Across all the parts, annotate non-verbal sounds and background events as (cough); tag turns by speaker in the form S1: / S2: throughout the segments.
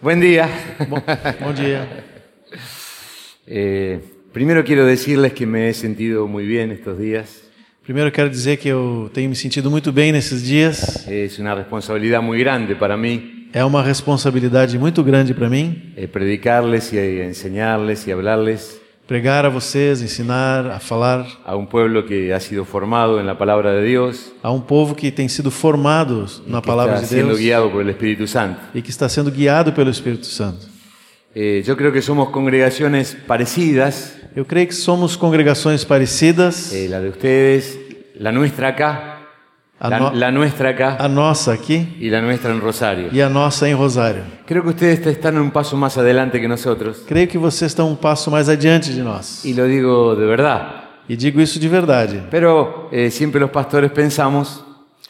S1: Buen día.
S2: Bom dia.
S1: Eh, primero quiero decirles que me he sentido muy bien estos días.
S2: Primeiro eu quero dizer que eu tenho me sentido muito bem nesses dias.
S1: Es una responsabilidad muy grande para mí
S2: É uma responsabilidade muito grande para mim
S1: eh, predicarles y enseñarles y hablarles
S2: pregar a vocês, ensinar a falar
S1: a un pueblo que ha sido formado en la palabra de Dios,
S2: a um povo que tem sido formado
S1: que tá
S2: na palavra
S1: está
S2: de
S1: siendo
S2: Deus
S1: guiado por el Espíritu Santo.
S2: e que está sendo guiado pelo Espírito Santo.
S1: Eh, yo creo que somos congregaciones parecidas,
S2: Eu creio que somos congregações parecidas,
S1: eh, la de ustedes, la nuestra acá,
S2: A
S1: la,
S2: Ah, no- Ah,
S1: la nuestra acá
S2: a nossa aqui
S1: y la nuestra en Rosario.
S2: e a nossa em Rosário.
S1: Creo que ustedes te- están un paso más adelante que nosotros.
S2: Creio que vocês estão um passo mais adiante de nós.
S1: Y lo digo de verdad.
S2: E digo isso de verdade.
S1: Pero eh, siempre los pastores pensamos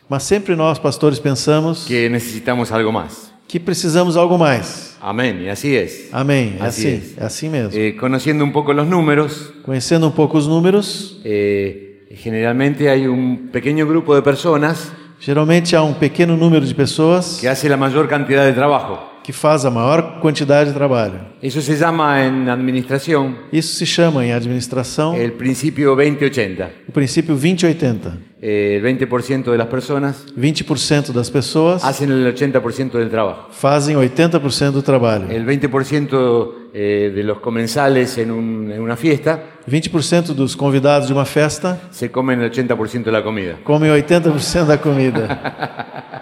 S2: Mas sempre nós, pastores, pensamos
S1: que necesitamos algo más.
S2: que precisamos algo mais.
S1: Amén, y así es.
S2: Amém. É
S1: Assim
S2: assim, é assim mesmo.
S1: Eh, conociendo un poco los números,
S2: Conhecendo um pouco os números,
S1: eh, generalmente hay un pequeño grupo de personas
S2: geralmente há um pequeno número de pessoas
S1: que é hace la mayor cantidad de trabajo.
S2: que faz a maior quantidade de trabalho.
S1: Eso se llama en administración
S2: Isso se chama em administração
S1: el principio 20-80.
S2: o princípio 20-80.
S1: Eh, el 20% de las personas
S2: 20% das pessoas
S1: hacen el 80% del trabajo.
S2: fazem 80% do trabalho.
S1: El 20% eh, de los comensales en, un- en una fiesta
S2: 20% dos convidados de uma festa
S1: se comen el 80% de la comida.
S2: comem 80%
S1: (laughs)
S2: da comida.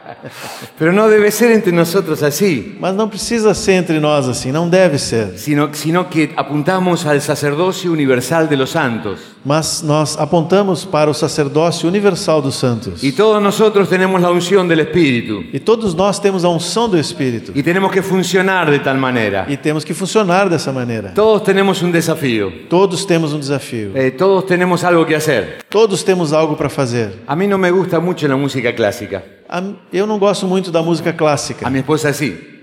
S1: Pero no debe ser entre nosotros así,
S2: Mas não precisa ser entre nós assim, não deve ser.
S1: sino, sino que apuntamos al sacerdocio universal de los santos.
S2: Mas nós apontamos para o sacerdócio universal dos santos.
S1: Y todos nosotros tenemos la unción del Espíritu.
S2: E todos nós temos a unção do Espírito.
S1: Y tenemos que funcionar de tal manera.
S2: E temos que funcionar dessa maneira.
S1: Todos tenemos un desafío.
S2: Todos temos um desafio.
S1: Eh, todos tenemos algo que hacer.
S2: Todos temos algo para fazer.
S1: A mí no me gusta mucho la música clásica.
S2: A- Eu não gosto muito da música
S1: A
S2: clássica.
S1: mi esposa sí.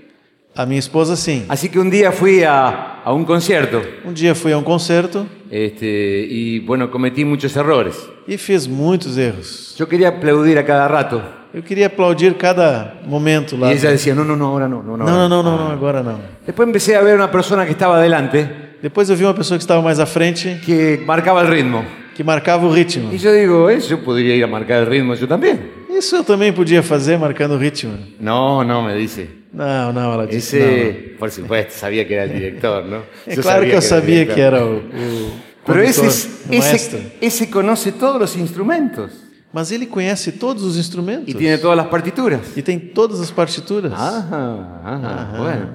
S2: A minha esposa, sim.
S1: Así que un día fui a, a un concierto
S2: Um dia fui a um concerto
S1: este, y bueno, cometí muchos errores.
S2: e fiz muitos erros.
S1: Yo quería aplaudir a cada rato.
S2: Eu queria aplaudir cada momento lá.
S1: Y ella decía, no, no, no, ahora no. no, no,
S2: Não, não,
S1: ahora
S2: não, não, não, agora não.
S1: Después empecé a ver una persona que estaba adelante,
S2: Depois eu vi uma pessoa que estava mais à frente
S1: que marcaba el ritmo.
S2: que marcava o ritmo.
S1: Y yo digo, eh, yo podría ir a marcar el ritmo yo también.
S2: Isso eu também podia fazer marcando o ritmo.
S1: No, no, me dice.
S2: Não, não, ela disse. não, não.
S1: Ese, por supuesto, sabía que era el director,
S2: (laughs)
S1: ¿no?
S2: É claro que
S1: era
S2: eu
S1: el
S2: sabia
S1: director.
S2: que era o, o
S1: Pero ese,
S2: condutor,
S1: es-
S2: o maestro.
S1: ese, ese conoce todos los instrumentos
S2: Mas ele conhece todos os instrumentos
S1: y tiene todas las partituras.
S2: e tem todas as partituras.
S1: Ajá, ajá, bueno.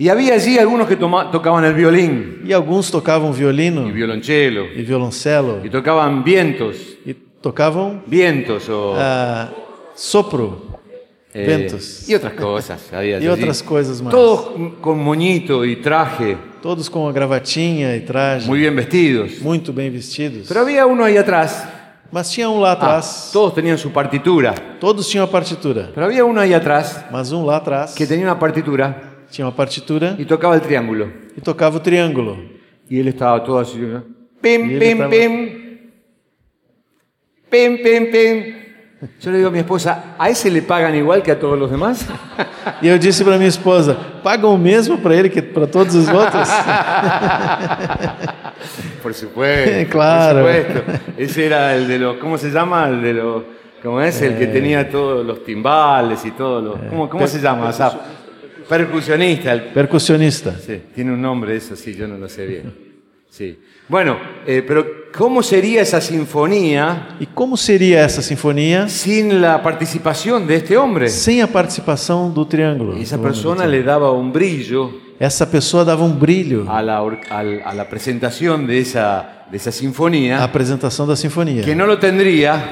S1: Y había allí algunos que toma- tocaban el violín
S2: E alguns tocavam
S1: y
S2: violino
S1: violonchelo
S2: e violoncelo
S1: y tocaban vientos,
S2: e tocavam
S1: vientos o
S2: ah, sopro, É.
S1: Eh,
S2: ventos
S1: Y otras cosas.
S2: (laughs)
S1: había allí.
S2: e outras coisas mais.
S1: Todos con moñito y traje,
S2: Todos com a gravatinha e traje,
S1: muy bien vestidos.
S2: muito bem vestidos.
S1: Pero había uno ahí atrás.
S2: Mas tinha um lá
S1: Ah,
S2: atrás,
S1: todos tenían su partitura.
S2: todos tinham a partitura,
S1: Pero había uno ahí atrás
S2: mas um lá atrás
S1: que tenía una partitura
S2: tinha uma partitura
S1: y tocaba el triángulo.
S2: e tocava o triângulo.
S1: Y él estaba todo así. ¿no?
S2: Y
S1: Pim,
S2: él
S1: pim, (laughs)
S2: estaba-
S1: pim. Pim, pim, pim. Yo le digo a mi esposa, ¿a ese le pagan igual que a todos los demás?
S2: E eu disse para minha esposa: pagam o mesmo para ele que para todos os (laughs) outros?
S1: (laughs) Por (laughs) supuesto.
S2: Claro.
S1: Por supuesto. Ese era el de los, ¿cómo se llama? El de los, ¿cómo es? El que tenía todos los timbales y todos los, ¿cómo, cómo se llama? O sea, percusionista. el-
S2: Percussionista.
S1: sí, tiene un nombre eso, sí, yo no lo sé bien. Sí. Bueno, eh, pero ¿cómo sería esa sinfonía
S2: E como seria essa sinfonia
S1: sin la participação de este hombre?
S2: sem a participação do triângulo?
S1: Esa
S2: Do homem do
S1: persona
S2: triângulo.
S1: le daba un brillo
S2: Essa pessoa dava um brilho
S1: a la, or- al- a la presentación de esa, de esa
S2: à
S1: sinfonía
S2: apresentação da sinfonia,
S1: é? que no lo tendría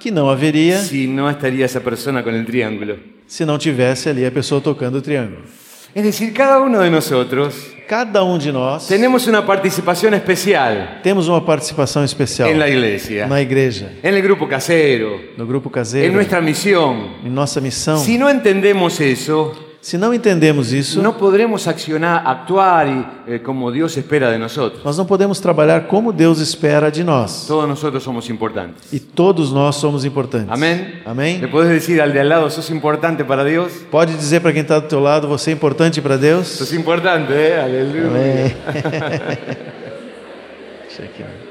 S2: que não haveria
S1: si no estaría esa persona con el triángulo.
S2: se não tivesse ali a pessoa tocando o triângulo.
S1: Es decir, cada uno de nosotros
S2: Cada um de nós
S1: tenemos una participação especial
S2: temos uma participação especial
S1: en la iglesia,
S2: na igreja,
S1: en el grupo casero,
S2: no grupo
S1: en
S2: caseiro,
S1: nuestra misión.
S2: em nossa missão.
S1: Si no entendemos eso,
S2: Se não entendemos isso,
S1: No podremos accionar, actuar y, eh, como Dios espera de nosotros.
S2: nós não podemos trabalhar como Deus espera de nós.
S1: Todos nosotros somos importantes.
S2: E todos nós somos importantes.
S1: Amén. ¿Le
S2: Amém?
S1: podés decir al de al lado, sos importante para Dios?
S2: Pode dizer para quem está do teu lado, você é importante para Deus?
S1: Sos importante, ¿eh? Aleluya.
S2: Amém.
S1: (laughs)
S2: Deixa aqui, ó.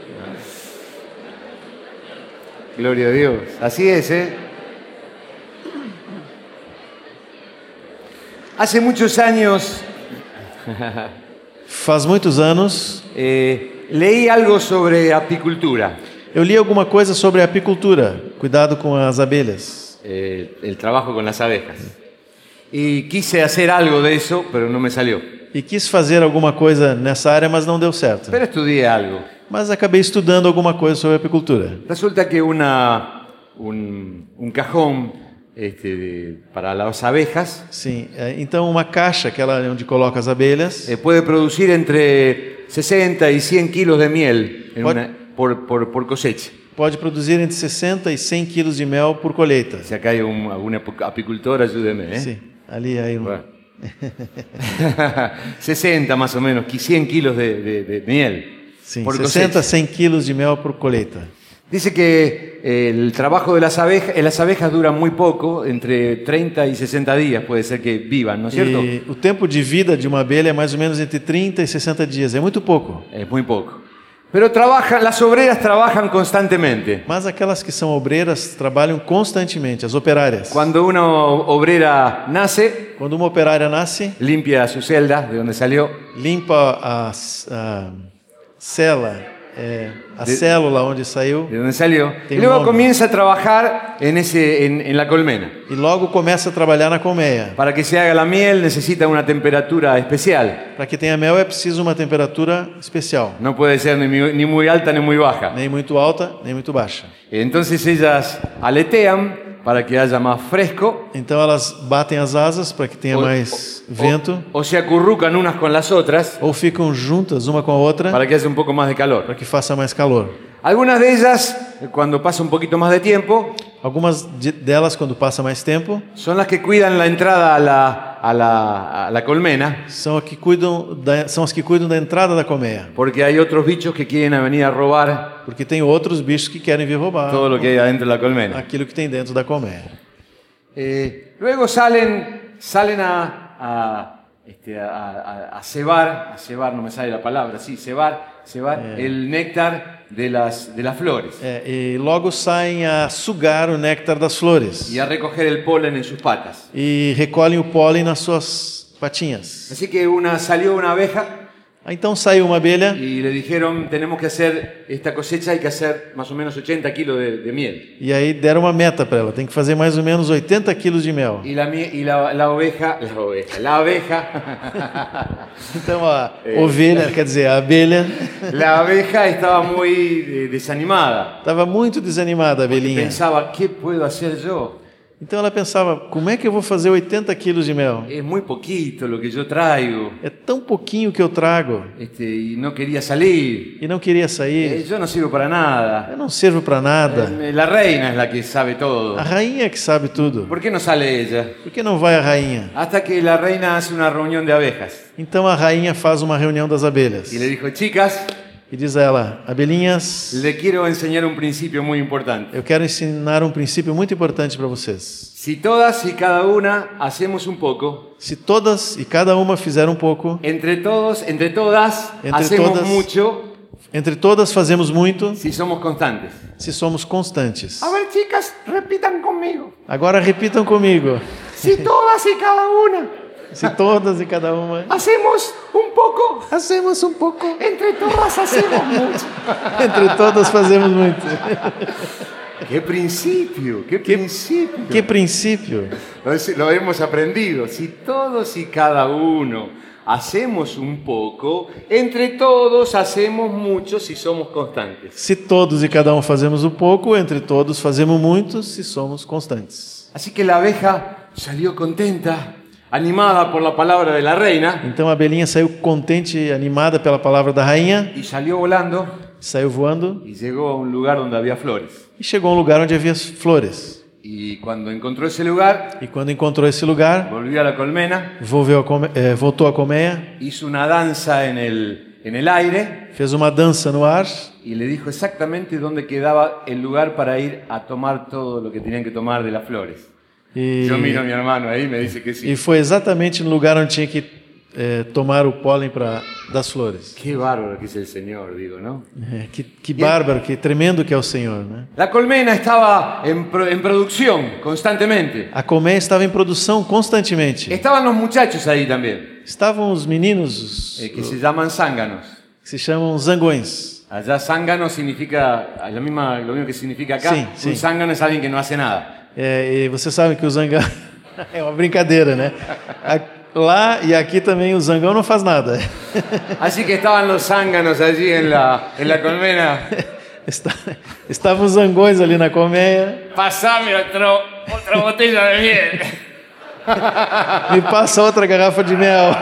S1: Gloria a Dios. Así es, ¿eh? Hace muchos años
S2: Faz muitos anos
S1: eh, leí algo sobre apicultura,
S2: eu li alguma coisa sobre apicultura, cuidado com as abelhas.
S1: eh, el trabajo con las abejas. Y quise hacer algo de eso, pero no me salió.
S2: E quis fazer alguma coisa nessa área, mas não deu certo.
S1: Pero estudié algo.
S2: Mas acabei estudando alguma coisa sobre apicultura.
S1: Resulta que una, un, un cajón este, de- para las abejas
S2: Sim, é, então uma caixa, aquela onde coloca as abelhas,
S1: eh, puede producir entre 60 y 100 kilos de miel en
S2: What?
S1: una- por- por- por cosecha.
S2: pode produzir entre 60 e 100 quilos de mel por colheita.
S1: Si acá hay un- algún apic- apicultor, ayúdeme. ¿eh?
S2: Sim, ali aí um-
S1: Bueno. (laughs) 60 más o menos, qui- 100 kilos de, de- de miel.
S2: Sim,
S1: por
S2: 60
S1: cosecha.
S2: a 100 quilos de mel por colheita.
S1: Dice que eh, el trabajo de las abejas, eh, las abejas dura muy poco, entre 30 y 60 días puede ser que vivan, ¿no es cierto?
S2: E o tempo de vida de uma abelha é mais ou menos entre 30 e 60 dias, é muito pouco.
S1: Es muy poco. Pero trabajan, las obreras trabajan constantemente.
S2: Mas aquelas que são obreiras trabalham constantemente, as operárias.
S1: Cuando una obrera nace,
S2: Quando uma operária nasce,
S1: limpia su celda de donde salió,
S2: limpa a, s- a cela, é, a
S1: De-
S2: célula onde saiu
S1: de donde salió, y
S2: Tiene
S1: luego
S2: nombre.
S1: comienza a trabajar en, ese, en- en la colmena.
S2: e logo começa a trabalhar na colmeia.
S1: Para que se haga la miel necesita una temperatura especial.
S2: Para que tenha mel é preciso uma temperatura especial,
S1: No puede ser ni muy, ni muy alta ni muy baja.
S2: nem muito alta, nem muito baixa.
S1: Entonces ellas aletean para que haya más fresco.
S2: Então elas batem as asas para que tenha
S1: o-
S2: mais
S1: o-
S2: vento
S1: O, se acurrucan unas con las otras
S2: ou ficam juntas uma com a outra
S1: para que haya un poco más de calor.
S2: para que faça mais calor.
S1: Algunas de ellas, cuando pasa un poquito más de tiempo,
S2: Algumas de- delas, quando passa mais tempo,
S1: son las que cuidan la entrada a la, a la- a la colmena,
S2: são, a que cuidam da, são as que cuidam da entrada da colmeia,
S1: porque hay otros bichos que quieren venir a robar
S2: porque tem outros bichos que querem vir roubar
S1: todo lo que hay adentro de la colmena.
S2: aquilo que tem dentro da colmeia.
S1: Eh, luego salen, salen a, a, este, a- a- a cebar, a cebar, no me sale la palabra, sí, cebar, cebar el néctar de las, de las flores
S2: É, e logo saem a sugar o néctar das flores
S1: y a recoger el polen en sus patas.
S2: e recolhem o pólen nas suas patinhas.
S1: Así que una, salió una abeja
S2: Aí, Então saiu uma abelha
S1: y le dijeron, tenemos que hacer esta cosecha, hay que hacer más o menos 80 kilos de, de miel.
S2: e aí deram uma meta para ela, tem que fazer mais ou menos 80 quilos de mel.
S1: Y la, mie- y la, la oveja, la oveja, la abeja,
S2: Então a ovelha, quer dizer, a abelha,
S1: la abeja estaba muy eh, desanimada.
S2: estava muito desanimada, a abelhinha.
S1: Pensaba, ¿qué puedo hacer yo?
S2: Então ela pensava, como é que eu vou fazer 80 quilos de mel?
S1: Es muy poquito lo que yo traigo
S2: É tão pouquinho que eu trago
S1: este, y no quería salir.
S2: e não queria
S1: Eh,
S2: sair,
S1: yo no sirvo para nada.
S2: eu não sirvo para nada.
S1: Eh, La reina es la que sabe todo.
S2: A rainha que sabe tudo,
S1: ¿Por qué no sale ella?
S2: por que não vai a rainha?
S1: Hasta que la reina hace una reunión de abejas
S2: Então a rainha faz uma reunião das abelhas
S1: y le dijo, chicas,
S2: e diz a ela: Abelhinhas,
S1: le quiero enseñar un principio muy importante.
S2: eu quero ensinar um princípio muito importante para vocês.
S1: Si todas y cada una hacemos un poco,
S2: Se todas e cada uma fizer um pouco,
S1: entre todos, entre todas,
S2: Entre
S1: hacemos
S2: todas.
S1: mucho
S2: entre todas fazemos muito
S1: si somos constantes.
S2: se somos constantes.
S1: A ver, chicas, repitan conmigo.
S2: Agora repitam comigo:
S1: Si todas y cada una
S2: se todas e
S1: (laughs)
S2: cada uma
S1: hacemos un poco,
S2: fazemos um pouco,
S1: Entre todas hacemos mucho.
S2: entre todas fazemos muito.
S1: ¡Qué principio! ¡Qué, principio!
S2: Que princípio!
S1: Lo, es- lo hemos aprendido. Si todos y cada uno hacemos un poco, entre todos hacemos mucho si somos constantes.
S2: Se todos e cada um fazemos um pouco, entre todos fazemos muito se somos constantes.
S1: Así que la abeja salió contenta, animada por la palabra de la reina,
S2: Então a abelhinha saiu contente e animada pela palavra da rainha.
S1: y salió volando
S2: Saiu voando
S1: y llegó a un lugar donde había flores.
S2: e chegou a um lugar onde havia as flores.
S1: Y cuando encontró ese lugar,
S2: E quando encontrou esse lugar,
S1: volvió a la colmena,
S2: volveu a come- eh, voltou à colmeia,
S1: hizo una danza en el, en el aire
S2: fez uma dança no ar
S1: y le dijo exactamente dónde quedaba el lugar para ir a tomar todo lo que tenían que tomar de las flores.
S2: e,
S1: Yo miro a mi hermano ahí y me dice que sí.
S2: e foi exatamente no lugar onde tinha que eh, tomar o pólen pra, das flores.
S1: Qué bárbaro que es el Señor, digo, ¿no?
S2: É, que, que bárbaro, que tremendo que é o Senhor, né?
S1: La colmena estaba en, pro- en producción constantemente.
S2: A colmeia estava em produção constantemente.
S1: Estaban los muchachos ahí también,
S2: Estavam os meninos
S1: eh,
S2: os-
S1: que se llaman zánganos.
S2: que se chamam zangões.
S1: Allá zángano significa, la misma, lo mismo que significa acá,
S2: Sí,
S1: un
S2: sí.
S1: zángano es alguien que no hace nada.
S2: É, e você sabe que o zangão (laughs) é uma brincadeira, né? A- Lá e aqui também o zangão não faz nada. (laughs)
S1: Así que estaban los zánganos allí en la, en la colmena.
S2: Está- Estavam os zangões ali na colmeia.
S1: Pasame otro, otra botella de miel.
S2: Me passa outra garrafa de mel.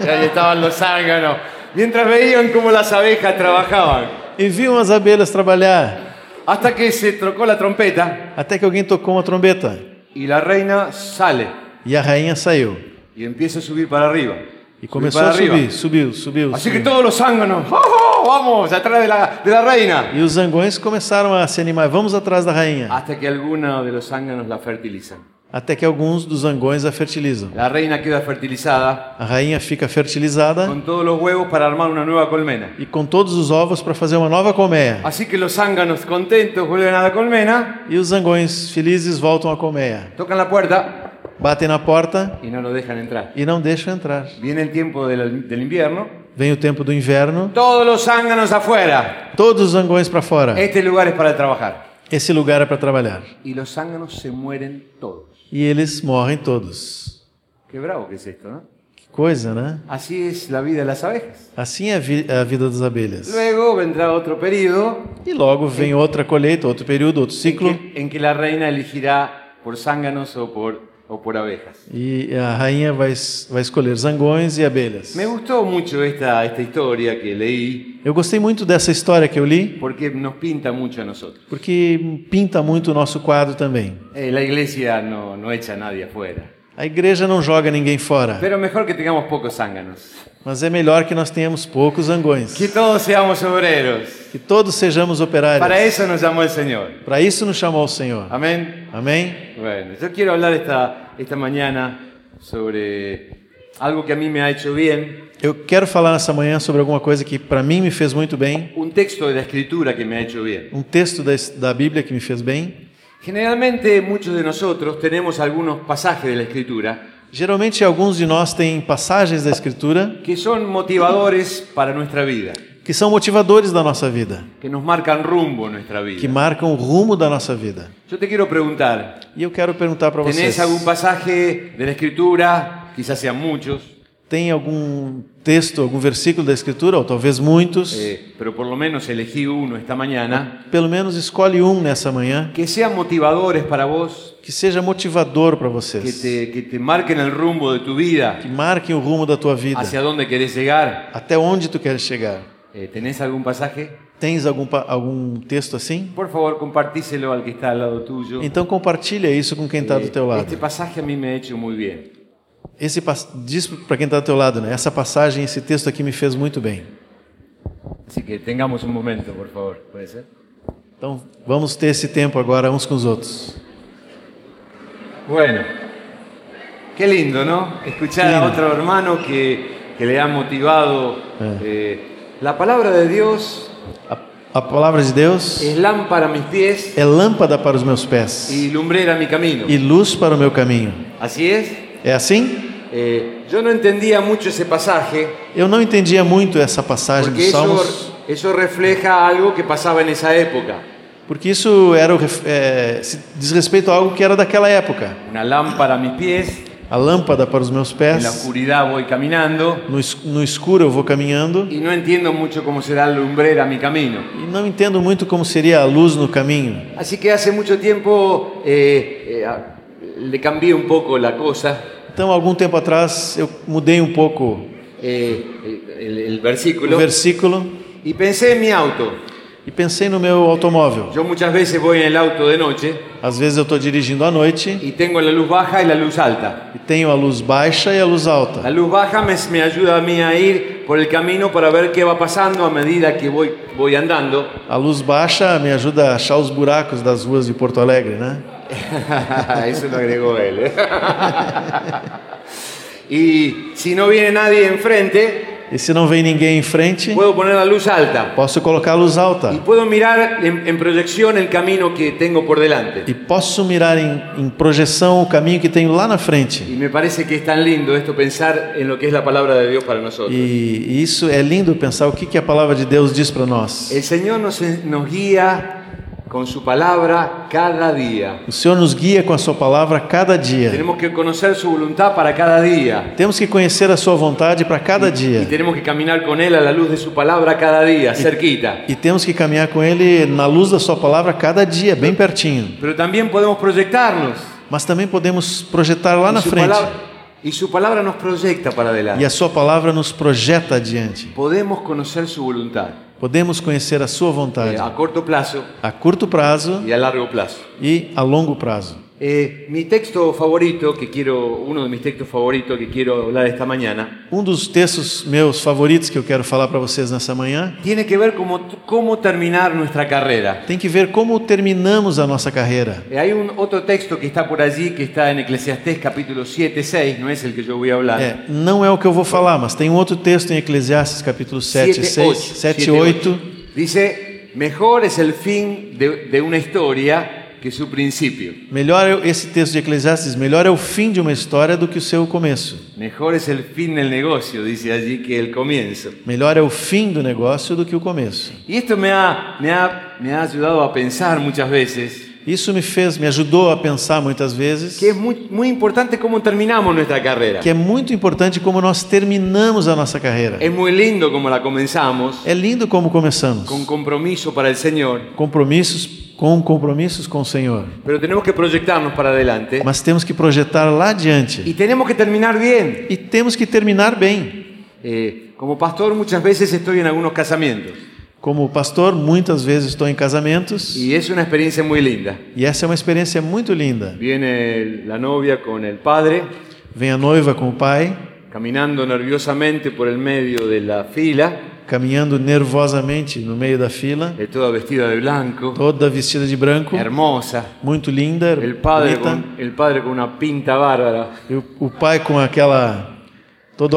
S2: (laughs)
S1: Y ahí estaban los zánganos. Mientras veían cómo las abejas trabajaban.
S2: Enviam as abelhas trabalhar.
S1: Hasta que se trocó la trompeta
S2: Até que alguém tocou uma trombeta.
S1: y la reina sale
S2: E a rainha saiu.
S1: y empieza a subir para arriba.
S2: E
S1: Subir
S2: começou
S1: para
S2: a
S1: arriba.
S2: subir, subiu, subiu.
S1: Así que
S2: subiu.
S1: todos los zánganos, ¡oh, oh! vamos, atrás de la, de la reina.
S2: E os zangões começaram a se animar. Vamos atrás da rainha.
S1: Hasta que alguno de los zánganos la fertilizan.
S2: Até que alguns dos zangões a fertilizam.
S1: La reina queda fertilizada
S2: A rainha fica fertilizada
S1: con todos los huevos para armar una nueva colmena.
S2: e com todos os ovos para fazer uma nova colmeia.
S1: Así que los zánganos contentos vuelven a la colmena,
S2: E os zangões felizes voltam à colmeia.
S1: tocan la puerta
S2: Batem na porta
S1: y no lo dejan entrar.
S2: e não deixam entrar.
S1: Viene el tiempo del, del invierno.
S2: Vem o tempo do inverno,
S1: Todos los zánganos afuera.
S2: todos os zangões para fora.
S1: Este lugar es para trabajar.
S2: Esse lugar é para trabalhar.
S1: Y los zánganos se mueren todos.
S2: E eles morrem todos.
S1: Qué bravo que es esto, ¿no?
S2: Que coisa, né?
S1: Así es la vida de las abejas.
S2: Assim é a, vi- a vida das abelhas.
S1: Luego vendrá otro período
S2: E logo vem outra colheita, outro período, outro
S1: en
S2: ciclo.
S1: que, en que la reina elegirá por zánganos o por, o por abejas.
S2: E a rainha vai, es- vai escolher zangões e abelhas.
S1: Me gustó mucho esta, esta historia que leí
S2: Eu gostei muito dessa história que eu li,
S1: porque nos pinta mucho a nosotros.
S2: porque pinta muito o nosso quadro também.
S1: Eh, la iglesia no, no echa a nadie afuera.
S2: A igreja não joga ninguém fora.
S1: Pero mejor que tengamos pocos zánganos.
S2: Mas é melhor que nós tenhamos poucos zangões.
S1: Que todos seamos obreros.
S2: Que todos sejamos operários.
S1: Para eso nos llamó el Señor.
S2: Para isso nos chamou o Senhor.
S1: Amén.
S2: Amém?
S1: Bueno, yo quiero hablar esta, esta mañana sobre algo que a mí me ha hecho bien.
S2: Eu quero falar nessa manhã sobre alguma coisa que para mim me fez muito bem.
S1: Un texto de la escritura que me ha hecho bien.
S2: Um texto da, da Bíblia que me fez bem.
S1: Generalmente muchos de nosotros tenemos algunos pasajes de la escritura
S2: Geralmente alguns de nós têm passagens da Escritura
S1: que son motivadores para nuestra vida,
S2: que são motivadores da nossa vida,
S1: que nos marcan rumbo en nuestra
S2: que
S1: vida.
S2: marcam o rumo da nossa vida.
S1: Yo te quiero preguntar,
S2: E eu quero perguntar para vocês:
S1: ¿Tenés algún pasaje de la escritura? Quizás sean muchos,
S2: tem algum texto, algum versículo da Escritura, ou talvez muitos?
S1: eh, pero por lo menos elegí uno esta mañana,
S2: Pelo menos escolhe um nessa manhã
S1: que sean motivadores para vos,
S2: que seja motivador para
S1: que
S2: vocês,
S1: te, que te marquen el rumbo de tu vida,
S2: que marquem o rumo da tua vida,
S1: hacia dónde querés llegar.
S2: até onde tu queres chegar.
S1: Eh, ¿Tenés algún pasaje?
S2: Tens algum, pa- algum texto assim?
S1: Por favor, compartíselo al que está al lado tuyo.
S2: Então compartilha isso com quem está do
S1: Eh,
S2: teu
S1: Este
S2: lado.
S1: pasaje a mí me ha hecho muy bien.
S2: Esse pas- diz para quem está do teu lado, né? Essa passagem, esse texto aqui me fez muito bem.
S1: Así que tengamos un momento, por favor. ¿Puede ser?
S2: Então vamos ter esse tempo agora uns com os outros.
S1: Bueno, qué lindo, ¿no? Escuchar a
S2: Lindo.
S1: otro hermano que, que le ha motivado. eh, la palabra de Dios
S2: A, a palavra de Deus
S1: es lámpara a mis pies
S2: é lâmpada para os meus pés
S1: y lumbrera a mi camino.
S2: e luz para o meu caminho.
S1: Así es.
S2: É assim?
S1: Eh, yo no entendía mucho ese pasaje
S2: Eu não entendia muito essa passagem
S1: porque
S2: dos Salmos,
S1: eso, eso refleja algo que pasaba en esa época.
S2: porque isso era o, ref- é, se diz respeito a algo que era daquela época.
S1: Una lámpara a mis pies,
S2: A lâmpada para os meus
S1: en la
S2: pés,
S1: oscuridad voy caminando
S2: no, es- no escuro eu vou caminhando
S1: y no entiendo mucho cómo será lumbrera a mi camino.
S2: e não entendo muito como seria a luz no caminho.
S1: Así que hace mucho tiempo eh, eh, a- le cambié un poco la cosa,
S2: Então, algum tempo atrás, eu mudei um pouco
S1: eh, el, el
S2: o
S1: versículo,
S2: versículo
S1: y pensé en mi auto.
S2: e pensei no meu automóvel.
S1: Yo muchas veces voy en el auto de noche
S2: Às vezes eu estou dirigindo à noite
S1: y tengo la luz baja y la luz alta.
S2: e tenho a luz baixa e a luz
S1: La
S2: alta.
S1: luz baja me, me ayuda a mí a ir por el camino para ver qué va pasando a medida que voy, voy andando.
S2: (laughs) A luz baixa me ajuda a achar os buracos das ruas de Porto Alegre, né?
S1: Eso lo agregó él. ¿eh? (laughs) y si no viene nadie enfrente,
S2: E se não vem ninguém em frente,
S1: puedo poner la luz alta.
S2: posso colocar a luz alta
S1: Y puedo mirar en, en proyección el camino que tengo por delante.
S2: e posso mirar em, em projeção o caminho que tenho lá na frente.
S1: Y me parece que es tan lindo esto pensar en lo que es la palabra de Dios para nosotros.
S2: E isso é lindo pensar o que, que a palavra de Deus diz para nós.
S1: El Señor nos, eh, nos guía con su palabra cada día.
S2: O Senhor nos guia com a Sua palavra cada dia.
S1: Tenemos que conocer su voluntad para cada día.
S2: Temos que conhecer a Sua vontade para cada
S1: Y
S2: dia.
S1: tenemos que caminar con Él a la luz de su palabra cada día, cerquita.
S2: E temos que caminhar com Ele na luz da Sua palavra cada dia, bem pertinho.
S1: Pero también podemos proyectarnos.
S2: Mas também podemos projetar lá
S1: Y
S2: na
S1: su
S2: frente.
S1: palabra- y su palabra nos proyecta para
S2: E
S1: adelante.
S2: a Sua palavra nos projeta adiante.
S1: Podemos conocer su voluntad
S2: Podemos conhecer a Sua
S1: eh,
S2: vontade
S1: a corto plazo
S2: a curto prazo
S1: y a largo plazo.
S2: e a longo prazo.
S1: Eh, mi texto favorito, que quiero, uno de mis textos favoritos que quiero hablar esta mañana,
S2: Um dos textos meus favoritos que eu quero falar para vocês nessa manhã
S1: tiene que ver con cómo terminar nuestra carrera.
S2: tem que ver como terminamos a nossa carreira.
S1: Eh, Hay un otro texto que está por allí, que está en Eclesiastés capítulo 7, 6, no es el que yo voy a hablar.
S2: É, não é o que eu vou falar, mas tem um outro texto em Eclesiastes capítulo 7, 6, 7, 8,
S1: Dice, mejor es el fin de, de una historia que su principio.
S2: melhor é, esse texto de Eclesiastes, diz, melhor é o fim de uma história do que o seu começo.
S1: Mejor es el fin del negocio, dice allí, que el comienzo.
S2: Melhor é o fim do negócio do que o começo.
S1: Y esto me ha, me ha, me ha ayudado a pensar muchas veces
S2: Isso me fez, me ajudou a pensar muitas vezes
S1: que es muy, muy importante cómo terminamos nuestra carrera.
S2: que é muito importante como nós terminamos a nossa carreira.
S1: Es muy lindo como la comenzamos,
S2: É lindo como começamos,
S1: con compromiso para el Señor,
S2: compromissos com compromissos com o Senhor,
S1: pero tenemos que proyectarnos para adelante
S2: mas temos que projetar lá adiante
S1: y tenemos que terminar bien.
S2: e temos que terminar bem.
S1: Eh, como pastor muchas veces estoy en algunos casamientos
S2: Como pastor, muitas vezes estou em casamentos
S1: y es una experiencia muy linda.
S2: e essa é uma experiência muito linda.
S1: Viene el- la novia con el padre
S2: Vem a noiva com o pai,
S1: caminando nerviosamente por el medio de la fila,
S2: caminhando nervosamente no meio da fila,
S1: eh, toda vestida de blanco,
S2: toda vestida de branco,
S1: hermosa.
S2: muito linda,
S1: El padre,
S2: bonita.
S1: con, el padre con una pinta bárbara.
S2: E o- o pai com aquela todo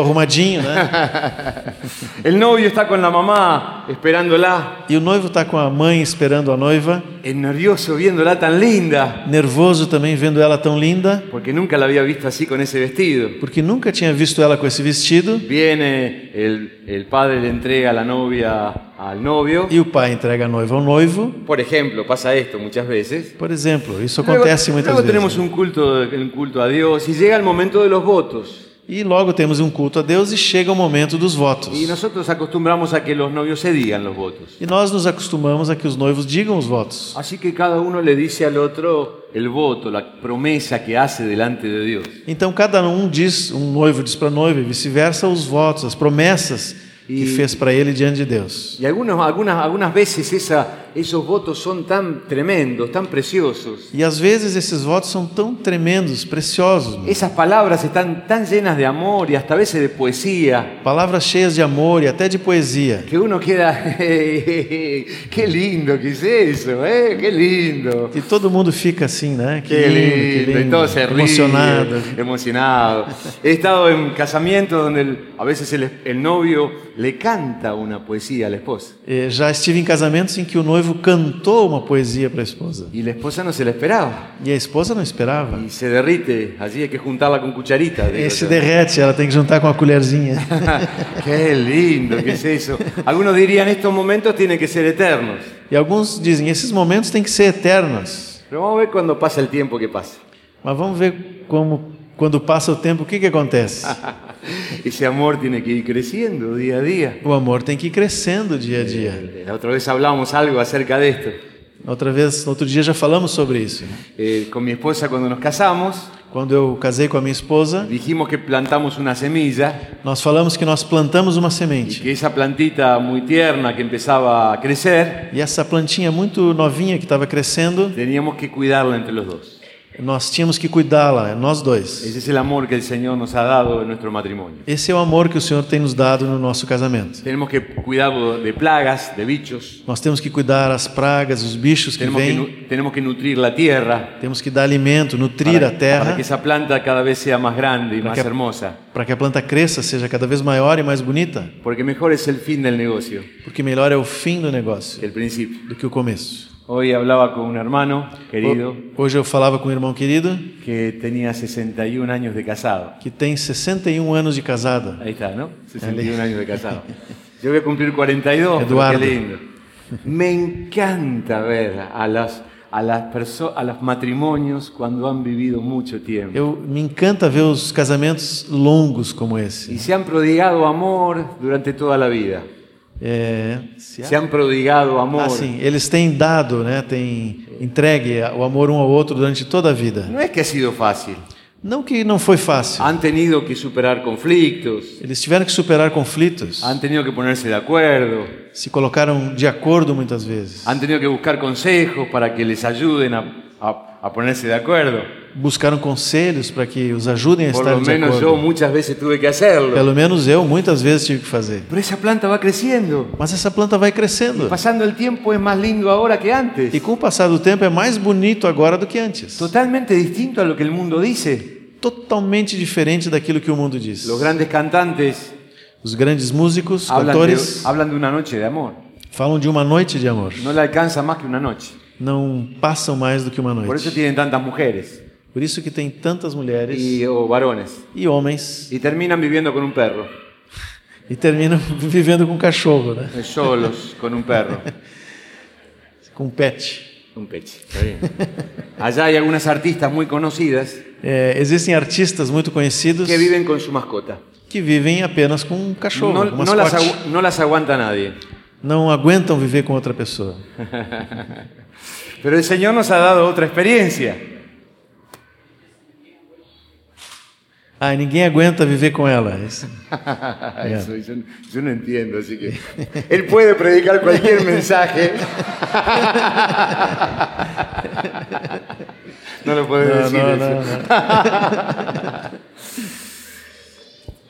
S1: (laughs)
S2: arrumadinho, né?
S1: El novio está con la mamá esperándola,
S2: E o noivo está com a mãe esperando a noiva,
S1: el nervioso viéndola tan linda,
S2: nervoso também vendo ela tão linda,
S1: porque nunca la había visto así con ese vestido.
S2: porque nunca tinha visto ela com esse vestido.
S1: Viene el, el padre le entrega la novia al novio.
S2: E o pai entrega a noiva ao noivo.
S1: Por ejemplo, pasa esto muchas veces.
S2: Por exemplo, isso
S1: Luego-
S2: acontece
S1: luego,
S2: muitas vezes.
S1: tenemos un culto, un culto a Dios y llega el momento de los votos.
S2: E logo temos um culto a Deus e chega o momento dos votos.
S1: Y nosotros acostumbramos a que los novios se digan los votos.
S2: E nós nos acostumamos a que os noivos digam os votos.
S1: Así que cada uno le dice al otro el voto, la promesa que hace delante de Dios.
S2: Então cada um diz, um noivo diz para a noiva e vice-versa os votos, as promessas que
S1: E-
S2: fez para ele diante de Deus.
S1: Y algunos, algunas, algunas veces esa- esos votos son tan tremendos, tan preciosos.
S2: E às vezes esses votos são tão tremendos, preciosos, meu.
S1: Esas palabras están tan llenas de amor y hasta a veces de poesía.
S2: palavras cheias de amor e até de poesia.
S1: Que uno queda, (laughs) qué lindo que es eso, ¿eh? qué lindo.
S2: E todo mundo fica assim, né? Que
S1: Qué
S2: lindo, Então
S1: lindo,
S2: que
S1: y
S2: lindo.
S1: todo se ríe,
S2: emocionado.
S1: emocionado. He estado en casamientos donde el- a veces el, el novio le canta una poesía a la esposa
S2: Eh, Já estive em casamentos em que o noivo cantou uma poesia para a esposa
S1: y la esposa no se la esperaba
S2: e a esposa não esperava.
S1: y se derrite, así hay que juntarla con cucharita. digo
S2: E se
S1: yo.
S2: derrete, ela tem que juntar com a colherzinha.
S1: (laughs) qué lindo que es eso. Algunos dirían estos momentos tienen que ser eternos,
S2: E alguns dizem, esses momentos têm que ser eternos.
S1: pero vamos a ver cuando pasa el tiempo que pasa.
S2: Mas vamos ver como, quando passa o tempo, o que, que acontece?
S1: Ese amor tiene que ir creciendo día a día.
S2: O amor tem que ir crescendo dia a dia.
S1: La otra vez hablábamos algo acerca de esto.
S2: Outra vez, outro dia já falamos sobre isso. né?
S1: Eh, con mi esposa cuando nos casamos,
S2: Quando Quando eu casei com a minha esposa,
S1: Dijimos que plantamos una semilla
S2: nós falamos que nós plantamos uma
S1: y
S2: semente.
S1: que esa plantita muy tierna que empezaba a crecer,
S2: E essa plantinha muito novinha que estava crescendo,
S1: teníamos que cuidarla entre los dos.
S2: nós tínhamos que cuidá-la, nós dois.
S1: Ese es el amor que el Señor nos ha dado en nuestro matrimonio.
S2: Esse é o amor que o Senhor tem nos dado no nosso casamento.
S1: Tenemos que cuidarlo de plagas, de bichos,
S2: Nós temos que cuidar as pragas, os bichos que
S1: tenemos que,
S2: vêm,
S1: nu- tenemos que nutrir la tierra
S2: temos que dar alimento, nutrir
S1: para,
S2: a terra
S1: para que esa planta cada vez sea más grande y
S2: Para
S1: más
S2: que-
S1: hermosa.
S2: para que a planta cresça, seja cada vez maior e mais bonita,
S1: Porque mejor es el fin del negocio
S2: porque melhor é o fim do
S1: que
S2: negócio
S1: el principio.
S2: do que o começo.
S1: Hoy hablaba con un hermano querido
S2: Ho- Hoje eu falava com um irmão querido
S1: que tenía 61 años de casado.
S2: que tem 61 anos de casada.
S1: Ahí está, ¿no? 61 años de casado. Yo voy a cumplir 42, pero
S2: Eduardo.
S1: qué lindo. Me encanta ver a las a las perso- a los matrimonios cuando han vivido mucho tiempo
S2: Eu me encanta ver os casamentos longos como
S1: y
S2: esse.
S1: se han prodigado amor durante toda la vida.
S2: É, se
S1: Se han prodigado amor.
S2: Ah, sim, eles têm dado, né? Têm entregue o amor um ao outro durante toda a vida.
S1: No es que ha sido fácil.
S2: Não que não foi fácil.
S1: Han tenido que superar conflictos,
S2: Eles tiveram que superar conflitos,
S1: han tenido que ponerse de acuerdo,
S2: se colocaram de acordo muitas vezes,
S1: han tenido que buscar consejos para que les ayuden a, a- a ponerse de acuerdo.
S2: buscaram conselhos para que os ajudem a
S1: Por lo
S2: estar de
S1: menos yo
S2: acordo.
S1: muchas veces tuve que hacerlo.
S2: Pelo menos eu muitas vezes tive que fazer.
S1: Pero esa planta va creciendo.
S2: Mas essa planta vai crescendo
S1: Pasando el tiempo es más lindo ahora que
S2: e
S1: antes.
S2: com o passar do tempo é mais bonito agora do que antes.
S1: Totalmente distinto a lo que el mundo dice.
S2: Totalmente diferente daquilo que o mundo diz.
S1: Los grandes cantantes
S2: Os grandes músicos,
S1: hablan de,
S2: cantores,
S1: hablan de una noche de amor.
S2: falam de uma noite de amor.
S1: No le alcanza más que una noche.
S2: Não passam mais do que uma
S1: Por eso
S2: noite.
S1: tienen tantas mujeres
S2: Por isso que tem tantas mulheres
S1: y, o varones.
S2: e homens
S1: Y terminan viviendo con un perro.
S2: e terminam (laughs) vivendo com cachorro, né?
S1: Eh, Solos, con un perro.
S2: Com pet.
S1: (laughs) Un peche. Está bien. Allá hay algunas artistas muy conocidas
S2: É, existem artistas muito conhecidos
S1: que viven con su mascota.
S2: que vivem apenas com um cachorro,
S1: No,
S2: com um
S1: no las,
S2: mascote.
S1: agu- no las aguanta nadie.
S2: Não aguentam viver com outra pessoa.
S1: Pero el Señor nos ha dado otra experiencia.
S2: Ah, ninguém aguenta viver com ela. Isso.
S1: Ah, Eso, yo, yo no entiendo, así que él puede predicar cualquier (laughs) mensaje. No lo puede
S2: Não,
S1: decir.
S2: não,
S1: eso.
S2: não, não.
S1: (laughs)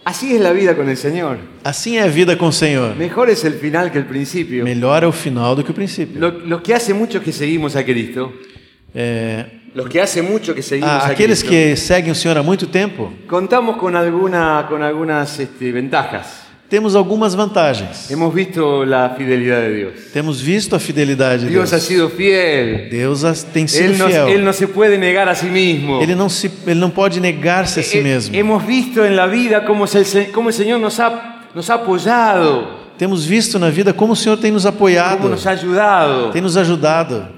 S1: Así es la vida con el Señor.
S2: Assim é a vida com o Senhor.
S1: Mejor es el final que el principio.
S2: Melhor é o final do que o princípio.
S1: Lo- los que hace mucho que seguimos a Cristo,
S2: É,
S1: los que hace mucho que seguimos a
S2: ah, aqueles
S1: Cristo,
S2: que seguem o Senhor há muito tempo,
S1: contamos con, alguna, con algunas este, ventajas.
S2: temos algumas vantagens.
S1: Hemos visto la fidelidad de Dios.
S2: Temos visto a fidelidade de Deus.
S1: Dios ha sido fiel.
S2: Deus as- tem sido
S1: Él no,
S2: fiel.
S1: él no assim. se puede negar a sí mismo.
S2: Ele não, se, ele não pode negar-se a si
S1: Eh,
S2: mesmo.
S1: Hemos visto en la vida cómo es el, Se- cómo el Señor nos ha, nos ha apoyado,
S2: Temos visto na vida como o Senhor tem nos apoiado,
S1: cómo é- nos ha ayudado.
S2: tem nos ajudado.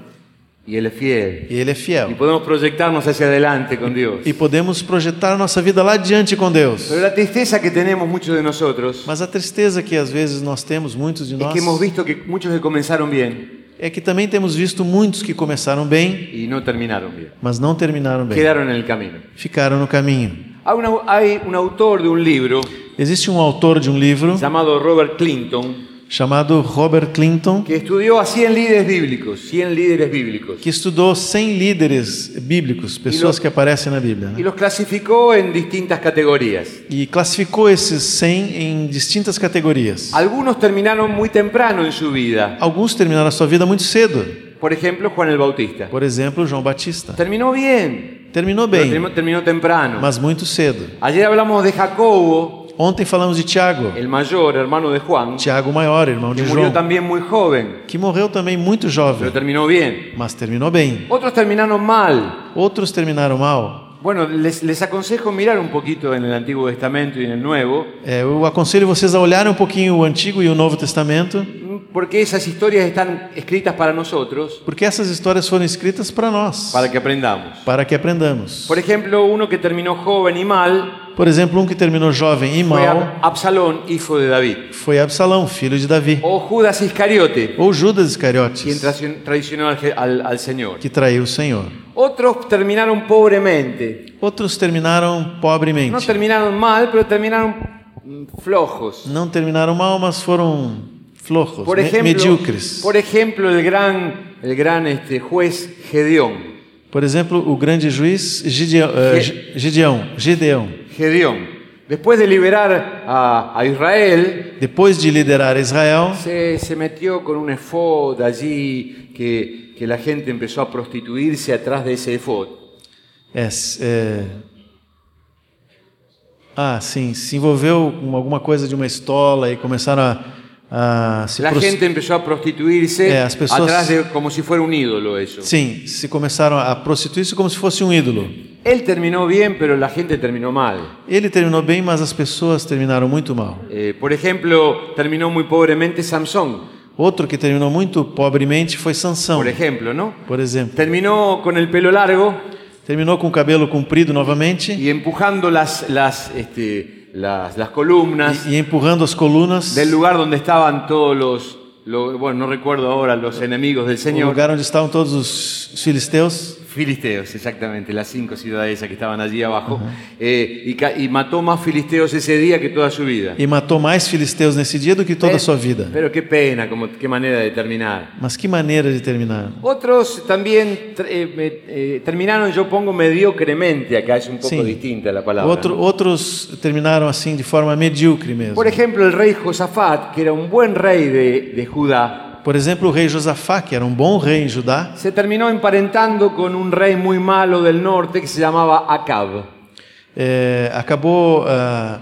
S1: Y Él es fiel.
S2: E Ele
S1: Y
S2: é fiel.
S1: podemos proyectarnos hacia adelante con Dios.
S2: E podemos projetar nossa vida lá adiante com Deus.
S1: Pero la tristeza que tenemos muchos de nosotros
S2: Mas a tristeza que às vezes nós temos, muitos de
S1: es
S2: nós,
S1: É que hemos visto que muchos que comenzaron bien
S2: é que também temos visto muitos que começaram bem,
S1: y no terminaron bien.
S2: mas não terminaram bem.
S1: Quedaron en el camino.
S2: Ficaram no caminho.
S1: Hay, un- hay un autor de un libro
S2: Existe um autor de um livro
S1: llamado Robert Clinton
S2: chamado Robert Clinton
S1: que estudió a 100 líderes bíblicos, 100 líderes bíblicos,
S2: que estudou 100 líderes bíblicos, pessoas que aparecem na Bíblia, né?
S1: y los clasificó en distintas categorías.
S2: e classificou esses 100 em distintas categorias.
S1: Algunos terminaron muy temprano en su vida.
S2: Alguns terminaram a sua vida muito cedo,
S1: Por ejemplo, Juan el Bautista.
S2: por exemplo, João Batista.
S1: Terminó bien,
S2: Terminou
S1: pero
S2: bem,
S1: terminó, terminó temprano.
S2: mas muito cedo.
S1: Ayer hablamos de Jacobo,
S2: Ontem falamos de Tiago,
S1: el mayor hermano de Juan,
S2: Tiago maior, irmão
S1: que
S2: de
S1: murió
S2: João,
S1: también muy joven,
S2: que morreu também muito
S1: pero
S2: jovem,
S1: terminó bien.
S2: mas terminou bem.
S1: Otros terminaron mal.
S2: Outros terminaram mal.
S1: Bueno, les, les aconsejo mirar un poquito en el Antiguo Testamento y en el Nuevo,
S2: É, eu aconselho vocês a olharem um pouquinho o Antigo e o Novo Testamento,
S1: porque esas historias están escritas para nosotros,
S2: porque essas histórias foram escritas para nós,
S1: para que aprendamos.
S2: para que aprendamos.
S1: Por ejemplo, uno que terminó joven y mal
S2: Por exemplo, um que terminou jovem
S1: Fue
S2: e mau
S1: Ab- Absalón, hijo de David.
S2: foi Absalão, filho de Davi.
S1: O Judas Iscariote,
S2: Ou Judas
S1: quien
S2: Iscariotes,
S1: traci- traicionó al, Je- al- al Señor.
S2: que traiu o Senhor.
S1: Otros terminaron pobremente.
S2: Outros terminaram
S1: No
S2: pobremente.
S1: terminaron mal, pero terminaron mm, flojos.
S2: Não terminaram mal, mas foram flojos,
S1: Por
S2: me-
S1: ejemplo,
S2: medíocres.
S1: por ejemplo el gran, el gran este, juez Gedeón.
S2: Por exemplo, o grande juiz Gideão. eh, Gi- Gideão, Gideão.
S1: Gedeón, después de liberar a, a Israel,
S2: Depois de liderar Israel,
S1: se, se metió con un efod allí que, que la gente empezó a prostituirse atrás de ese efod.
S2: É, s- é... Ah, sim, se envolveu com alguma coisa de uma estola e começaram a, a se
S1: La
S2: pros-
S1: gente empezó a prostituirse
S2: Eh, las personas-
S1: atrás de como si fuera un ídolo eso.
S2: Sim, se começaram a prostituir-se como se fosse um ídolo.
S1: Él terminó bien, pero la gente terminó mal.
S2: Ele terminou bem, mas as pessoas terminaram muito mal.
S1: Eh, por ejemplo, terminó muy pobremente Samson,
S2: Outro que terminou muito pobremente foi Sansão,
S1: por ejemplo, ¿no?
S2: por exemplo.
S1: Terminó con el pelo largo
S2: Terminou com o cabelo comprido novamente
S1: y empujando las, las, este, las, las columnas
S2: e, e empurrando as colunas
S1: del lugar donde estaban todos los, lo- bueno, no recuerdo ahora, los enemigos del
S2: o
S1: Señor.
S2: lugar onde estavam todos os filisteus.
S1: Filisteos, exactamente, las cinco ciudades esas que estaban allí abajo. Eh, y, ca- y mató más filisteos ese día que toda su vida. Eh,
S2: E matou mais filisteus nesse dia do que toda a sua vida.
S1: Pero qué pena, como, qué manera de terminar.
S2: Mas que maneira de terminar.
S1: Otros también tr- eh, me- eh, terminaron, yo pongo mediocremente, acá es un poco
S2: Sim.
S1: distinta la palabra.
S2: Outro, outros terminaram assim de forma medíocre mesmo.
S1: Por ejemplo, el rey Josafat, que era un buen rey de, de Judá,
S2: Por exemplo, o rei Josafá, que era um bom rei em Judá,
S1: se terminó emparentando con un rey muy malo del norte que se llamaba Acab.
S2: eh, acabou ah,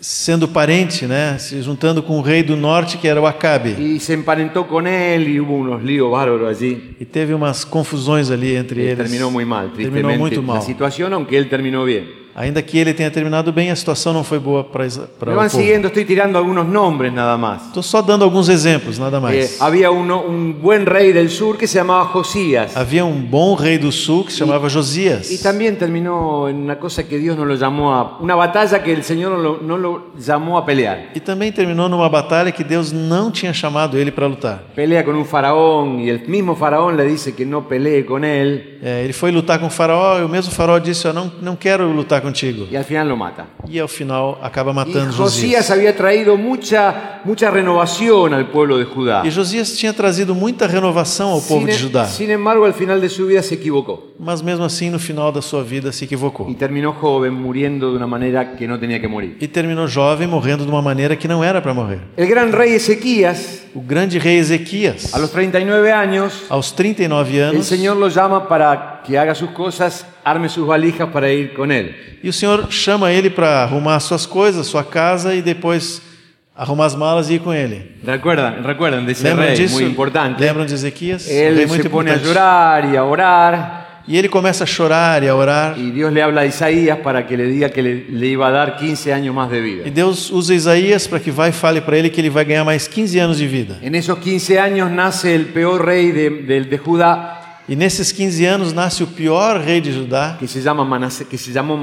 S2: sendo parente, né, se juntando com o rei do norte, que era o Acabe.
S1: Y se emparentó con él y hubo unos líos bárbaros allí.
S2: E teve umas confusões ali entre
S1: Eh,
S2: eles.
S1: terminó muy mal,
S2: Terminou
S1: tristemente,
S2: muito mal.
S1: la situación, aunque él terminó bien.
S2: Ainda que ele tenha terminado bem, a situação não foi boa para
S1: Me van
S2: o povo.
S1: siguiendo, estoy tirando algunos nombres nada más.
S2: Estou só dando alguns exemplos, nada
S1: Eh,
S2: mais.
S1: había uno- un buen rey del sur que se llamaba Josías.
S2: Havia um bom rei do sul que se chamava Josias.
S1: Y también terminó en una cosa que Dios no lo llamó a. Una batalla que el Señor no lo, no lo llamó a pelear.
S2: E também terminou numa batalha que Deus não tinha chamado ele para lutar.
S1: Pelea con un faraón y el mismo faraón le dice que no pelee con él
S2: É, ele foi lutar com o faraó e o mesmo faraó disse: Eu não, não quero lutar contigo.
S1: y al final lo mata.
S2: E ao final acaba
S1: Y
S2: matando Josias.
S1: Josías había traído mucha, mucha renovación al pueblo de Judá.
S2: E Josias tinha trazido muita renovação ao povo de Judá.
S1: sin embargo, al final de su vida se equivocó
S2: Mas mesmo assim, no final da sua vida, se
S1: y
S2: equivocou.
S1: terminó joven muriendo de una manera que no tenía que morir.
S2: E terminou jovem, morrendo de uma maneira que não era para morrer.
S1: El gran rey Ezequías,
S2: O grande rei Ezequias,
S1: a los 39 años,
S2: aos 39
S1: el
S2: anos,
S1: Señor lo llama para que haga sus cosas, arme sus valijas para ir con él.
S2: e o Senhor chama ele para arrumar suas coisas, sua casa e depois arrumar as malas e ir com ele.
S1: Recuerdan, recuerdan de ese
S2: Lembram
S1: rei,
S2: disso?
S1: muy importante.
S2: Lembram de Ezequias? Um rei
S1: Él se pone a llorar y a orar,
S2: E ele começa a chorar e a orar.
S1: y Dios le habla a Isaías para que le diga que le, le iba a dar 15 años más de vida.
S2: E Deus usa Isaías para que vá e fale para ele que ele vai ganhar mais 15 anos de vida.
S1: En esos 15 años nace el peor rey de, de- de Judá,
S2: E nesses 15 anos nasce o pior rei de Judá,
S1: que se, llama Manasés, que se llamó
S2: que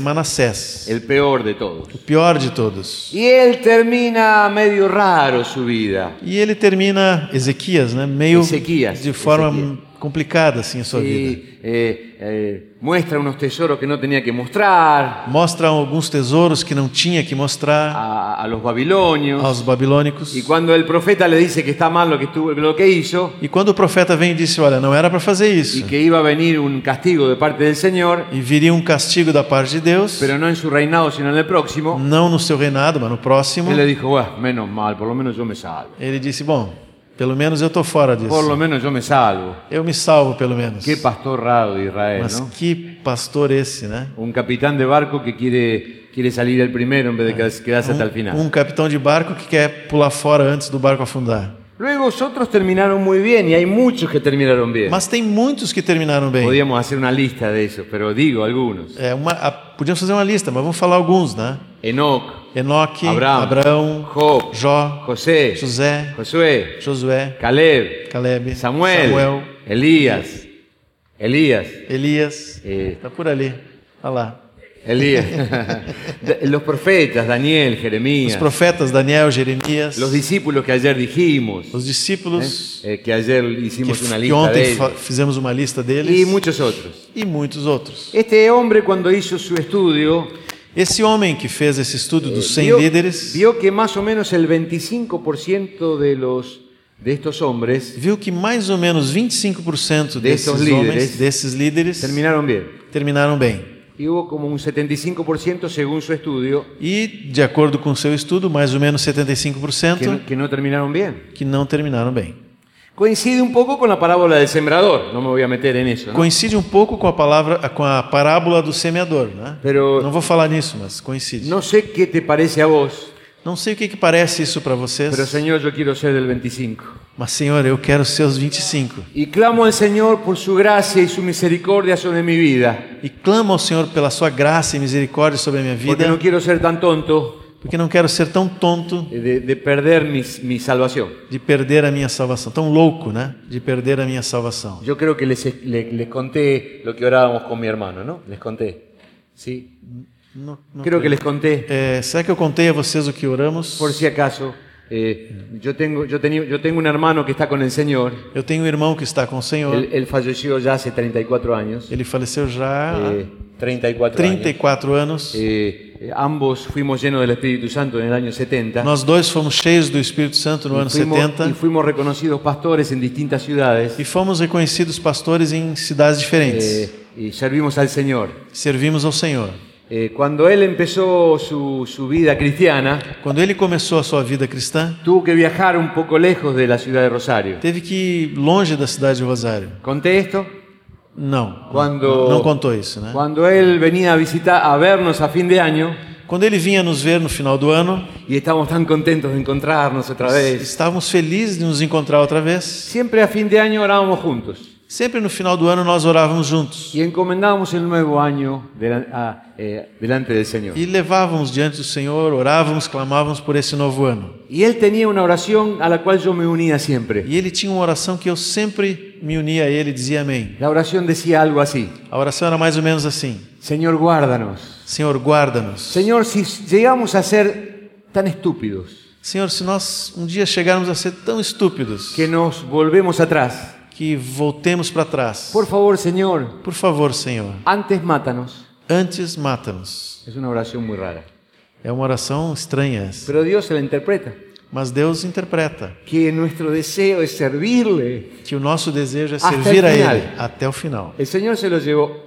S1: Manasés,
S2: Manassés,
S1: el peor de todos.
S2: o pior de todos.
S1: Y él termina medio raro su vida.
S2: E ele termina Ezequias, né, meio
S1: Ezequias,
S2: de forma
S1: Ezequias.
S2: complicada assim a sua vida.
S1: Y, eh, eh, muestra unos tesoros que no tenía que mostrar
S2: Mostra alguns tesouros que não tinha que mostrar
S1: a, a los babilonios.
S2: aos babilônicos.
S1: Y cuando el profeta le dice que está mal lo que, estuvo- lo que hizo
S2: E quando o profeta vem e disse, olha, não era para fazer
S1: y
S2: isso.
S1: que iba a venir un castigo de parte del Señor,
S2: E viria um castigo da parte de Deus,
S1: pero no en su reinado, sino en el próximo,
S2: não no seu reinado, mas no próximo.
S1: él le dijo, "Bueno, menos mal, por lo menos yo me salvo.
S2: Ele disse, bom, pelo menos eu estou fora disso.
S1: Por lo menos yo me salvo.
S2: Eu me salvo, pelo menos.
S1: Qué pastor raro de Israel,
S2: Mas
S1: ¿no?
S2: que pastor esse, né?
S1: Un capitán de barco que quiere, quiere salir el primero en vez de quedarse- quedarse hasta el final.
S2: Um, um capitão de barco que quer pular fora antes do barco afundar.
S1: Luego otros terminaron muy bien y hay muchos que terminaron bien.
S2: Mas tem muitos que terminaram bem.
S1: Podríamos hacer uma lista de esos, pero digo algunos.
S2: É uma, a, podíamos fazer uma lista, mas vamos falar alguns, né?
S1: Enoc,
S2: Enoque,
S1: Abraão,
S2: Abraão,
S1: Job,
S2: Jó,
S1: José,
S2: José,
S1: Josué,
S2: Josué,
S1: Caleb,
S2: Caleb,
S1: Samuel,
S2: Samuel,
S1: Elías, Elías,
S2: Elias,
S1: eh,
S2: tá por ali, tá lá. (laughs)
S1: Elías. Da- Los profetas, Daniel,
S2: Os
S1: Jeremías,
S2: profetas Daniel, Jeremias,
S1: los discípulos que ayer dijimos,
S2: os discípulos,
S1: eh, que ayer
S2: que,
S1: hicimos
S2: f-
S1: una
S2: que
S1: lista
S2: ontem
S1: de
S2: fa-
S1: ellos,
S2: fizemos uma lista deles,
S1: y muchos otros.
S2: e muitos outros.
S1: Este hombre cuando hizo su estudio,
S2: Esse homem que fez esse estudo dos 100
S1: vio,
S2: líderes,
S1: vio que más o menos el 25% de, los, de estos hombres
S2: viu que mais ou menos 25% desses
S1: Desses
S2: homens,
S1: líderes,
S2: desses líderes,
S1: terminaron bien.
S2: terminaram bem.
S1: Y hubo como un 75% según su estudio
S2: E, de acordo com seu estudo, mais ou menos
S1: que, no-
S2: 75%
S1: que no terminaron bien.
S2: que não terminaram bem.
S1: Coincide un poco con la parábola del sembrador, no me voy a meter en eso. ¿no?
S2: Coincide um pouco com a palavra, com a parábola do semeador, né?
S1: Pero-
S2: Não vou falar nisso, mas coincide.
S1: No sé qué te parece a vos,
S2: Não sei o que, que parece isso para vocês,
S1: pero Señor, yo quiero ser del 25.
S2: mas Senhor, eu quero ser os 25.
S1: Y clamo al Señor por su gracia y su misericordia sobre mi vida,
S2: E clamo ao Senhor pela sua graça e misericórdia sobre a minha vida,
S1: porque no quiero ser tan tonto
S2: porque não quero ser tão tonto
S1: eh, de, de perder mi, mi salvação.
S2: de perder a minha salvação, tão louco, né? De perder a minha salvação.
S1: Yo creo que les, les, les conté lo que orábamos con mi hermano, ¿no? Les conté. Sí.
S2: Não- não-
S1: Creo que les conté.
S2: É, será que eu contei a vocês o que oramos?
S1: Por si acaso, eh, yo, tengo, yo, tenía- yo tengo un hermano que está con el Señor.
S2: Eu tenho um irmão que está com o Senhor.
S1: Él, él falleció ya hace 34 años.
S2: Ele faleceu já há
S1: Eh, 34 años.
S2: 34 anos.
S1: Eh, eh, ambos fuimos llenos del Espíritu Santo en el año 70.
S2: Nós dois fomos cheios do Espírito Santo no ano
S1: y, fuimos,
S2: 70
S1: y fuimos reconocidos pastores en distintas ciudades.
S2: e fomos reconhecidos pastores em cidades diferentes.
S1: eh, y servimos al Señor.
S2: Servimos ao Senhor.
S1: Eh, cuando él empezó su, su vida cristiana,
S2: Quando ele começou a sua vida cristã,
S1: tuvo que viajar un poco lejos de la ciudad de Rosario.
S2: teve que ir longe da cidade de Rosário.
S1: ¿Conté esto?
S2: Não,
S1: Quando-
S2: não contou isso, né?
S1: Cuando él venía a visitar, a vernos a fin de año,
S2: Quando ele vinha nos ver no final do ano,
S1: y estábamos tan contentos de encontrarnos otra vez.
S2: estávamos felizes de nos encontrar outra vez.
S1: Siempre a fin de año orábamos juntos.
S2: Sempre no final do ano nós orávamos juntos
S1: Y encomendamos el nuevo año delan- a, eh, delante del Señor.
S2: e levávamos diante do Senhor, orávamos, clamávamos por esse novo ano.
S1: Y él tenía una oración a la cual yo me unía siempre.
S2: E ele tinha uma oração que eu sempre me unia a ele e dizia amém.
S1: La oración decía algo así.
S2: A oração era mais ou menos assim:
S1: Señor, guárdanos.
S2: Senhor, guarda-nos.
S1: Señor, si llegamos a ser tan estúpidos
S2: Senhor, se nós um dia chegarmos a ser tão estúpidos
S1: que nos volvemos atrás,
S2: que voltemos para trás,
S1: por favor, Señor,
S2: por favor, Senhor,
S1: antes mátanos.
S2: antes mata-nos.
S1: Es una oración muy rara.
S2: É uma oração estranha essa,
S1: Pero Dios se la interpreta.
S2: mas Deus interpreta
S1: Que nuestro deseo es servirle.
S2: que o nosso desejo é
S1: Até o
S2: servir a
S1: final.
S2: Ele até o final.
S1: El Señor se lo llevó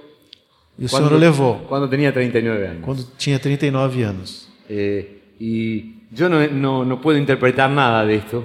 S2: E o Senhor o levou
S1: cuando tenía 39 años.
S2: quando tinha 39 anos.
S1: Eh, y yo no, no- no puedo interpretar nada de esto,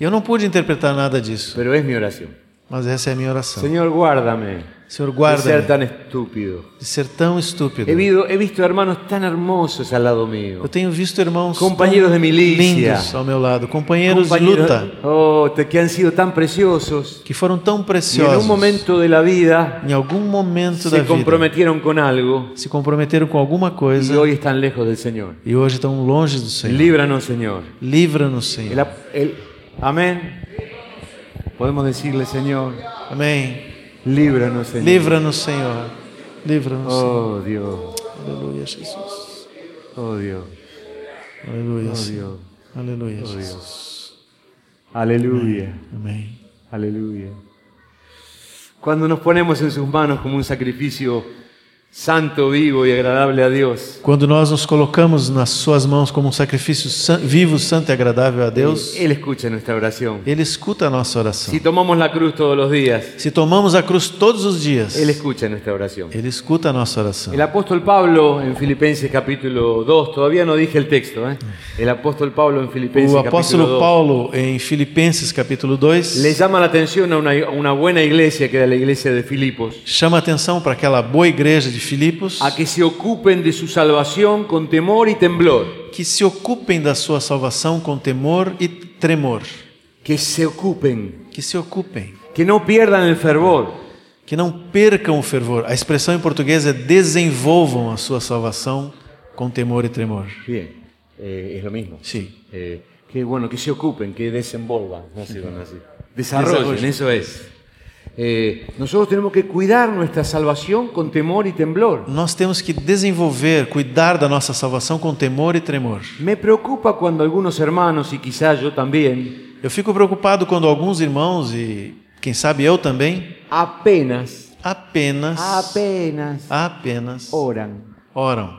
S2: Eu não pude interpretar nada disso,
S1: pero es mi oración.
S2: mas essa é a minha oração.
S1: Señor, guárdame
S2: Senhor,
S1: de ser
S2: guarda-me
S1: tan estúpido.
S2: de ser tão estúpido.
S1: He visto, he visto hermanos tan hermosos al lado mío.
S2: Eu tenho visto irmãos tão
S1: Compañeros de milicia.
S2: lindos ao meu lado, companheiros de
S1: Compañeros-
S2: luta
S1: oh, te- que han sido tan preciosos.
S2: que foram tão
S1: Y en
S2: preciosos.
S1: un momento de la vida
S2: em algum momento da
S1: se
S2: vida
S1: comprometieron con algo
S2: se comprometeram com alguma
S1: y
S2: coisa
S1: hoy están lejos del Señor.
S2: e hoje estão longe do Senhor.
S1: Líbranos, Señor.
S2: Livra-nos,
S1: El
S2: Senhor.
S1: ap- el- amén. Podemos decirle, Señor,
S2: Amém.
S1: líbranos, Señor.
S2: Livra-nos, Senhor. Livra-nos,
S1: é-
S2: Senhor.
S1: Oh, Dios.
S2: Aleluia, Jesus.
S1: Oh, Deus.
S2: Aleluia,
S1: Oh, Deus.
S2: Senhor. Aleluia, Jesus.
S1: Oh, Aleluya.
S2: Amém.
S1: Aleluya. Cuando nos ponemos en sus manos como un sacrificio santo, vivo y agradable a Dios,
S2: Quando nós nos colocamos nas suas mãos como um sacrifício san- vivo, santo e agradável a Deus,
S1: Él escucha nuestra oración.
S2: Ele escuta a nossa oração.
S1: Si tomamos la cruz todos los días,
S2: Se tomamos a cruz todos os dias,
S1: Él escucha nuestra oración.
S2: Ele escuta a nossa oração.
S1: El apóstol Pablo en Filipenses capítulo 2, todavía no dije el texto, ¿eh? Uh, el apóstol Pablo en Filipenses
S2: O
S1: capítulo 2
S2: apóstolo Paulo, em Filipenses capítulo 2,
S1: le llama la atención a una, a una buena iglesia que era la iglesia de Filipos,
S2: chama atenção para aquela boa igreja de Filipos
S1: a que se ocupen de su salvación con temor y temblor,
S2: que se ocupem da sua salvação com temor e tremor.
S1: que se ocupen
S2: Que se ocupem,
S1: que no pierdan el fervor,
S2: que não percam o fervor. A expressão em português é desenvolvam a sua salvação com temor e tremor.
S1: bien, eh, es lo mismo,
S2: Sim.
S1: Eh, que bueno, que se ocupen, que desenvolvan, no sé, bueno, así. desarrollen,
S2: Desarrollen.
S1: eso es. eh, nosotros tenemos que cuidar nuestra salvación con temor y temblor.
S2: Nós temos que desenvolver, cuidar da nossa salvação com temor e tremor.
S1: Me preocupa cuando algunos hermanos, y quizás yo también,
S2: Eu fico preocupado quando alguns irmãos e quem sabe eu também
S1: apenas,
S2: apenas
S1: apenas
S2: apenas
S1: oran.
S2: oram.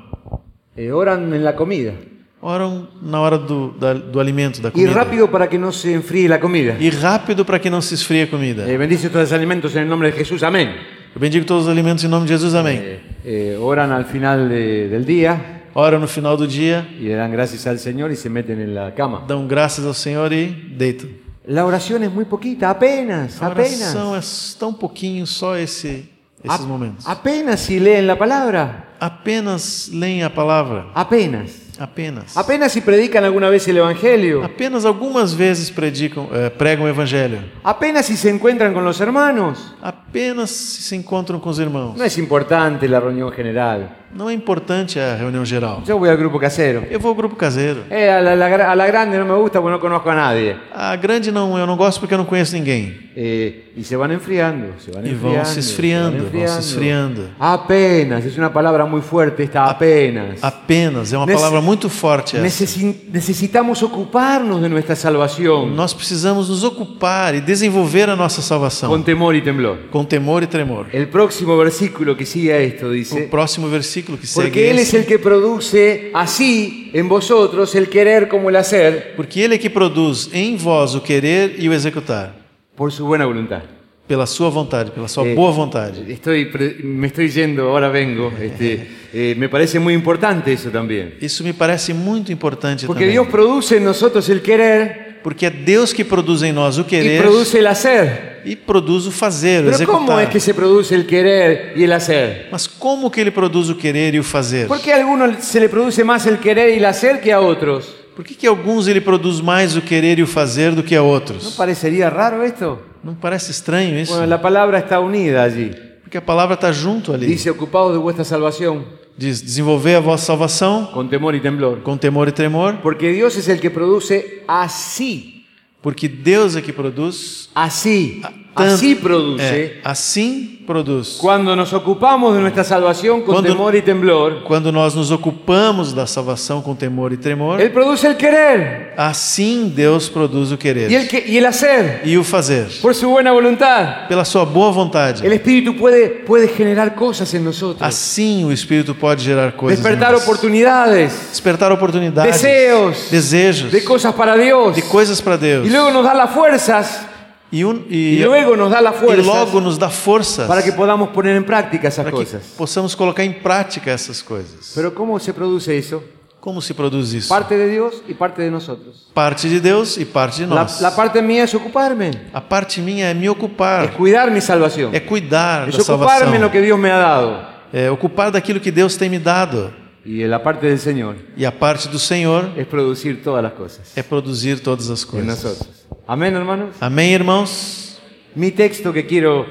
S1: Eh, oran en la comida.
S2: Oram na hora do, da- do alimento, da
S1: Y
S2: comida.
S1: rápido para que no se enfríe la comida.
S2: E rápido para que não se esfrie a comida.
S1: Eh, bendice todos los alimentos en el nombre de Jesús. Amén.
S2: Eu bendigo todos os alimentos em nome de Jesus, amém.
S1: Eh, eh, oran al final de- del día
S2: Oram no final do dia,
S1: y le dan gracias al Señor y se meten en la cama.
S2: dão graças ao Senhor e deitam.
S1: La oración es muy poquita, apenas,
S2: A
S1: apenas.
S2: oração é tão pouquinho, só esse, esses
S1: Ap-
S2: momentos.
S1: Apenas si leen la palabra,
S2: Apenas leem a palavra.
S1: apenas.
S2: Apenas.
S1: Apenas si predican alguna vez el Evangelio,
S2: Apenas algumas vezes predicam, eh, pregam o evangelho.
S1: apenas si se encuentran con los hermanos.
S2: Apenas se se encontram com os irmãos.
S1: No es importante la reunión general.
S2: Não é importante a reunião geral.
S1: Yo voy al grupo casero.
S2: Eu vou ao grupo caseiro.
S1: Eh, a, la, la gra- a la grande no me gusta porque no conozco a nadie.
S2: A grande não, eu não gosto porque eu não conheço ninguém.
S1: Eh, y se van enfriando, se van
S2: E
S1: enfriando.
S2: vão se esfriando, vão se esfriando.
S1: Apenas, es una palabra muy fuerte esta apenas.
S2: Apenas, é uma
S1: Nesse-
S2: palavra muito forte essa.
S1: Necesi- necesitamos ocuparnos de nuestra salvación
S2: Nós precisamos nos ocupar e desenvolver a nossa
S1: con
S2: salvação
S1: temor y temblor.
S2: com temor e tremor.
S1: El próximo versículo que sigue a esto dice,
S2: O próximo versículo que segue
S1: porque Él
S2: é
S1: es el que produce así en vosotros el querer como el hacer
S2: Porque ele é que produz em vós o querer e o executar,
S1: por su buena voluntad.
S2: pela sua vontade, pela sua
S1: É.
S2: boa vontade.
S1: Estoy, pre- me estoy yendo, ahora vengo. Este, eh, me parece muy importante eso también.
S2: Isso me parece muito importante
S1: Porque
S2: também.
S1: Dios produce en nosotros el querer
S2: Porque é Deus que produz em nós o
S1: y
S2: querer
S1: produce el hacer.
S2: e produz o fazer, o
S1: Pero ¿cómo
S2: executar.
S1: es é que se produce el querer y el hacer?
S2: Mas como que ele produz o querer e o fazer?
S1: ¿Por qué a algunos se le produce más el querer y el hacer que a otros?
S2: Por que, que alguns ele produz mais o querer e o fazer do que a
S1: ¿No
S2: outros?
S1: parecería raro esto?
S2: Não parece estranho isso?
S1: Bueno, la palabra está unida allí.
S2: Porque a palavra está junto ali.
S1: Dice, ocupados de vuestra salvación
S2: Diz: desenvolver a vossa salvação
S1: con temor y temblor.
S2: com temor e tremor,
S1: Porque Dios es el que produce así,
S2: porque Deus é que produz.
S1: así,
S2: tan-
S1: así produce.
S2: É, assim produz.
S1: Cuando nos ocupamos de nuestra salvación con
S2: Cuando-
S1: temor y temblor,
S2: Quando nós nos ocupamos da salvação com temor e tremor,
S1: Él produce el querer
S2: assim Deus produz
S1: y
S2: o
S1: el,
S2: querer
S1: que- y el hacer
S2: e o fazer,
S1: por su buena voluntad.
S2: pela sua boa vontade.
S1: El Espíritu puede, puede generar cosas en nosotros,
S2: Assim o Espírito pode gerar coisas. em
S1: despertar
S2: nós.
S1: oportunidades
S2: Despertar oportunidades,
S1: Desejos.
S2: desejos,
S1: de cosas para Dios.
S2: de coisas para Deus.
S1: Y luego nos da las fuerzas,
S2: E, un-
S1: y
S2: e-
S1: luego nos da las
S2: e
S1: fuerzas
S2: logo nos dá forças
S1: é para que podamos poner en práctica esas
S2: para que
S1: cosas.
S2: possamos colocar em prática essas coisas.
S1: Pero ¿cómo se produce eso?
S2: Como se produz isso?
S1: Parte de Dios y parte de nosotros.
S2: Parte de Deus e parte de
S1: La,
S2: nós.
S1: la parte mía es ocuparme,
S2: A parte minha é me
S1: es
S2: ocupar,
S1: cuidar mi salvación,
S2: é cuidar
S1: es
S2: da salvação,
S1: ocuparme en lo que Dios me ha dado.
S2: é ocupar daquilo que Deus tem me dado.
S1: Y la parte del Señor
S2: E a parte do Senhor
S1: es producir todas las cosas
S2: é produzir todas as
S1: en
S2: coisas.
S1: nosotros. Amén, hermanos.
S2: Amém, irmãos?
S1: Mi texto que quiero,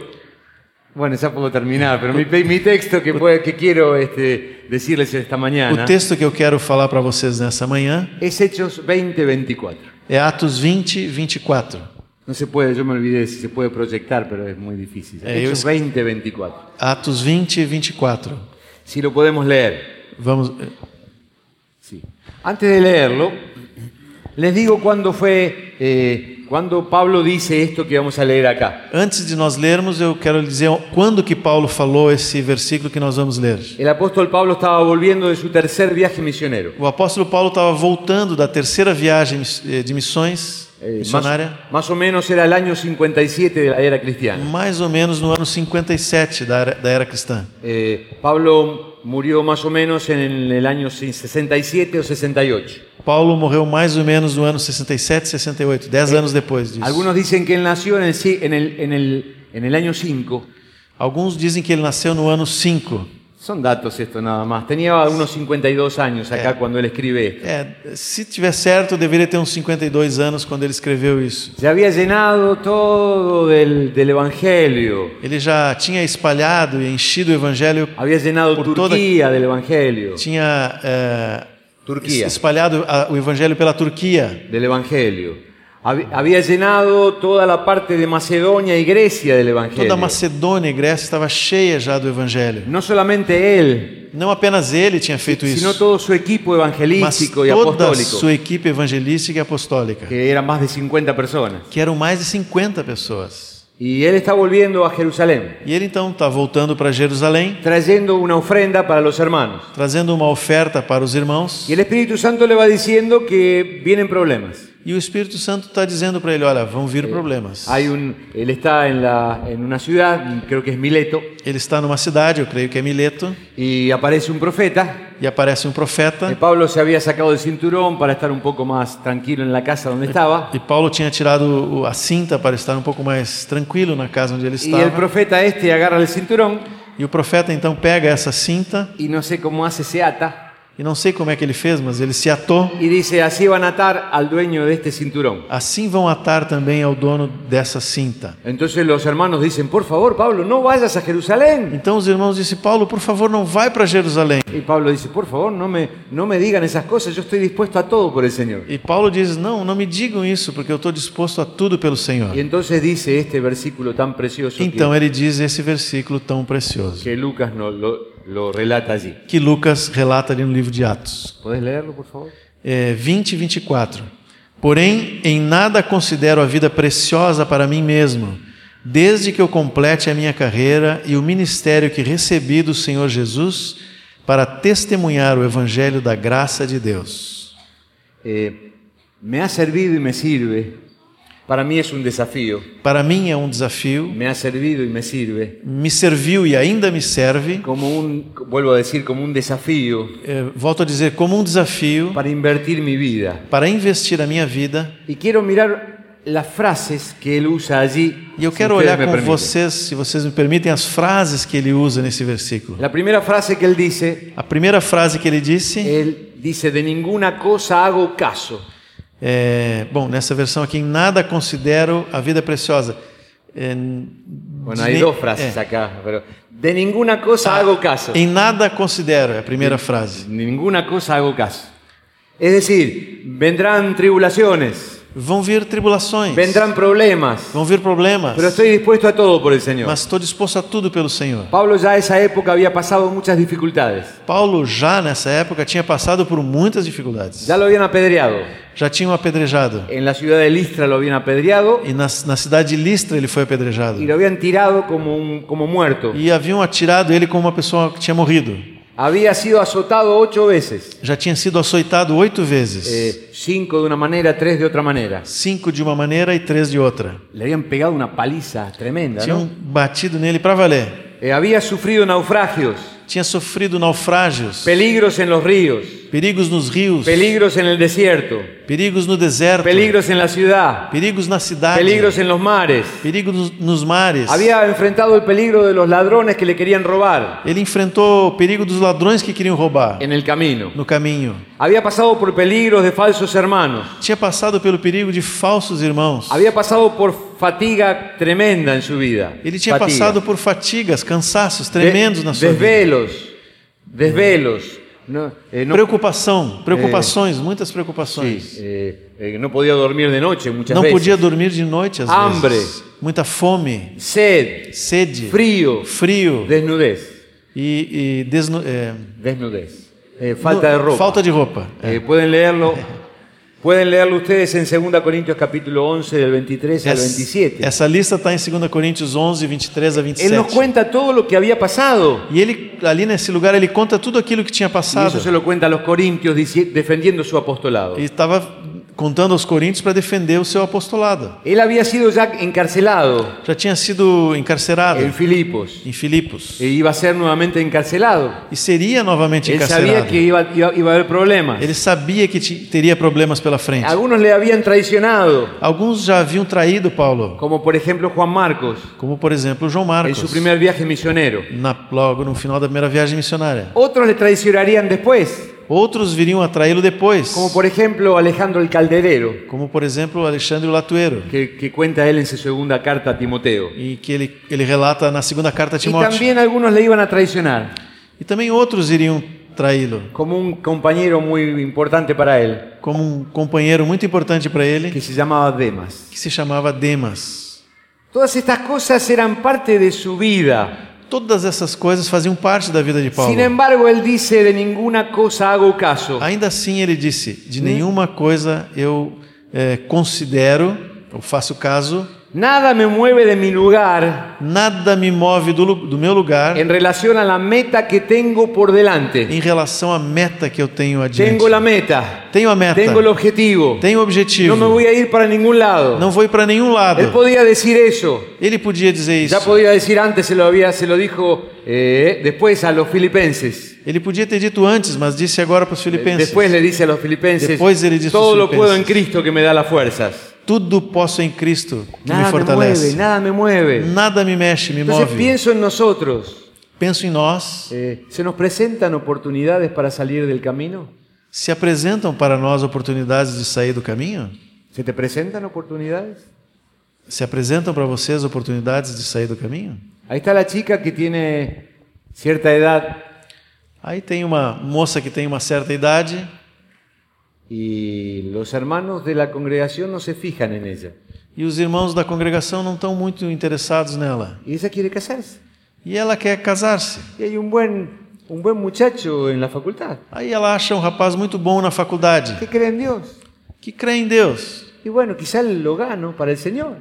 S1: bueno, ya puedo terminar, pero mi, pe- mi texto que, puede- que quiero este, decirles esta
S2: O
S1: mañana
S2: texto que eu quero falar para vocês nessa manhã
S1: es Hechos 20, 24.
S2: é Atos 20, 24.
S1: No se puede, yo me olvidé si se puede proyectar, pero es muy difícil.
S2: Eh,
S1: Hechos
S2: es-
S1: 20, 24.
S2: Atos 20, 24.
S1: Si lo podemos leer.
S2: Vamos.
S1: Sí. Antes de leerlo, les digo cuándo fue, eh, cuándo Pablo dice esto que vamos a leer acá.
S2: Antes de nós lermos, eu quero dizer quando que Paulo falou esse versículo que nós vamos ler.
S1: El apóstol Pablo estaba volviendo de su tercer viaje misionero.
S2: O apóstolo Paulo estava voltando da terceira viagem miss- eh, de missões
S1: Eh,
S2: missionária,
S1: más, más o menos era el año 57 de la era cristiana.
S2: mais ou menos no ano 57 da era, da era cristã.
S1: Eh, Pablo murió más o menos en el año 67 o 68.
S2: Paulo morreu mais ou menos no ano 67, 68, 10 anos depois disso.
S1: Algunos dicen que él nació en el, ci- en el, en el, en el año 5.
S2: Alguns dizem que ele nasceu no ano 5.
S1: Son datos esto nada más. Tenía unos 52 años acá cuando él escribe esto.
S2: É, se tiver certo, eu deveria ter uns 52 anos quando ele escreveu isso.
S1: Se había llenado todo del, del Evangelio.
S2: Ele já tinha espalhado e enchido o evangelho,
S1: Había llenado
S2: Por toda-
S1: Turquía del Evangelio.
S2: tinha é,
S1: Turquia.
S2: es- espalhado a- o evangelho pela Turquia.
S1: Del Evangelio. Hab- Había llenado toda la parte de Macedonia y Grecia del
S2: Toda a
S1: Evangelio.
S2: Macedônia e Grécia estava cheia já do Evangelho.
S1: No solamente él,
S2: Não apenas ele tinha feito
S1: sino
S2: isso,
S1: todo su equipo
S2: mas
S1: evangelístico y
S2: toda a
S1: apostólico,
S2: sua equipe evangelística e apostólica,
S1: que eran más de 50 personas.
S2: que eram mais de 50 pessoas.
S1: Y él está volviendo a Jerusalén,
S2: E ele então está voltando para Jerusalém,
S1: trayendo una ofrenda para los hermanos.
S2: trazendo uma oferta para os irmãos,
S1: Y el Espíritu Santo le va diciendo que vienen problemas.
S2: e o Espírito Santo está dizendo para ele: olha, vão vir problemas.
S1: Hay un, él está en, la, en una ciudad, creo que es Mileto,
S2: Ele está numa cidade, eu creio que é Mileto,
S1: y aparece un profeta.
S2: e aparece um
S1: Eh,
S2: profeta.
S1: Pablo se había sacado el cinturón para estar un poco más tranquilo en la casa donde estaba.
S2: E Paulo tinha tirado o- a cinta para estar um pouco mais tranquilo na casa onde ele
S1: Y el
S2: estava.
S1: profeta este agarra el cinturón
S2: E o profeta então pega essa cinta,
S1: y no sé cómo hace, se ata
S2: e não sei como é que ele fez, mas ele se atou.
S1: y dice, así van a atar al dueño de este cinturón.
S2: Assim vão atar também ao dono dessa cinta.
S1: Entonces los hermanos dicen, por favor, Pablo, no vayas a Jerusalén.
S2: Então os irmãos disse: Paulo, por favor, não vai para Jerusalém.
S1: Y Pablo dice, por favor, no me, no me digan esas cosas, yo estoy dispuesto a todo por el Señor.
S2: E Paulo diz: Não, não me digam isso, porque eu estou disposto a tudo pelo Senhor.
S1: Y entonces dice este versículo tan precioso que-
S2: Então ele diz esse versículo tão precioso
S1: que Lucas no- lo, lo relata allí.
S2: que Lucas relata ali no livro de Atos.
S1: ¿Podés leerlo, por favor?
S2: é, 20 e 24. Porém, em nada considero a vida preciosa para mim mesmo, desde que eu complete a minha carreira e o ministério que recebi do Senhor Jesus para testemunhar o evangelho da graça de Deus.
S1: Eh, me ha servido y me sirve. Para mí es un desafío.
S2: Para mim é um desafio,
S1: Me ha servido y me sirve.
S2: me serviu e ainda me serve,
S1: Como un, vuelvo a decir, como un desafío
S2: é, volto a dizer, como um desafio
S1: para invertir mi vida.
S2: para investir a minha vida.
S1: Y quiero mirar las frases que él usa allí.
S2: E eu
S1: si
S2: quero
S1: ustedes
S2: olhar
S1: me
S2: com
S1: permiten.
S2: vocês, se vocês me permitem, as frases que ele usa nesse versículo.
S1: La primera frase que él dice,
S2: A primeira frase que ele disse
S1: él dice, de ninguna cosa hago caso.
S2: É, bom, nessa versão aqui, em nada considero a vida preciosa. É,
S1: Bueno,
S2: diz
S1: hay
S2: nem-
S1: dos frases
S2: é,
S1: acá, pero de ninguna cosa hago caso.
S2: em nada considero, é a primeira frase.
S1: Ninguna cosa hago caso. Es decir, vendrán tribulaciones,
S2: Vão vir tribulações,
S1: vendrán problemas,
S2: vão vir problemas,
S1: pero estoy dispuesto a todo por el Señor.
S2: mas estou disposto a tudo pelo Senhor.
S1: Pablo ya a esa época había pasado muchas dificultades.
S2: Paulo já nessa época tinha passado por muitas dificuldades.
S1: Ya lo habían apedreado.
S2: Já tinham apedrejado.
S1: En la ciudad de Listra lo habían apedreado
S2: E na, na cidade de Listra ele foi apedrejado.
S1: y lo habían tirado como, un, como muerto.
S2: E haviam atirado ele como uma pessoa que tinha morrido.
S1: Había sido azotado ocho veces.
S2: Já tinha sido açoitado oito vezes.
S1: Eh, cinco de una manera, tres de otra manera.
S2: Cinco de uma maneira e três de outra.
S1: Le habían pegado una paliza tremenda.
S2: Tinham
S1: ¿no?
S2: um batido nele para valer.
S1: Eh, había sufrido naufragios,
S2: Tinha sofrido naufrágios,
S1: peligros en los ríos,
S2: perigos nos rios,
S1: peligros en el desierto,
S2: perigos no deserto,
S1: peligros en la ciudad,
S2: perigos na cidade,
S1: peligros en los mares.
S2: perigos nos, nos mares.
S1: Había enfrentado el peligro de los ladrones que le querían robar
S2: Ele enfrentou o perigo dos ladrões que queriam roubar
S1: en el camino.
S2: no caminho.
S1: Había pasado por peligros de falsos hermanos.
S2: Tinha passado pelo perigo de falsos irmãos.
S1: Había pasado por fatiga tremenda en su vida.
S2: Ele tinha
S1: Fatiga.
S2: passado por fatigas, cansaços
S1: De-
S2: tremendos na sua vida.
S1: Desvelos, desvelos. No, eh, no-
S2: Preocupação, preocupações, muitas preocupações.
S1: eh, eh, no podía dormir de noche muchas
S2: Não
S1: veces.
S2: podia dormir de noite às
S1: Hambre.
S2: vezes. Muita fome,
S1: Sed,
S2: sede,
S1: frío,
S2: frio.
S1: desnudez.
S2: e, e desnu- é,
S1: Desnudez. Eh, falta de
S2: nu-
S1: ropa.
S2: falta de roupa. É.
S1: Eh, pueden leerlo. Pueden leerlo ustedes en 2 Corintios capítulo 11 del 23 al
S2: Essa-
S1: 27.
S2: Essa lista está em 2 Coríntios 11, 23 a
S1: Él nos
S2: 27.
S1: cuenta todo lo que había pasado.
S2: E ele ali nesse lugar ele conta tudo aquilo que tinha
S1: Y
S2: passado.
S1: eso se lo cuenta a los corintios dici- defendiendo su apostolado.
S2: Ele estava contando aos coríntios para defender o seu apostolado.
S1: Él había sido ya encarcelado
S2: Já tinha sido encarcerado
S1: en Filipos.
S2: em Filipos
S1: E iba a ser nuevamente encarcelado.
S2: e seria novamente
S1: Él sabía
S2: encarcerado.
S1: que iba, iba- iba a haber problemas.
S2: Ele sabia que ti- teria problemas pela frente.
S1: Algunos le habían traicionado,
S2: Alguns já haviam traído Paulo,
S1: como por ejemplo Juan Marcos,
S2: como por exemplo João
S1: en
S2: Marcos,
S1: su primer viaje misionero.
S2: na- logo no final da primeira viagem missionária.
S1: Otros le traicionarían después,
S2: Outros viriam a traí-lo depois.
S1: como por ejemplo Alejandro el Calderero,
S2: como por exemplo Alexandre o Latueiro,
S1: que, que cuenta él en su segunda carta a Timoteo.
S2: e que ele, ele relata na segunda carta a
S1: Y
S2: Timóteo.
S1: también algunos le iban a traicionar.
S2: E também outros iriam traí-lo,
S1: como un compañero muy importante para él,
S2: como um companheiro muito importante para
S1: que
S2: ele,
S1: se llamaba Demas.
S2: que se chamava Demas.
S1: Todas estas cosas eran parte de su vida.
S2: Todas essas coisas faziam parte da vida de Paulo.
S1: Sin embargo, él dice, de ninguna cosa hago caso.
S2: Ainda assim, ele disse:
S1: Hum?
S2: De nenhuma coisa eu eh, considero, eu faço caso,
S1: Nada me mueve de mi lugar
S2: nada me move do, lu- do meu lugar
S1: en relación a la meta que tengo por delante.
S2: em relação à meta que eu tenho adiante.
S1: Tengo la meta,
S2: Tenho a meta,
S1: tengo el objetivo,
S2: tenho o objetivo,
S1: no me voy a ir para ningún lado.
S2: não vou ir para nenhum lado.
S1: Él podía decir eso,
S2: Ele podia dizer isso.
S1: ya podía decir antes, se lo, había, se lo dijo eh, después a los filipenses.
S2: Ele podia ter dito antes, mas disse agora para os filipenses:
S1: Después le dice a los filipenses,
S2: Después él dice a los
S1: todo lo
S2: filipenses.
S1: puedo en Cristo que me da las fuerzas.
S2: Tudo posso em Cristo que
S1: Nada
S2: me
S1: me mueve,
S2: fortalece.
S1: nada Então me mueve.
S2: Nada me mexe, me
S1: Entonces
S2: move.
S1: pienso en nosotros.
S2: Penso em nós.
S1: Eh, ¿Se nos presentan oportunidades para salir del camino?
S2: Se apresentam para nós oportunidades de sair do caminho?
S1: ¿Se te presentan oportunidades?
S2: Se apresentam para vocês oportunidades de sair do caminho?
S1: Ahí está la chica que tiene cierta edad
S2: Aí tem uma moça que tem uma certa idade
S1: y los hermanos de la congregación no se fijan en ella.
S2: e os irmãos da congregação não estão muito interessados nela.
S1: Y ella quiere casarse.
S2: E ela quer casar-se.
S1: Y hay un buen, un buen muchacho en la facultad
S2: Aí ela acha um rapaz muito bom na faculdade,
S1: que cree en Dios.
S2: que crê em Deus.
S1: Y bueno, quizás lo gano para el Señor.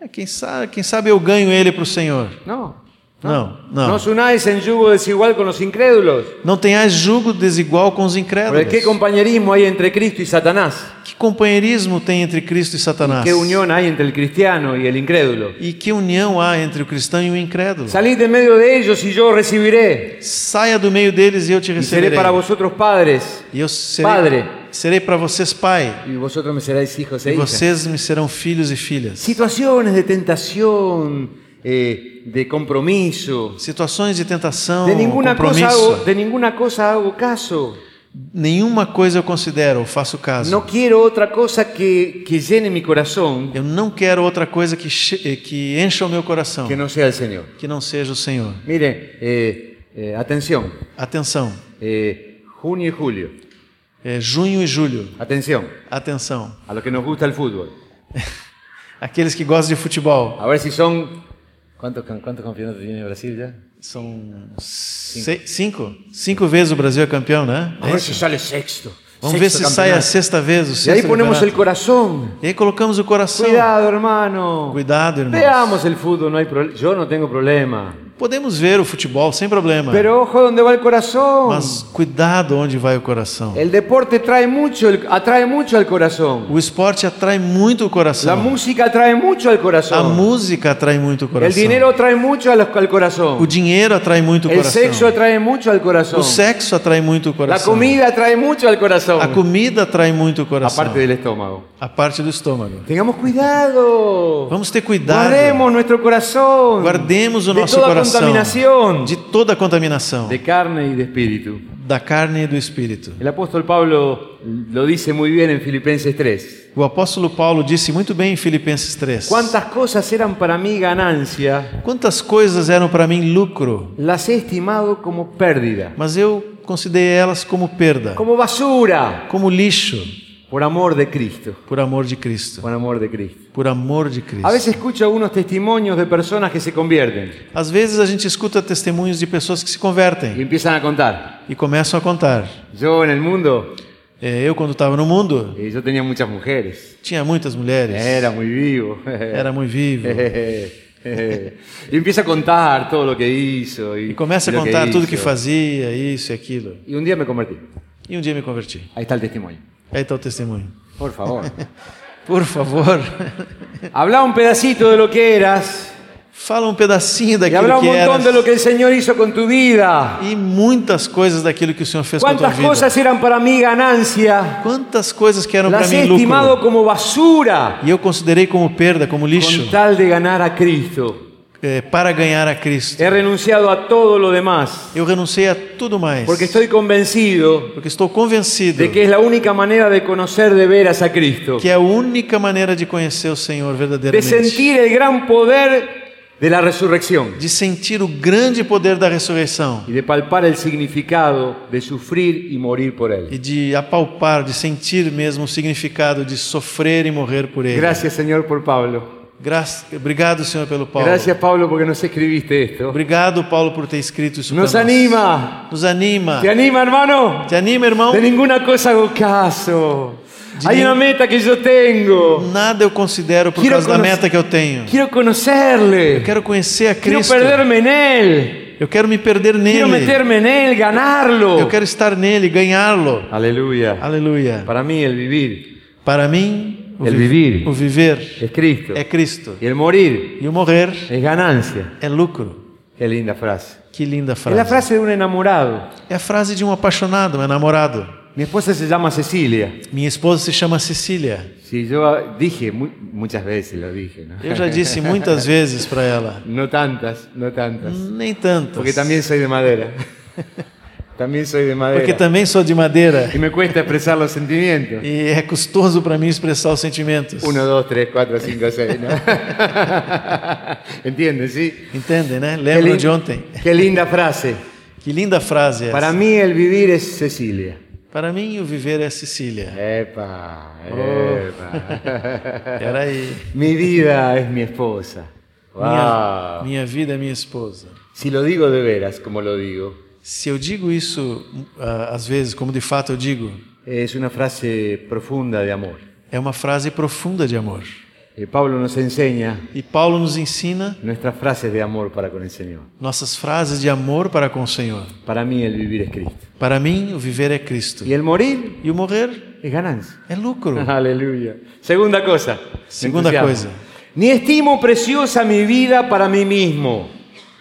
S2: É, quem, sabe, quem sabe eu ganho ele para o Senhor.
S1: No.
S2: Não,
S1: No,
S2: não.
S1: os unáis en yugo desigual con los incrédulos.
S2: Não tenhais julgo desigual com os incrédulos.
S1: Porque qué compañerismo hay entre Cristo y Satanás.
S2: Que companheirismo tem entre Cristo e Satanás?
S1: Qué unión hay entre el cristiano y el incrédulo.
S2: E que união há entre o cristão e o incrédulo?
S1: Salid de medio de ellos y yo os recibiré.
S2: Saia do meio deles e eu te
S1: Y seré
S2: receberei.
S1: para vosotros padres.
S2: E eu serei,
S1: Padre.
S2: serei para vocês pai.
S1: Y vosotros me seréis hijos e
S2: E
S1: hijas.
S2: vocês me serão filhos e filhas.
S1: Situaciones de tentación, eh, de compromiso.
S2: Situações de tentação,
S1: De ninguna,
S2: compromisso.
S1: cosa hago, de ninguna cosa hago caso.
S2: Nenhuma coisa eu considero, eu faço caso.
S1: No quiero otra cosa que, que llene mi corazón
S2: Eu não quero outra coisa que, che- que encha o meu coração,
S1: que no sea el Señor.
S2: que não seja o Senhor.
S1: Mire, eh, eh, atención,
S2: Atenção,
S1: eh, junio y julio,
S2: é junho e julho.
S1: atención
S2: Atenção,
S1: a lo que nos gusta el fútbol.
S2: aqueles que gostam de futebol.
S1: A ver si son... ¿Cuántos, cuántos campeonatos tiene Brasil ya?
S2: São se- cinco? Cinco vezes o Brasil é campeão, né?
S1: A ver si sale sexto. sexto
S2: Vamos ver se sai a
S1: campeonato.
S2: sexta vez o
S1: Y ahí
S2: sexto
S1: ponemos el
S2: campeonato.
S1: corazón.
S2: E aí colocamos o coração.
S1: Cuidado, hermano.
S2: Cuidado, irmãos.
S1: Veamos el fútbol, no hay pro- yo no tengo problema.
S2: Podemos ver o futebol sem problema,
S1: Pero ojo donde va el corazón.
S2: mas cuidado onde vai o coração.
S1: El deporte trae mucho, el- atrae mucho al corazón.
S2: O esporte atrai muito o
S1: La
S2: coração.
S1: música atrae mucho al
S2: A
S1: corazón.
S2: música atrai muito o
S1: El
S2: coração.
S1: dinero atrae mucho al, al
S2: O
S1: corazón.
S2: dinheiro atrai muito o
S1: El sexo
S2: coração.
S1: atrae mucho al corazón.
S2: O sexo atrai muito o
S1: La
S2: coração.
S1: comida atrae mucho al
S2: A
S1: corazón.
S2: comida atrai muito o coração.
S1: Aparte del estómago.
S2: A parte do estômago.
S1: Tengamos cuidado.
S2: Vamos ter cuidado.
S1: Guardemos nuestro corazón.
S2: Guardemos o
S1: de
S2: nosso
S1: toda
S2: coração
S1: contaminación.
S2: de toda a contaminação
S1: de carne y de espíritu.
S2: da carne e do espírito.
S1: El apóstol Pablo lo dice muy bien en Filipenses 3.
S2: O apóstolo Paulo disse muito bem em Filipenses 3.
S1: Cuántas cosas eran para mí ganancia,
S2: Quantas coisas eram para mim lucro,
S1: las he estimado como pérdida,
S2: mas eu considerei elas como perda,
S1: como basura,
S2: como lixo,
S1: por amor de Cristo.
S2: por amor de Cristo.
S1: Por amor de Cristo.
S2: Por amor de
S1: A
S2: Cristo.
S1: veces escucho algunos testimonios de personas que se convierten
S2: Às vezes a gente escuta testemunhos de pessoas que se
S1: y
S2: convertem
S1: empiezan a contar.
S2: e começam a contar.
S1: Yo en el mundo,
S2: É, eu, quando estava no mundo,
S1: eh, yo tenía muchas mujeres,
S2: tinha muitas mulheres,
S1: era É, muy vivo. (laughs)
S2: era muito vivo.
S1: y empieza a contar todo lo que hizo. Y,
S2: E começa a
S1: y lo
S2: contar tudo que
S1: hizo.
S2: fazia, isso e aquilo.
S1: Y un día me convertí.
S2: E um dia me converti.
S1: Ahí está el testimonio.
S2: Aí está o testemunho.
S1: Por favor. (laughs)
S2: Por favor, (laughs)
S1: Habla un pedacito de lo que eras
S2: fala um pedacinho
S1: y habla
S2: daquilo
S1: un montón
S2: que eras
S1: um de lo que el Señor hizo con tu vida.
S2: e muitas coisas daquilo que o Senhor fez com a tua
S1: ¿Cuántas
S2: vida.
S1: cosas eran para mí ganancia?
S2: Quantas coisas que eram para
S1: Las he
S2: mim
S1: estimado
S2: lucro
S1: como basura
S2: e eu considerei como perda, como lixo,
S1: con tal de ganar a Cristo.
S2: eh, para ganhar a Cristo.
S1: He renunciado a todo lo demás
S2: Eu renunciei a tudo mais,
S1: porque estoy convencido
S2: porque estou convencido
S1: de que es la única manera de conocer de veras a Cristo,
S2: que é a única maneira de conhecer o Senhor
S1: de
S2: verdadeiramente,
S1: sentir el gran poder de la resurrección
S2: de sentir o grande poder da ressurreição
S1: y de palpar el significado de sufrir y morir por
S2: e
S1: Él.
S2: de apalpar, de sentir mesmo o significado de sofrer e morrer por ele.
S1: Gracias Señor por Pablo.
S2: Graças- Obrigado, Senhor, pelo Paulo.
S1: Gracias Pablo porque nos escribiste esto.
S2: Obrigado, Paulo, por ter escrito isso
S1: Nos
S2: pra nós.
S1: anima.
S2: Nos anima.
S1: ¿Te anima hermano?
S2: Te anima, irmão.
S1: De ninguna cosa hago caso.
S2: De
S1: Hay
S2: nin-
S1: una meta que yo tengo.
S2: Nada eu considero por
S1: Quero
S2: causa da
S1: conocer-
S2: meta que eu tenho.
S1: Quiero conocerle.
S2: Eu quero conhecer a
S1: Quiero
S2: Cristo.
S1: perderme en Él.
S2: Eu quero me perder
S1: Quiero
S2: nele.
S1: meterme en Él, ganarlo.
S2: Eu quero estar nele, ganhá-lo.
S1: Aleluya.
S2: Aleluia.
S1: Para mí el vivir
S2: Para mim, o,
S1: El
S2: vi-
S1: vivir.
S2: o viver
S1: es Cristo.
S2: é Cristo.
S1: Y el morir
S2: E o morrer
S1: es ganancia.
S2: é lucro.
S1: Qué linda frase.
S2: Que linda
S1: Es la
S2: frase.
S1: é frase de un enamorado.
S2: É a frase de um apaixonado, um namorado.
S1: Mi esposa se llama Cecilia.
S2: Minha esposa se chama Cecília.
S1: Sí, yo dije, mu- muchas veces lo dije, ¿no?
S2: Eu já
S1: (laughs)
S2: disse muitas vezes para ela.
S1: No tantas, no tantas.
S2: Nem tanto.
S1: Porque tá también soy de madera. (laughs) también soy de
S2: Porque
S1: madera.
S2: também sou de madeira.
S1: Y me cuesta expresar los sentimientos.
S2: E é custoso para mim expressar os sentimentos.
S1: Uno, dos, tres, cuatro, cinco, seis, ¿no? (laughs) ¿Entienden, sí?
S2: Entende, né?
S1: Qué
S2: Lembram
S1: lin-
S2: de ontem.
S1: Qué linda frase.
S2: Que linda frase é essa.
S1: Para mí el vivir es Cecilia.
S2: Para mim, o viver é Cecília.
S1: Epa,
S2: Oh.
S1: epa.
S2: Peraí.
S1: Oh. mi vida es mi esposa.
S2: Minha,
S1: Wow.
S2: minha vida é minha esposa.
S1: Si lo digo de veras, como lo digo,
S2: Se eu digo isso ah, às vezes, como de fato eu digo,
S1: es una frase profunda de amor.
S2: é uma frase profunda de amor.
S1: Eh, Pablo nos enseña
S2: E Paulo nos ensina
S1: nuestras frases de amor para con el Señor.
S2: nossas frases de amor para com o Senhor.
S1: Para mí el vivir es Cristo.
S2: Para mim, o viver é Cristo.
S1: Y el morir
S2: E o morrer
S1: es ganancia.
S2: é lucro.
S1: (laughs) Aleluya. Segunda cosa. Me
S2: Segunda
S1: entusiasma.
S2: cosa.
S1: Ni estimo preciosa mi vida para mí mismo.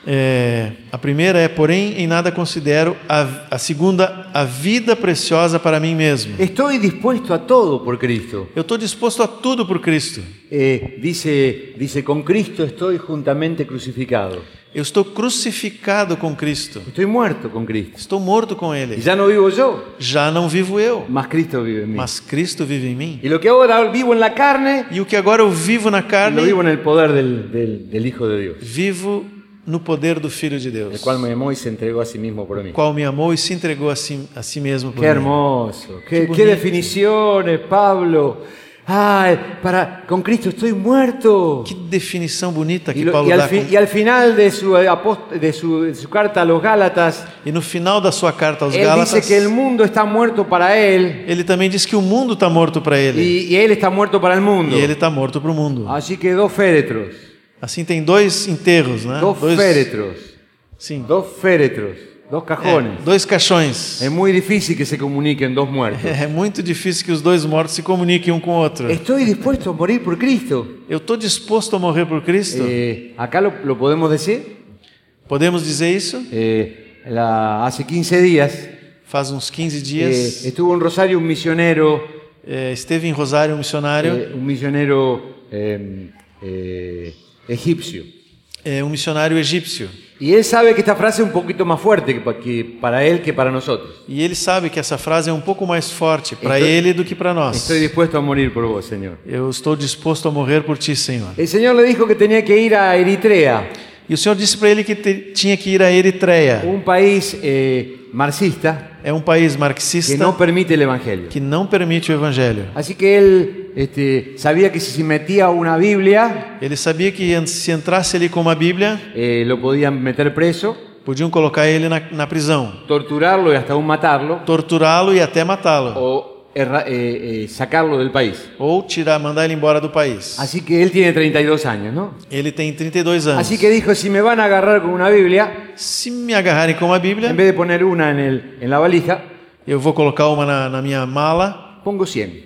S2: É, a primeira é, porém, em nada considero. A, a segunda, a vida preciosa para mim mesmo.
S1: Estoy dispuesto a todo por Cristo.
S2: Eu estou disposto a tudo por Cristo.
S1: Eh, dice, dice, con Cristo estoy juntamente crucificado.
S2: Eu estou crucificado com Cristo.
S1: Estoy muerto con Cristo.
S2: Estou morto com
S1: Y
S2: Ele.
S1: ya no vivo yo,
S2: Já não vivo eu,
S1: mas Cristo vive en mí.
S2: mas Cristo vive em mim.
S1: Y lo que ahora vivo en la carne,
S2: E o que agora eu vivo na
S1: lo
S2: carne,
S1: vivo en el poder del, del- del Hijo de Dios,
S2: vivo no poder do Filho de
S1: el
S2: Deus,
S1: cual É me amó y se entregó a sí mismo por mí.
S2: qual me amou e se entregou a si, a si mesmo por
S1: Qué
S2: mim.
S1: hermoso, qué,
S2: bonito.
S1: qué definiciones, Pablo. Ay, para, con Cristo estoy muerto.
S2: Que definição bonita
S1: Y,
S2: que
S1: lo-
S2: Paulo
S1: y
S2: dá.
S1: al, fi-
S2: com-
S1: y al final de su, eh, apóst- de, su, de su carta a los Gálatas,
S2: E no final da sua carta aos
S1: él dice
S2: Gálatas,
S1: que el mundo está muerto para él
S2: ele também diz que o mundo está morto para ele.
S1: y, y él está muerto para el mundo.
S2: E ele está morto para o mundo.
S1: Así que dos féretros,
S2: Assim tem dois enterros, né?
S1: dos féretros,
S2: Sim.
S1: dos féretros, dos
S2: É,
S1: cajones.
S2: dois caixões.
S1: Es muy difícil que se comuniquen dos muertos.
S2: (laughs) É muito difícil que os dois mortos se comuniquem um com o outro.
S1: Estoy dispuesto a morir por Cristo.
S2: Eu estou disposto a morrer por Cristo?
S1: Eh, acá lo, lo podemos decir.
S2: Podemos dizer isso?
S1: Eh, la- hace 15 días
S2: Faz uns 15
S1: eh,
S2: dias
S1: estuvo en Rosario un misionero,
S2: eh, esteve em Rosário um missionário,
S1: eh, un misionero eh, eh, egipcio.
S2: é, um missionário egípcio.
S1: Y él sabe que esta frase es un poquito más fuerte que pa- que para él que para nosotros.
S2: E ele sabe que essa frase é um pouco mais forte para
S1: Estou-
S2: Então, ele do que para nós.
S1: Estoy dispuesto a morir por vos, Señor.
S2: Eu estou disposto a morrer por ti, Senhor.
S1: El Señor le dijo que tenía que ir a Eritrea,
S2: E o Senhor disse para ele que te- tinha que ir à Eritreia.
S1: un país eh, marxista
S2: É um país
S1: que
S2: marxista
S1: no permite el Evangelio.
S2: que não permite o evangelho.
S1: Así que él este, sabía que si se metía una Biblia,
S2: Ele sabia que an- se entrasse ali com uma Bíblia,
S1: eh, lo podían meter preso,
S2: podiam colocar ele na, na prisão,
S1: torturarlo e hasta aún matarlo,
S2: torturá-lo e até matá-lo,
S1: o erra- eh, eh, sacarlo del país.
S2: ou tirar, mandar ele embora do país.
S1: Así que él tiene 32 años, ¿no?
S2: Ele tem 32 anos.
S1: Así Assim que dijo, si me van a agarrar con una Biblia,
S2: Se me agarrarem com uma Bíblia,
S1: en vez de poner una en, el, en la valija,
S2: eu vou colocar uma na, na minha mala,
S1: pongo 100.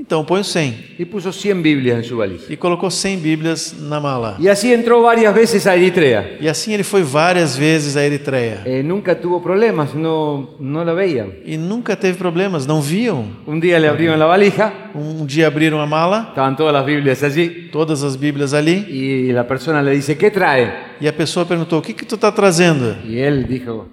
S2: então eu ponho 100.
S1: Y puso 100 Biblias en su valija.
S2: E colocou 100 Bíblias na mala.
S1: Y así entró varias veces a Eritrea.
S2: E assim ele foi várias vezes à Eritreia.
S1: Eh, nunca tuvo problemas, no, no la veían.
S2: E nunca teve problemas, não viam.
S1: Un día le abrieron la valija,
S2: Um dia abriram a mala,
S1: estaban todas las Biblias allí,
S2: todas as Bíblias ali,
S1: y la persona le dice, ¿qué trae?
S2: e a pessoa perguntou: O que, que tu está trazendo?
S1: Y él dijo,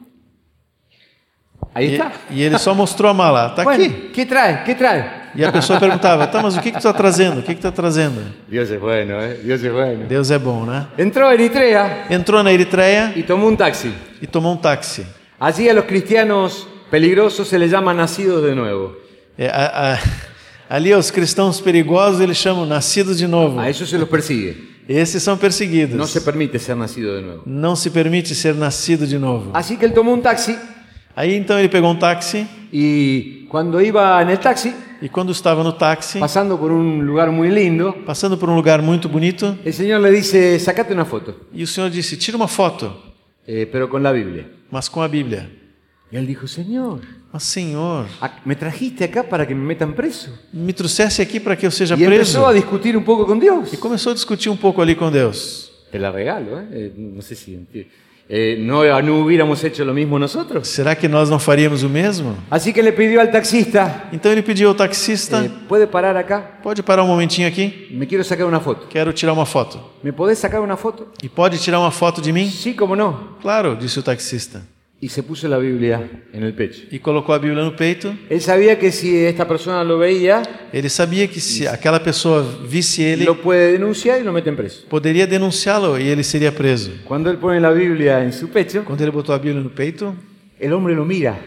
S1: ahí
S2: E,
S1: está.
S2: e ele só mostrou a mala: Tá
S1: Bueno,
S2: aqui.
S1: ¿qué trae? ¿Qué trae?
S2: E a pessoa perguntava: tá, mas o que, que tu está trazendo? O que, que tu está trazendo?
S1: Dios es bueno, ¿eh? Dios es bueno.
S2: Deus é bom, né?
S1: Entró a Eritrea
S2: Entrou na Eritreia
S1: y tomó un taxi.
S2: e tomou um táxi.
S1: Allí a los cristianos peligrosos se les llama nacidos de nuevo.
S2: É, a- a- (laughs) ali, é os cristãos perigosos, eles chamam nascidos de novo.
S1: A ellos se los persigue.
S2: Esses são perseguidos.
S1: No se permite ser nacido de nuevo.
S2: Não se permite ser nascido de novo.
S1: Así que él tomó un taxi
S2: Aí então ele pegou um táxi
S1: y cuando iba en el taxi,
S2: e quando estava no táxi,
S1: pasando por un lugar muy lindo,
S2: passando por um lugar muito bonito,
S1: el Señor le dice, sacate una foto,
S2: e o senhor disse: "Tira uma foto,
S1: eh, pero con la Biblia.
S2: mas com a Bíblia".
S1: Y él dijo, Señor,
S2: Mas senhor,
S1: ac- me trajiste acá para que me metan preso.
S2: me trouxesse aqui para que eu seja
S1: Y
S2: preso.
S1: empezó a discutir un poco con Dios.
S2: E começou a discutir um pouco ali com Deus.
S1: Te la regalo, ¿eh? Eh, no sé si... enti- eh, ¿no, ¿No hubiéramos hecho lo mismo nosotros?
S2: Será que nós não faríamos o mesmo?
S1: Así que le pidió al taxista,
S2: Então ele pediu ao
S1: eh,
S2: taxista:
S1: ¿puede parar acá?
S2: "Pode parar um momentinho aqui?
S1: Me quiero sacar una foto.
S2: Quero tirar uma foto".
S1: ¿Me podés sacar una foto?
S2: "E pode tirar uma foto de mim?"
S1: Sí, como no.
S2: "Claro", disse o taxista.
S1: Y se puso la Biblia en el pecho.
S2: E colocou a Bíblia no peito.
S1: Él sabía que si esta persona lo veía,
S2: Ele sabia que se aquela pessoa visse ele,
S1: lo puede denunciar y lo meten preso.
S2: poderia denunciá-lo e ele seria preso.
S1: Cuando él pone la Biblia en su pecho,
S2: Quando ele botou a Bíblia no peito,
S1: el hombre lo mira.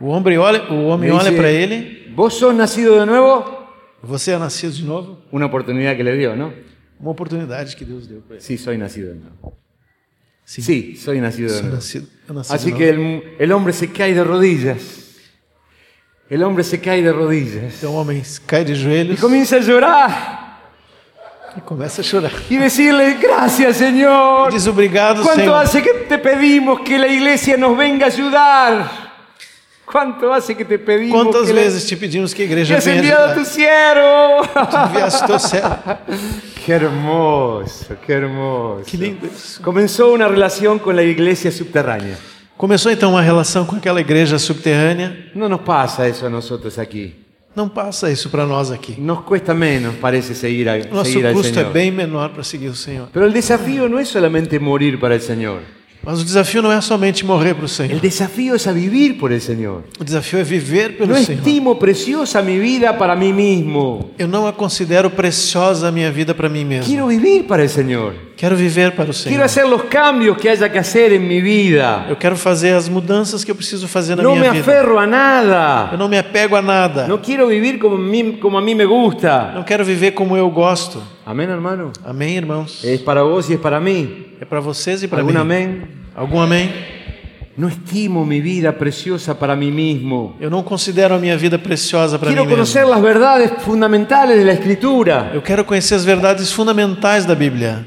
S2: o homem olha, o homem
S1: Le
S2: olha
S1: dice,
S2: para ele.
S1: ¿Vos sos nacido de nuevo?
S2: Você é nascido de novo?
S1: Una oportunidad que le dio, ¿no?
S2: Uma oportunidade que Deus deu para ele.
S1: Sí, soy nacido de nuevo.
S2: Sim,
S1: Sí, soy nacido de
S2: eu
S1: nuevo.
S2: nasci, eu nasci de
S1: Así Assim
S2: novo.
S1: que el, el hombre se cae de rodillas. El hombre se cae de rodillas.
S2: Então o homem cai de
S1: Y
S2: joelhos
S1: comienza a llorar
S2: e começa a chorar.
S1: y decirle, gracias Señor.
S2: Diz obrigado,
S1: ¿Cuánto
S2: Senhor.
S1: hace que te pedimos que la iglesia nos venga a ajudar? ¿Cuánto hace que te pedimos
S2: Quantas
S1: que, la-
S2: vezes te pedimos que a
S1: que
S2: igreja
S1: has
S2: venha
S1: enviado a
S2: ajudar?
S1: tu siervo?
S2: Tu enviaste o teu servo.
S1: (laughs) Qué hermoso, qué hermoso.
S2: Que lindo isso.
S1: Comenzó una relación con la iglesia subterránea.
S2: Começou então uma relação com aquela igreja subterrânea.
S1: No nos pasa eso a nosotros aquí.
S2: Não passa isso para nós aqui.
S1: Nos cuesta menos, parece, seguir, a,
S2: Nosso
S1: seguir al
S2: custo é
S1: Señor.
S2: bem menor para seguir o Senhor.
S1: Pero el desafío no es solamente morir para el Señor.
S2: Mas o desafío não é somente morrer para o
S1: El
S2: Senhor.
S1: desafío es a vivir por el Señor.
S2: O desafio é viver pelo
S1: No
S2: Senhor.
S1: estimo preciosa mi vida para mí mismo.
S2: Eu não a considero preciosa a minha vida para mim mesmo.
S1: Quiero vivir para el Señor.
S2: Quero viver para
S1: Quiero
S2: o Senhor.
S1: hacer los cambios que haya que hacer en mi vida.
S2: Eu quero fazer as mudanças que eu preciso fazer na
S1: No me
S2: minha vida.
S1: aferro a nada.
S2: Eu não me apego a nada.
S1: No quiero vivir como a mí, como a mí me gusta.
S2: Não quero viver como eu gosto.
S1: Amén, hermano.
S2: Amém, irmãos?
S1: Es para vos y es para mí.
S2: É para vocês e para mim.
S1: ¿Algún amén?
S2: Algum amém?
S1: No estimo mi vida preciosa para mí mismo.
S2: Eu não considero a minha vida preciosa para
S1: Quiero
S2: mim mesmo.
S1: conocer las verdades fundamentales de la Escritura.
S2: Eu quero conhecer as verdades fundamentais da Bíblia.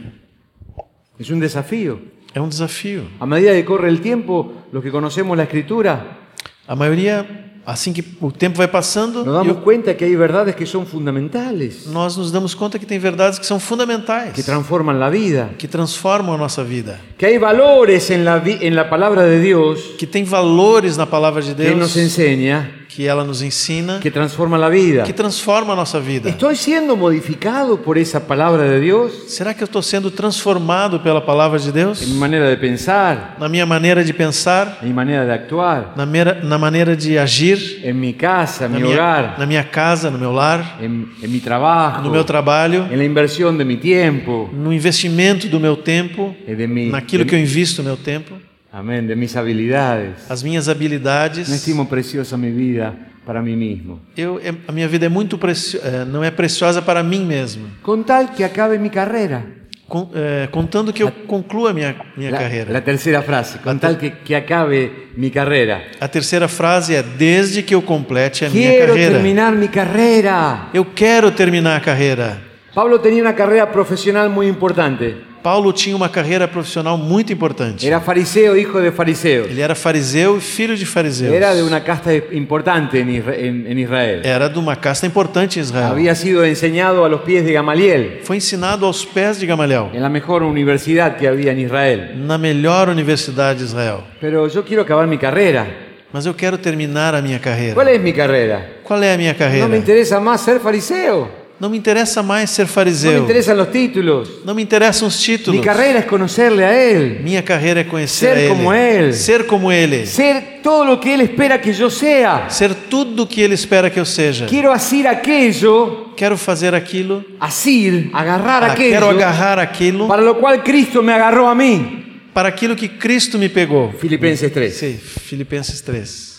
S1: Es un desafío.
S2: É um desafio.
S1: A medida que corre el tiempo, los que conocemos la Escritura,
S2: A maioria, assim que o tempo vai passando,
S1: nos damos
S2: eu-
S1: cuenta que hay verdades que son fundamentales,
S2: nós nos damos conta que tem verdades que são fundamentais,
S1: que transforman la vida.
S2: que transformam a nossa vida,
S1: que hay valores en la, vi- en la palabra de Dios
S2: que tem valores na palavra de
S1: que Él
S2: Deus,
S1: nos enseña,
S2: que ela nos ensina,
S1: que transforma la vida.
S2: que transforma a nossa vida.
S1: ¿Estoy siendo modificado por esa palabra de Dios?
S2: Será que eu estou sendo transformado pela palavra de Deus?
S1: En mi manera de pensar,
S2: Na minha maneira de pensar,
S1: en mi manera de actuar,
S2: na, mera- na maneira de agir,
S1: en mi casa, en
S2: na
S1: mi
S2: minha,
S1: hogar,
S2: na minha casa, no meu lar,
S1: en, en mi trabajo,
S2: no meu trabalho,
S1: en la inversión de mi tiempo,
S2: no investimento do meu tempo,
S1: eh, de, mi,
S2: naquilo
S1: de-
S2: que eu invisto meu tempo,
S1: amén, de mis habilidades?
S2: as minhas
S1: No
S2: habilidades.
S1: estimo preciosa mi vida para mí mismo.
S2: Eu, é- a minha vida é muito precio, é, não é preciosa para mim mesmo.
S1: Con tal que acabe mi carrera.
S2: Con, é, contando que eu conclua minha minha
S1: La,
S2: carreira.
S1: la tercera frase, con tal que- que acabe mi carrera.
S2: A terceira frase é desde que eu complete a minha
S1: Quiero
S2: carreira.
S1: terminar mi carrera.
S2: Eu quero terminar a carreira.
S1: Pablo tenía una carrera profesional muy importante.
S2: Paulo tinha uma carreira profissional muito importante.
S1: Era fariseo, hijo de fariseo.
S2: Ele era fariseu e filho de fariseus.
S1: Era de una casta importante en Isra- en- en Israel.
S2: Era de uma casta importante em Israel.
S1: Había sido enseñado a los pies de Gamaliel,
S2: Foi ensinado aos pés de Gamaliel,
S1: en la mejor universidad que había en Israel.
S2: na melhor universidade de Israel.
S1: Pero yo quiero acabar mi carrera.
S2: Mas eu quero terminar a minha carreira.
S1: ¿Cuál es mi carrera?
S2: Qual é a minha
S1: No
S2: carreira?
S1: me interesa más ser fariseo.
S2: Não me interessa mais ser fariseu.
S1: No me interesan los títulos.
S2: Não me interessam os títulos.
S1: Mi carrera es conocerle a Él.
S2: Minha carreira é conhecer
S1: Ser
S2: a ele.
S1: como Ele.
S2: Ser como ele.
S1: Ser todo lo que Él espera que yo sea.
S2: Ser tudo o que ele espera que eu seja.
S1: Quiero hacer aquello,
S2: Quero fazer aquilo.
S1: hacer, agarrar
S2: ah, quero
S1: aquello,
S2: agarrar aquilo para...
S1: para lo cual Cristo me agarró a mí.
S2: aquilo que Cristo me pegou.
S1: Filipenses 3.
S2: Sim, Filipenses 3.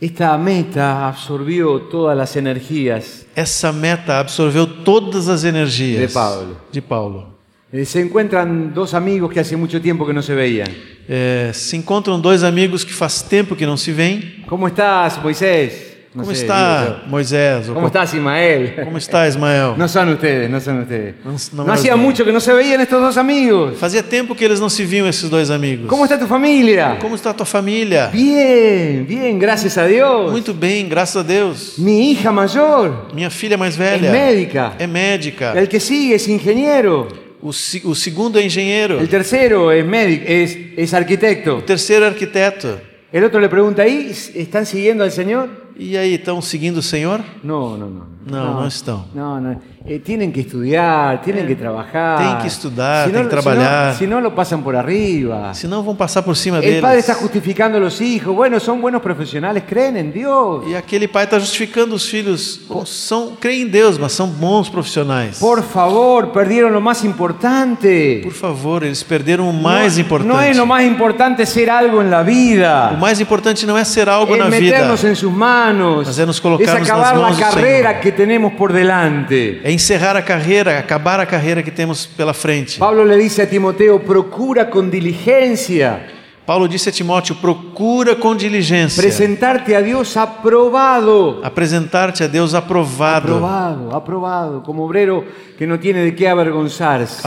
S1: Esta meta absorbió todas las energías.
S2: Essa meta absorveu todas as energias
S1: De Paulo.
S2: De Paulo.
S1: Eh, Se encuentran dos amigos que hace mucho tiempo que no se veían.
S2: É, se encontram dois amigos que faz tempo que não se veem.
S1: ¿Cómo estás, Moisés? No
S2: como
S1: sé, digo
S2: está
S1: yo.
S2: Moisés? Ou
S1: ¿Cómo estás, Ismael?
S2: como está Ismael?
S1: No son ustedes, no son ustedes.
S2: No- no
S1: No,
S2: me los
S1: hacía
S2: veo.
S1: mucho que no se veían estos dos amigos.
S2: Fazia tempo que eles não se viam, esses dois amigos.
S1: ¿Cómo está tu familia?
S2: Como está a tua família?
S1: Bien, bien, gracias a Dios.
S2: Muito bem, graças a Deus.
S1: Mi hija mayor,
S2: Minha filha mais velha
S1: Es médica. tá-
S2: É médica.
S1: el que sigue es ingeniero.
S2: O, se- o segundo é engenheiro.
S1: El tercero es médico, es, es arquitecto.
S2: O terceiro é arquiteto.
S1: El otro le pregunta, ¿y están siguiendo al Señor?
S2: E aí, estão seguindo o Senhor?
S1: No, no, no.
S2: Não, não estão.
S1: No, no. Eh, tienen que estudiar, tienen que trabajar.
S2: Eh, tienen que estudiar, tienen que trabajar.
S1: Si no, lo pasan por arriba.
S2: Senão vão passar por cima
S1: El
S2: deles.
S1: padre está justificando a los hijos. Bueno, son buenos profesionales, creen en Dios.
S2: E aquele pai está justificando os filhos. Não São, creem em Deus, mas são bons profissionais.
S1: Por favor, perdieron lo más importante.
S2: Por favor, eles perderam o é mais
S1: no,
S2: importante.
S1: no es lo más importante ser algo en la
S2: O
S1: vida.
S2: mais importante não é ser algo
S1: es
S2: na vida.
S1: Eh, meternos en sus manos.
S2: Hacernos
S1: es
S2: colocarnos
S1: acabar
S2: las
S1: la
S2: manos del
S1: carrera
S2: Señor.
S1: que tenemos por delante.
S2: É encerrar a carreira, acabar a carreira que temos pela frente.
S1: Pablo le dice a Timoteo, procura con diligencia
S2: Paulo disse a Timóteo: procura com diligência
S1: presentarte a Dios aprobado.
S2: apresentar-te a Deus aprovado, aprovado,
S1: Aprobado, aprobado, como obrero que no tiene de qué avergonzarse.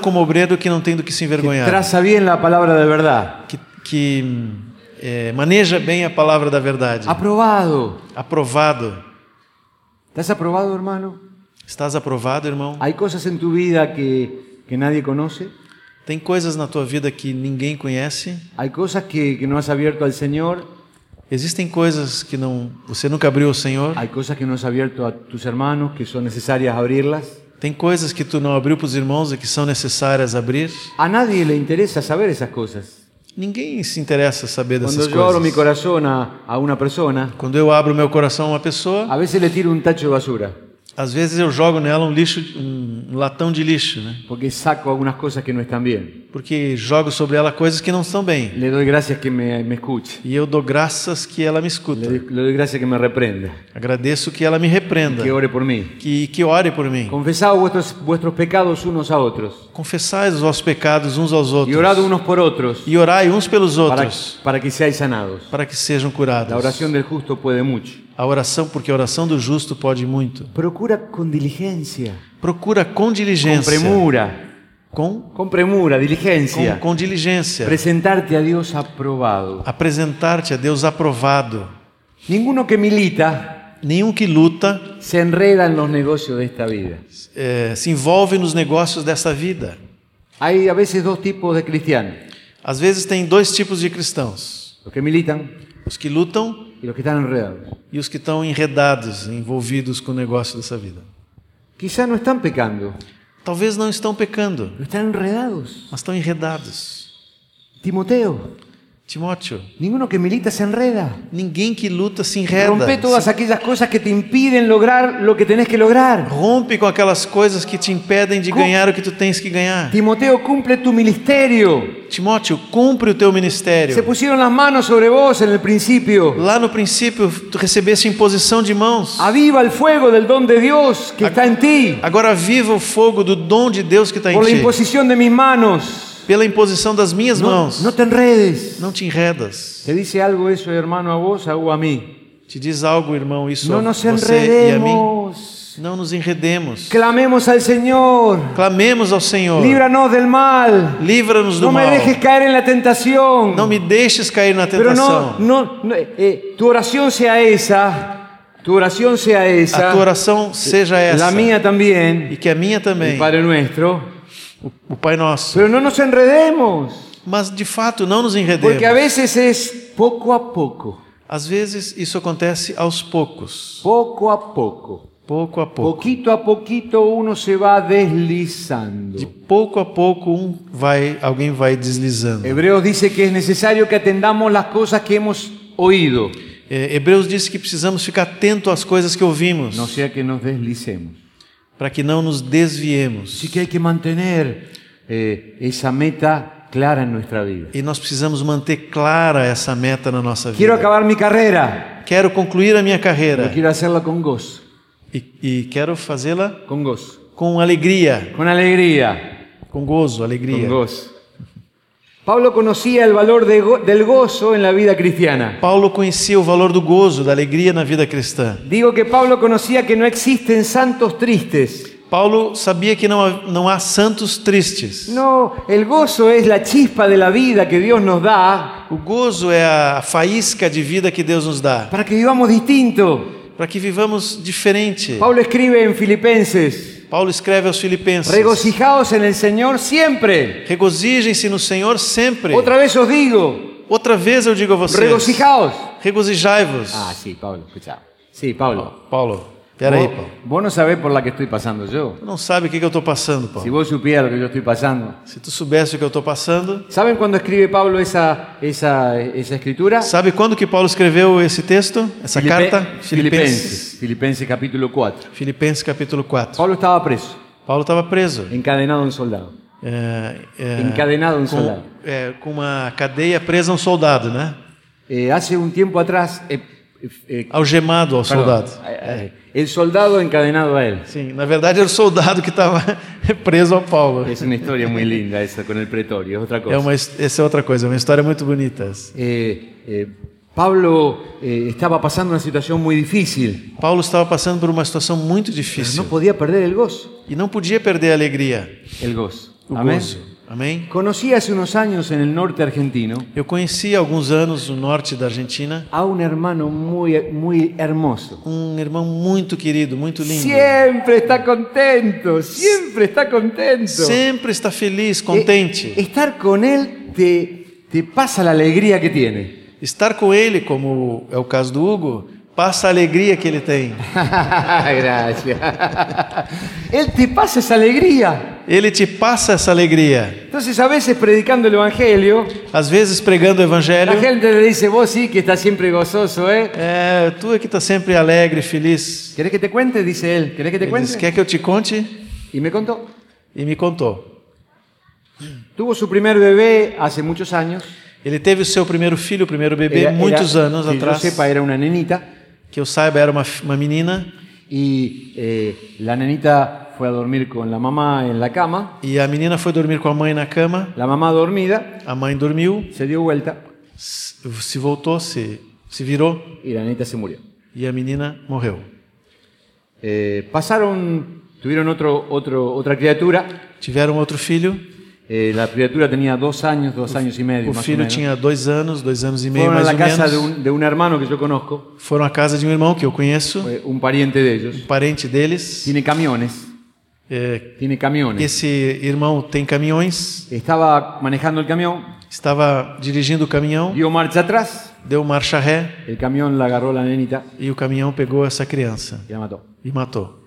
S2: como obreiro que não tem do que se
S1: Que
S2: envergonhar, que,
S1: traza bien la palabra de verdad.
S2: que, eh, maneja bem a palavra da verdade.
S1: Aprobado.
S2: Aprovado.
S1: ¿Estás aprobado, hermano?
S2: Estás aprovado, irmão?
S1: ¿Hay cosas en tu vida que, que nadie conoce?
S2: Tem coisas na tua vida que ninguém conhece.
S1: ¿Hay cosas que, que no has abierto al Señor?
S2: Existem coisas que não, você nunca abriu ao Senhor.
S1: ¿Hay cosas que no has abierto a tus hermanos que son necesarias abrirlas?
S2: Tem coisas que tu não abriu para os irmãos e que são necessárias abrir.
S1: A nadie le interesa saber esas cosas.
S2: Ninguém se interessa saber
S1: Cuando
S2: dessas
S1: yo abro mi
S2: coisas.
S1: corazón a, a una persona,
S2: Quando eu abro meu coração a uma pessoa,
S1: a veces le tiro un tacho de basura,
S2: às vezes eu jogo nela um lixo, um latão de lixo, né?
S1: porque saco algunas cosas que no están bien.
S2: Porque jogo sobre ela coisas que não estão bem.
S1: Le doy gracias que me, me escuche.
S2: E eu dou graças que ela
S1: Le,
S2: me escuta.
S1: doy- le doy gracias que me reprenda,
S2: Agradeço que ela me repreenda,
S1: que ore por mim.
S2: que que ore por mim.
S1: Confesad vuestros, vuestros pecados unos a otros
S2: Confessai os vossos pecados uns aos
S1: y
S2: outros
S1: orad unos por otros
S2: e orai uns pelos
S1: para,
S2: outros
S1: para que seáis sanados.
S2: para que sejam
S1: La
S2: curados.
S1: oración del justo puede mucho.
S2: A oração, porque a oração do justo pode muito.
S1: Procura con diligencia,
S2: Procura com
S1: con
S2: diligência.
S1: premura,
S2: Com,
S1: con premura,
S2: com,
S1: diligencia,
S2: com diligência.
S1: presentarte a Dios aprobado.
S2: Apresentar-te a Deus aprovado.
S1: Ninguno que milita
S2: Nenhum que luta
S1: se enreda en los negocios de esta vida.
S2: eh, se envolve nos negócios dessa vida.
S1: Hay a veces dos tipos de cristianos,
S2: Às vezes tem dois tipos de cristãos:
S1: los que militan
S2: os que lutam
S1: y los que están enredados.
S2: e os que estão enredados, envolvidos com o negócio dessa vida.
S1: Quizá no están pecando,
S2: Talvez não estão pecando,
S1: pero están enredados.
S2: mas estão enredados.
S1: Timoteo,
S2: Timóteo,
S1: ninguno que milita se enreda.
S2: ninguém que luta se enreda.
S1: Rompe todas aquellas cosas que te impiden lograr lo que tenés que lograr.
S2: Rompe com aquelas coisas que te impedem de
S1: Com-
S2: ganhar o que tu tens que ganhar.
S1: Timoteo, cumple tu ministerio.
S2: Timóteo, cumpre o teu ministério.
S1: Se pusieron las manos sobre vos en el principio.
S2: Lá no princípio, tu recebeste imposição de mãos.
S1: Aviva el fuego del don de Dios que está en ti
S2: Agora viva o fogo do dom de Deus que está em
S1: por la
S2: ti.
S1: imposición de mis manos.
S2: Pela imposição das minhas
S1: No,
S2: mãos.
S1: no te enredes.
S2: Não te enredas.
S1: ¿Te dice algo eso, hermano, a vos o a mim?
S2: Te diz algo, irmão, isso
S1: No
S2: a
S1: nos
S2: você e a mim.
S1: enredemos.
S2: Não nos enredemos.
S1: Clamemos al Señor.
S2: Clamemos ao Senhor.
S1: Líbranos del mal.
S2: Livra-nos do
S1: No me
S2: mal.
S1: dejes caer en la tentación.
S2: Não me deixes cair na
S1: Pero no,
S2: tentação.
S1: no, no, eh, eh, tu oración sea esa, tu oración sea esa,
S2: A tua oração seja essa.
S1: la mía
S2: E
S1: también,
S2: que a minha também.
S1: el Padre Nuestro.
S2: O Pai Nosso.
S1: Pero no nos enredemos,
S2: Mas de fato, não nos enredemos.
S1: porque a veces es poco a poco,
S2: Às vezes isso acontece aos poucos.
S1: poco a poco.
S2: Pouco a pouco.
S1: Poquito a poquito uno se va deslizando.
S2: De pouco a pouco um vai, alguém vai deslizando.
S1: Hebreos dice que es necesario que atendamos las cosas que hemos oído,
S2: É, Hebreus disse que precisamos ficar atento às coisas que ouvimos,
S1: no sea que nos deslicemos.
S2: para que não nos desviemos.
S1: Así que hay que mantener eh, esa meta clara en nuestra vida.
S2: E nós precisamos manter clara essa meta na nossa vida.
S1: Quiero acabar mi carrera,
S2: Quero concluir a minha
S1: pero
S2: carreira
S1: quiero hacerla con gozo,
S2: e, e quero fazê-la
S1: con gozo,
S2: com alegria,
S1: con alegría,
S2: com gozo,
S1: con
S2: alegria.
S1: gozo. Pablo conocía el valor de go- del gozo en la vida cristiana.
S2: Paulo conhecia o valor do gozo, da alegria na vida cristã.
S1: Digo que Pablo conocía que no existen santos tristes.
S2: Paulo sabia que não há, não há santos tristes.
S1: No, el gozo es la chispa de la vida que Dios nos da
S2: O gozo é a faísca de vida que Deus nos dá,
S1: para que vivamos distinto.
S2: para que vivamos diferente.
S1: Pablo escribe en Filipenses,
S2: Paulo escreve aos Filipenses:
S1: regocijaos en el Señor siempre.
S2: Regozijem-se no Senhor sempre.
S1: Otra vez os digo,
S2: Outra vez eu digo a vocês:
S1: regocijaos.
S2: Regozijai-vos.
S1: Ah, sí, Pablo, escuchá. Sí, Pablo.
S2: Paulo, peraí,
S1: vos,
S2: Paulo.
S1: vos no sabés por la que estoy pasando yo.
S2: Tu não sabe o que que eu estou passando,
S1: Si
S2: Paulo.
S1: vos supieras lo que yo estoy pasando.
S2: Se tu soubesse o que eu estou passando.
S1: ¿Saben cuándo escribe Pablo esa, esa, esa escritura?
S2: Sabe quando que Paulo escreveu esse texto, essa
S1: Filipe-
S2: carta?
S1: Filipenses. Filipenses capítulo 4.
S2: Filipenses capítulo 4.
S1: Pablo estaba preso,
S2: Paulo estava preso.
S1: encadenado a un soldado.
S2: É, é,
S1: Encadenado a un soldado.
S2: com, é, com uma cadeia presa a um soldado, né?
S1: Eh, hace un tiempo atrás, eh, eh, eh,
S2: Algemado ao
S1: perdón,
S2: soldado.
S1: eh, eh, el soldado encadenado a él.
S2: Sim, na verdade era o soldado que estava (laughs) preso ao Paulo.
S1: Es una historia muy linda esa con el pretorio, es otra cosa.
S2: É uma, his- essa é outra coisa, é uma história muito bonita. essa.
S1: Eh, eh, Pablo eh, estaba pasando una situación muy difícil.
S2: Paulo estava passando por uma situação muito difícil
S1: No podía perder el gozo.
S2: e É, não podia perder a alegria,
S1: El gozo.
S2: o
S1: Amén.
S2: gozo. Amém?
S1: Conocí hace unos años en el norte argentino
S2: Eu conheci há alguns anos no norte da Argentina
S1: a un hermano muy, muy hermoso.
S2: um irmão muito querido, muito lindo.
S1: Siempre está contento, siempre está contento.
S2: Sempre está feliz,
S1: Eh,
S2: contente.
S1: estar con él te, te pasa la alegría que
S2: (laughs)
S1: tiene.
S2: Estar com ele, como é o caso do Hugo, passa a alegria que ele tem.
S1: Gracias. (laughs) Él te pasa esa alegría.
S2: Ele te passa essa alegria.
S1: Entonces, a veces predicando el Evangelio,
S2: Às vezes pregando
S1: la
S2: o evangelho,
S1: gente le dice, vos sí que estás siempre gozoso, ¿eh?
S2: é, tu é que está sempre alegre, feliz.
S1: ¿Querés que te cuente? Dice él. ¿Querés que te
S2: Ele
S1: cuente?
S2: diz, quer que eu te conte?
S1: Y me contó.
S2: E me contou.
S1: Tuvo su primer bebé hace muchos años.
S2: Ele teve o seu primeiro filho, o primeiro bebê,
S1: Era- era-
S2: muitos anos
S1: que
S2: atrás.
S1: Yo sepa, era una nenita.
S2: Que eu saiba, era uma, f- uma menina.
S1: Y eh, la nenita fue a dormir con la mamá en la cama.
S2: E a menina foi dormir com a mãe na cama.
S1: La mamá dormida
S2: A mãe dormiu,
S1: se dio vuelta
S2: se se voltou, se, se virou.
S1: y la nenita se murió.
S2: E a menina morreu.
S1: Eh, pasaron, tuvieron otro, otro, otra criatura.
S2: Tiveram outro filho.
S1: Eh, la criatura tenía dos años, dos años y medio.
S2: O
S1: más o
S2: filho
S1: menos.
S2: tinha dois anos, dois anos e meio,
S1: Fueron a
S2: mais
S1: la
S2: ou
S1: casa
S2: menos.
S1: de un, de un hermano que yo conozco,
S2: Foram à casa de um irmão que eu conheço,
S1: eh, un pariente de ellos.
S2: parente deles.
S1: Tiene camiones,
S2: É,
S1: tiene camiones.
S2: esse irmão tem caminhões.
S1: Estaba manejando el camión,
S2: Estava dirigindo o caminhão,
S1: dio marcha atrás,
S2: deu marcha ré
S1: el camión la agarró la nenita
S2: e o caminhão pegou essa criança
S1: y la mató.
S2: e matou.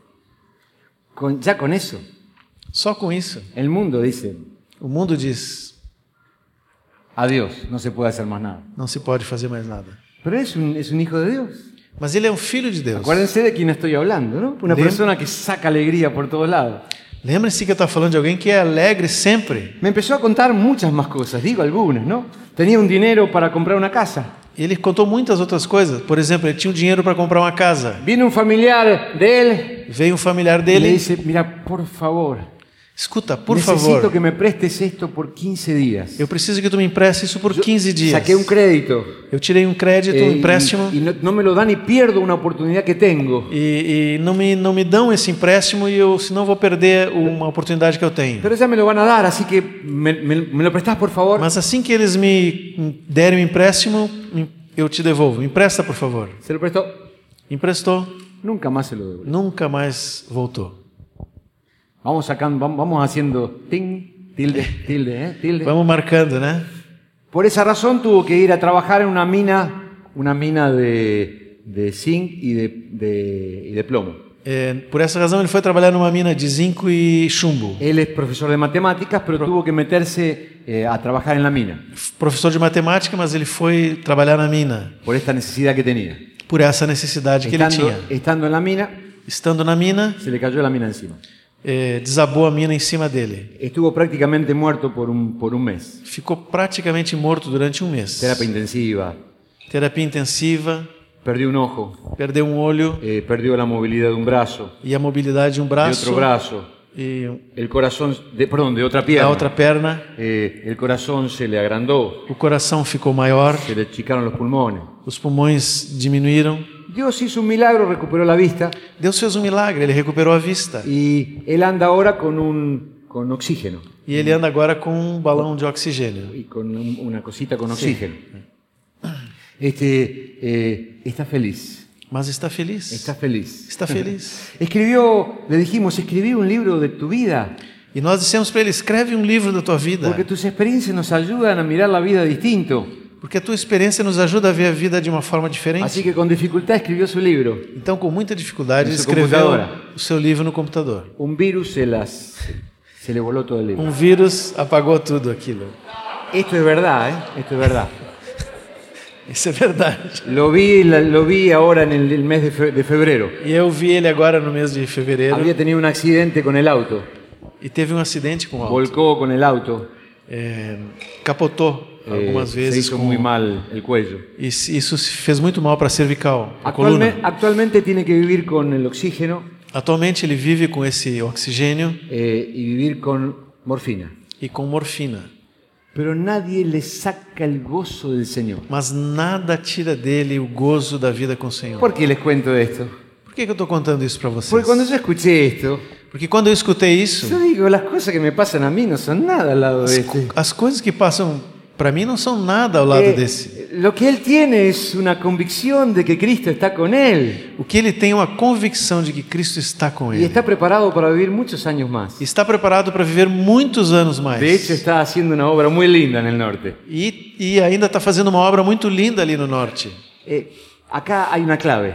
S1: Con- ya con eso,
S2: Só com isso,
S1: el mundo dice,
S2: o mundo diz:
S1: adiós, no se puede hacer más nada.
S2: não se pode fazer mais nada.
S1: Pero es un, es un hijo de Dios.
S2: Mas ele é um filho de Deus.
S1: Acuérdense de quién estoy hablando, ¿no? Una
S2: Bien.
S1: persona que saca alegría por todos lados.
S2: Lembre-se que eu estou falando de alguém que é alegre sempre.
S1: Me empezó a contar muchas más cosas, digo algunas, ¿no? Tenía un dinero para comprar una casa.
S2: Ele contou muitas outras coisas. Por exemplo, ele tinha um dinheiro para comprar uma casa.
S1: Viene un familiar de él
S2: Veio um familiar
S1: y le
S2: dele.
S1: dice, mira, por favor,
S2: Escuta, por
S1: necesito
S2: favor,
S1: que me prestes esto por 15 días.
S2: eu preciso que um tu me empreste isso por 15 dias.
S1: Saqué un crédito.
S2: Eu tirei um crédito,
S1: eh,
S2: um
S1: y-
S2: empréstimo,
S1: Y, no, no me lo dan y pierdo una oportunidad que tengo.
S2: e, e não, me, não me dão esse empréstimo e eu senão vou perder uma oportunidade que eu tenho.
S1: Pero ya me lo van a dar, así que me, me- me lo prestás, por favor.
S2: Mas assim que eles me derem o empréstimo, eu te devolvo. Me Empresta, por favor.
S1: Se lo prestó.
S2: Emprestou,
S1: Nunca más se lo devolví.
S2: nunca mais voltou.
S1: Vamos sacando, vamos, vamos haciendo ting, tilde, tilde, eh, tilde.
S2: Vamos marcando, né?
S1: Por esa razón tuvo que ir a trabajar en una mina, una mina de, de zinc y de, de- y de plomo.
S2: É, por essa razão, ele foi trabalhar numa mina de zinco e chumbo.
S1: Él es profesor de matemáticas, pero tuvo que meterse eh, a trabajar en la mina
S2: Professor de matemática, mas ele foi trabalhar na mina
S1: por esta necesidad que tenía.
S2: por essa necessidade que ele
S1: Estando,
S2: tinha.
S1: estando en la mina,
S2: Estando na mina,
S1: se le cayó la mina encima.
S2: é, desabou a mina em cima dele.
S1: Estuvo prácticamente muerto por un, por un mes.
S2: Ficou praticamente morto durante um mês.
S1: Terapia intensiva,
S2: Terapia intensiva,
S1: perdió un ojo,
S2: perdeu um olho
S1: eh, perdió la movilidad de un brazo,
S2: e a mobilidade de um
S1: de
S2: braço
S1: otro brazo,
S2: e
S1: el corazón, de, perdón, de otra
S2: da
S1: pierna.
S2: outra perna.
S1: Eh, el corazón se le agrandó,
S2: O coração ficou maior,
S1: se le achicaron los pulmones.
S2: os pulmões diminuíram.
S1: Dios hizo un milagro, recuperó la vista
S2: Deus fez um milagre, ele recuperou a vista.
S1: y él anda ahora con un con oxígeno
S2: E ele anda agora com um balão de oxigênio.
S1: y con un- una cosita con oxígeno. Este eh, está feliz,
S2: Mas está feliz.
S1: está feliz.
S2: Está feliz.
S1: Escribió, le dijimos, escribí un libro de tu vida,
S2: E nós dissemos para ele: escreve um livro da tua vida.
S1: porque tus experiencias nos ayudan a mirar la vida distinto.
S2: Porque a tua experiência nos ajuda a ver a vida de uma forma
S1: Así
S2: diferente.
S1: que con dificultad escribió su libro.
S2: Então, com muita dificuldade, ele
S1: Assim Isso,
S2: escreveu
S1: computadora.
S2: o seu livro no computador.
S1: Un virus se las se le voló todo el libro.
S2: Um vírus apagou tudo aquilo.
S1: Esto es verdad, ¿eh? Esto es verdad.
S2: Isso é verdade.
S1: Lo vi, lo vi ahora en el, el mes de fe- de febrero.
S2: E eu vi ele agora no mês de fevereiro
S1: Había tenido un accidente con el auto.
S2: e teve um acidente com o auto.
S1: Volcó con el auto.
S2: É, capotou
S1: Eh,
S2: algumas
S1: se
S2: vezes
S1: hizo
S2: com
S1: muy mal el cuello.
S2: e se- isso se fez muito mal para a cervical, a
S1: Actualme-
S2: coluna.
S1: actualmente tiene que vivir con el oxígeno
S2: Atualmente ele vive com esse oxigênio
S1: eh, y vivir con morfina.
S2: e com morfina,
S1: Pero nadie le saca el gozo del Señor.
S2: mas nada tira dele o gozo da vida com o Senhor.
S1: ¿Por qué les cuento esto?
S2: Por que, que eu estou contando isso para
S1: Porque
S2: vocês?
S1: cuando yo escuché esto,
S2: Porque quando eu escutei isso,
S1: yo digo, las cosas que me pasan a mí no son nada al lado de este
S2: as,
S1: esto.
S2: as coisas que passam para mim não são nada ao lado
S1: Eh,
S2: desse.
S1: lo que él tiene es una convicción de que Cristo está con él
S2: O que ele tem é uma convicção de que Cristo está com
S1: y
S2: ele.
S1: está preparado para vivir muchos años más.
S2: Está preparado para viver muitos anos mais.
S1: De hecho, está haciendo una obra muy linda en el norte.
S2: E, e ainda está fazendo uma obra muito linda ali no norte.
S1: Eh, acá hay una clave.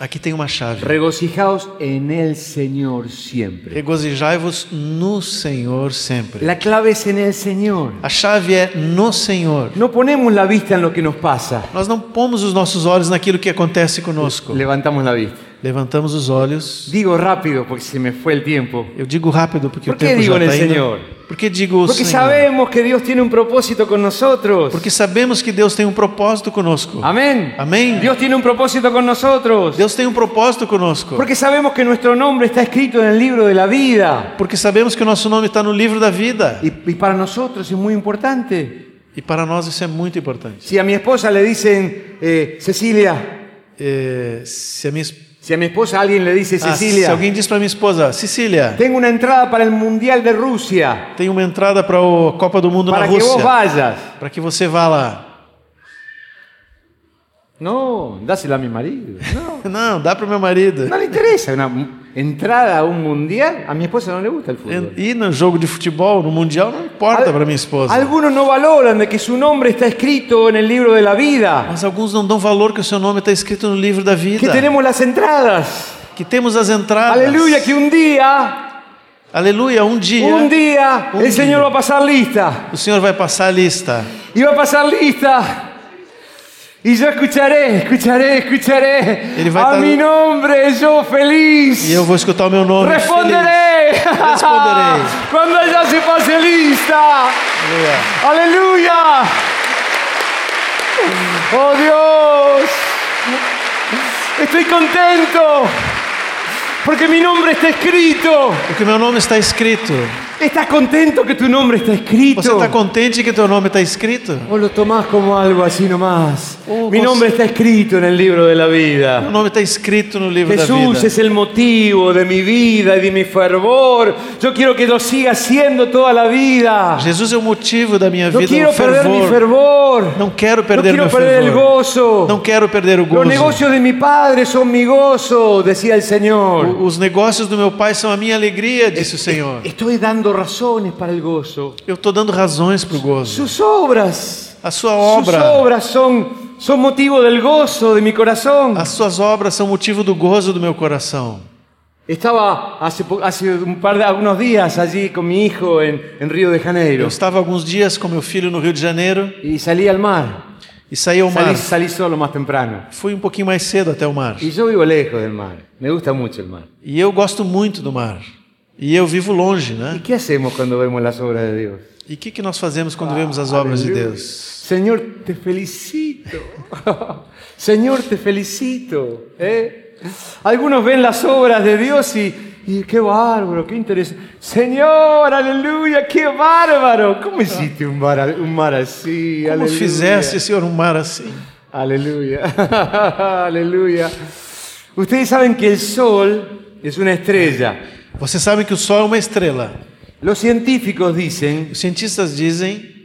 S2: Aqui tem uma chave.
S1: Regocijaos en el Señor siempre.
S2: Regozijai-vos no Senhor sempre.
S1: La clave es en el Señor.
S2: A chave é no Senhor.
S1: No ponemos la vista en lo que nos pasa.
S2: Nós não pomos os nossos olhos naquilo que acontece conosco.
S1: Levantamos la vista.
S2: Levantamos os olhos.
S1: Digo rápido porque se me fue el tiempo.
S2: Eu digo rápido porque
S1: Por
S2: o
S1: que
S2: tempo
S1: digo
S2: já
S1: no
S2: está indo.
S1: Senhor?
S2: Por que digo o
S1: Porque
S2: Senhor?
S1: sabemos que Dios tiene un propósito con nosotros.
S2: Porque sabemos que Deus tem um propósito conosco.
S1: Amén.
S2: Amén.
S1: Dios tiene un propósito con nosotros.
S2: Deus tem um propósito conosco.
S1: Porque sabemos que nuestro nombre está escrito en el libro de la vida.
S2: Porque sabemos que o nosso nome está no livro da vida.
S1: Y, y para nosotros es muy importante.
S2: E para nós isso é muito importante.
S1: Si a mi esposa le dicen eh, Cecilia,
S2: É, se a minha es-
S1: si a mi esposa alguien le dice
S2: Ah,
S1: Cecilia,
S2: se alguém diz para minha esposa, Cecília,
S1: tengo uma entrada para o Mundial de Rússia,
S2: tem uma entrada para a Copa do Mundo
S1: para
S2: na
S1: que vos
S2: Rússia,
S1: vayas.
S2: para que você vá lá.
S1: No, dásela a mi marido. No,
S2: Não, dá para o meu marido.
S1: no le interesa una mu- entrada a un mundial. A mi esposa no le gusta el fútbol.
S2: E no jogo de futebol, no mundial, não importa
S1: Al-
S2: para minha esposa.
S1: Algunos no valoran de que su nombre está escrito en el libro de la vida,
S2: Mas alguns não dão valor que o seu nome está escrito no livro da vida.
S1: que tenemos las entradas.
S2: que temos as entradas.
S1: Aleluya, que un día,
S2: Aleluia, um dia,
S1: un día,
S2: Un
S1: el Señor va
S2: día.
S1: a pasar lista.
S2: o Senhor vai passar a lista.
S1: Y va a pasar lista. Y yo escucharé, escucharé, escucharé.
S2: Él va a
S1: a
S2: estar-
S1: mi nombre, yo feliz.
S2: E eu vou escutar o meu nome. feliz.
S1: Responderé. (laughs)
S2: Responderé.
S1: Cuando ella se pase lista.
S2: Aleluia.
S1: Aleluya. Oh Dios. Estoy contento. Porque mi nombre está escrito.
S2: Porque meu nome está escrito.
S1: ¿Estás contento que tu nombre está escrito?
S2: Você está contente que teu nome está escrito?
S1: ¿O lo tomás como algo así nomás?
S2: Oh,
S1: mi
S2: cons-
S1: nombre está escrito en el libro de la vida.
S2: Meu nome está escrito no livro da
S1: Jesús
S2: vida.
S1: es el motivo de mi vida y de mi fervor. Yo quiero que lo siga siendo toda la vida.
S2: Jesus é o motivo da minha
S1: No
S2: vida,
S1: quiero
S2: meu
S1: perder mi
S2: fervor.
S1: fervor.
S2: Não quero
S1: No
S2: perder
S1: quiero
S2: meu
S1: perder el
S2: fervor. Não
S1: gozo.
S2: quero perder o
S1: Los
S2: gozo.
S1: negocios de mi padre son mi gozo, decía el Señor.
S2: O- Os negócios do meu pai são a minha alegria, disse o Senhor.
S1: Estoy dando razones para el gozo.
S2: Eu estou dando razões para o gozo.
S1: Sus obras,
S2: A sua
S1: sus
S2: obra,
S1: obras son, son motivo del gozo de mi corazón.
S2: as suas obras são motivo do gozo do meu coração.
S1: Estaba hace, po- hace un par de algunos días allí con mi hijo en, en Rio de
S2: Eu
S1: Janeiro
S2: estava alguns dias com meu filho no Rio de Janeiro
S1: y salí al mar.
S2: e saí ao mar.
S1: Salí, salí solo más temprano.
S2: Fui um pouquinho mais cedo até o mar.
S1: Y yo vivo lejos del mar. Me gusta mucho el mar.
S2: E eu gosto muito do mar. E eu vivo longe,
S1: ¿Y
S2: né?
S1: qué hacemos cuando vemos las obras de Dios?
S2: E o que, que nós fazemos quando vemos as obras de
S1: Aleluya.
S2: Deus?
S1: Señor, te felicito. (laughs) Señor, te felicito. ¿eh? Algunos ven las obras de Dios y, y qué bárbaro, qué interesante. Señor, aleluya, qué bárbaro. ¿Cómo hiciste un mar, a- un mar así?
S2: Como
S1: aleluya.
S2: fizesse, Senhor, um mar assim?
S1: Aleluya, (laughs) aleluya. Ustedes saben que el sol es una estrella.
S2: Vocês sabem que o Sol é uma estrela.
S1: Los científicos dicen
S2: Os cientistas dizem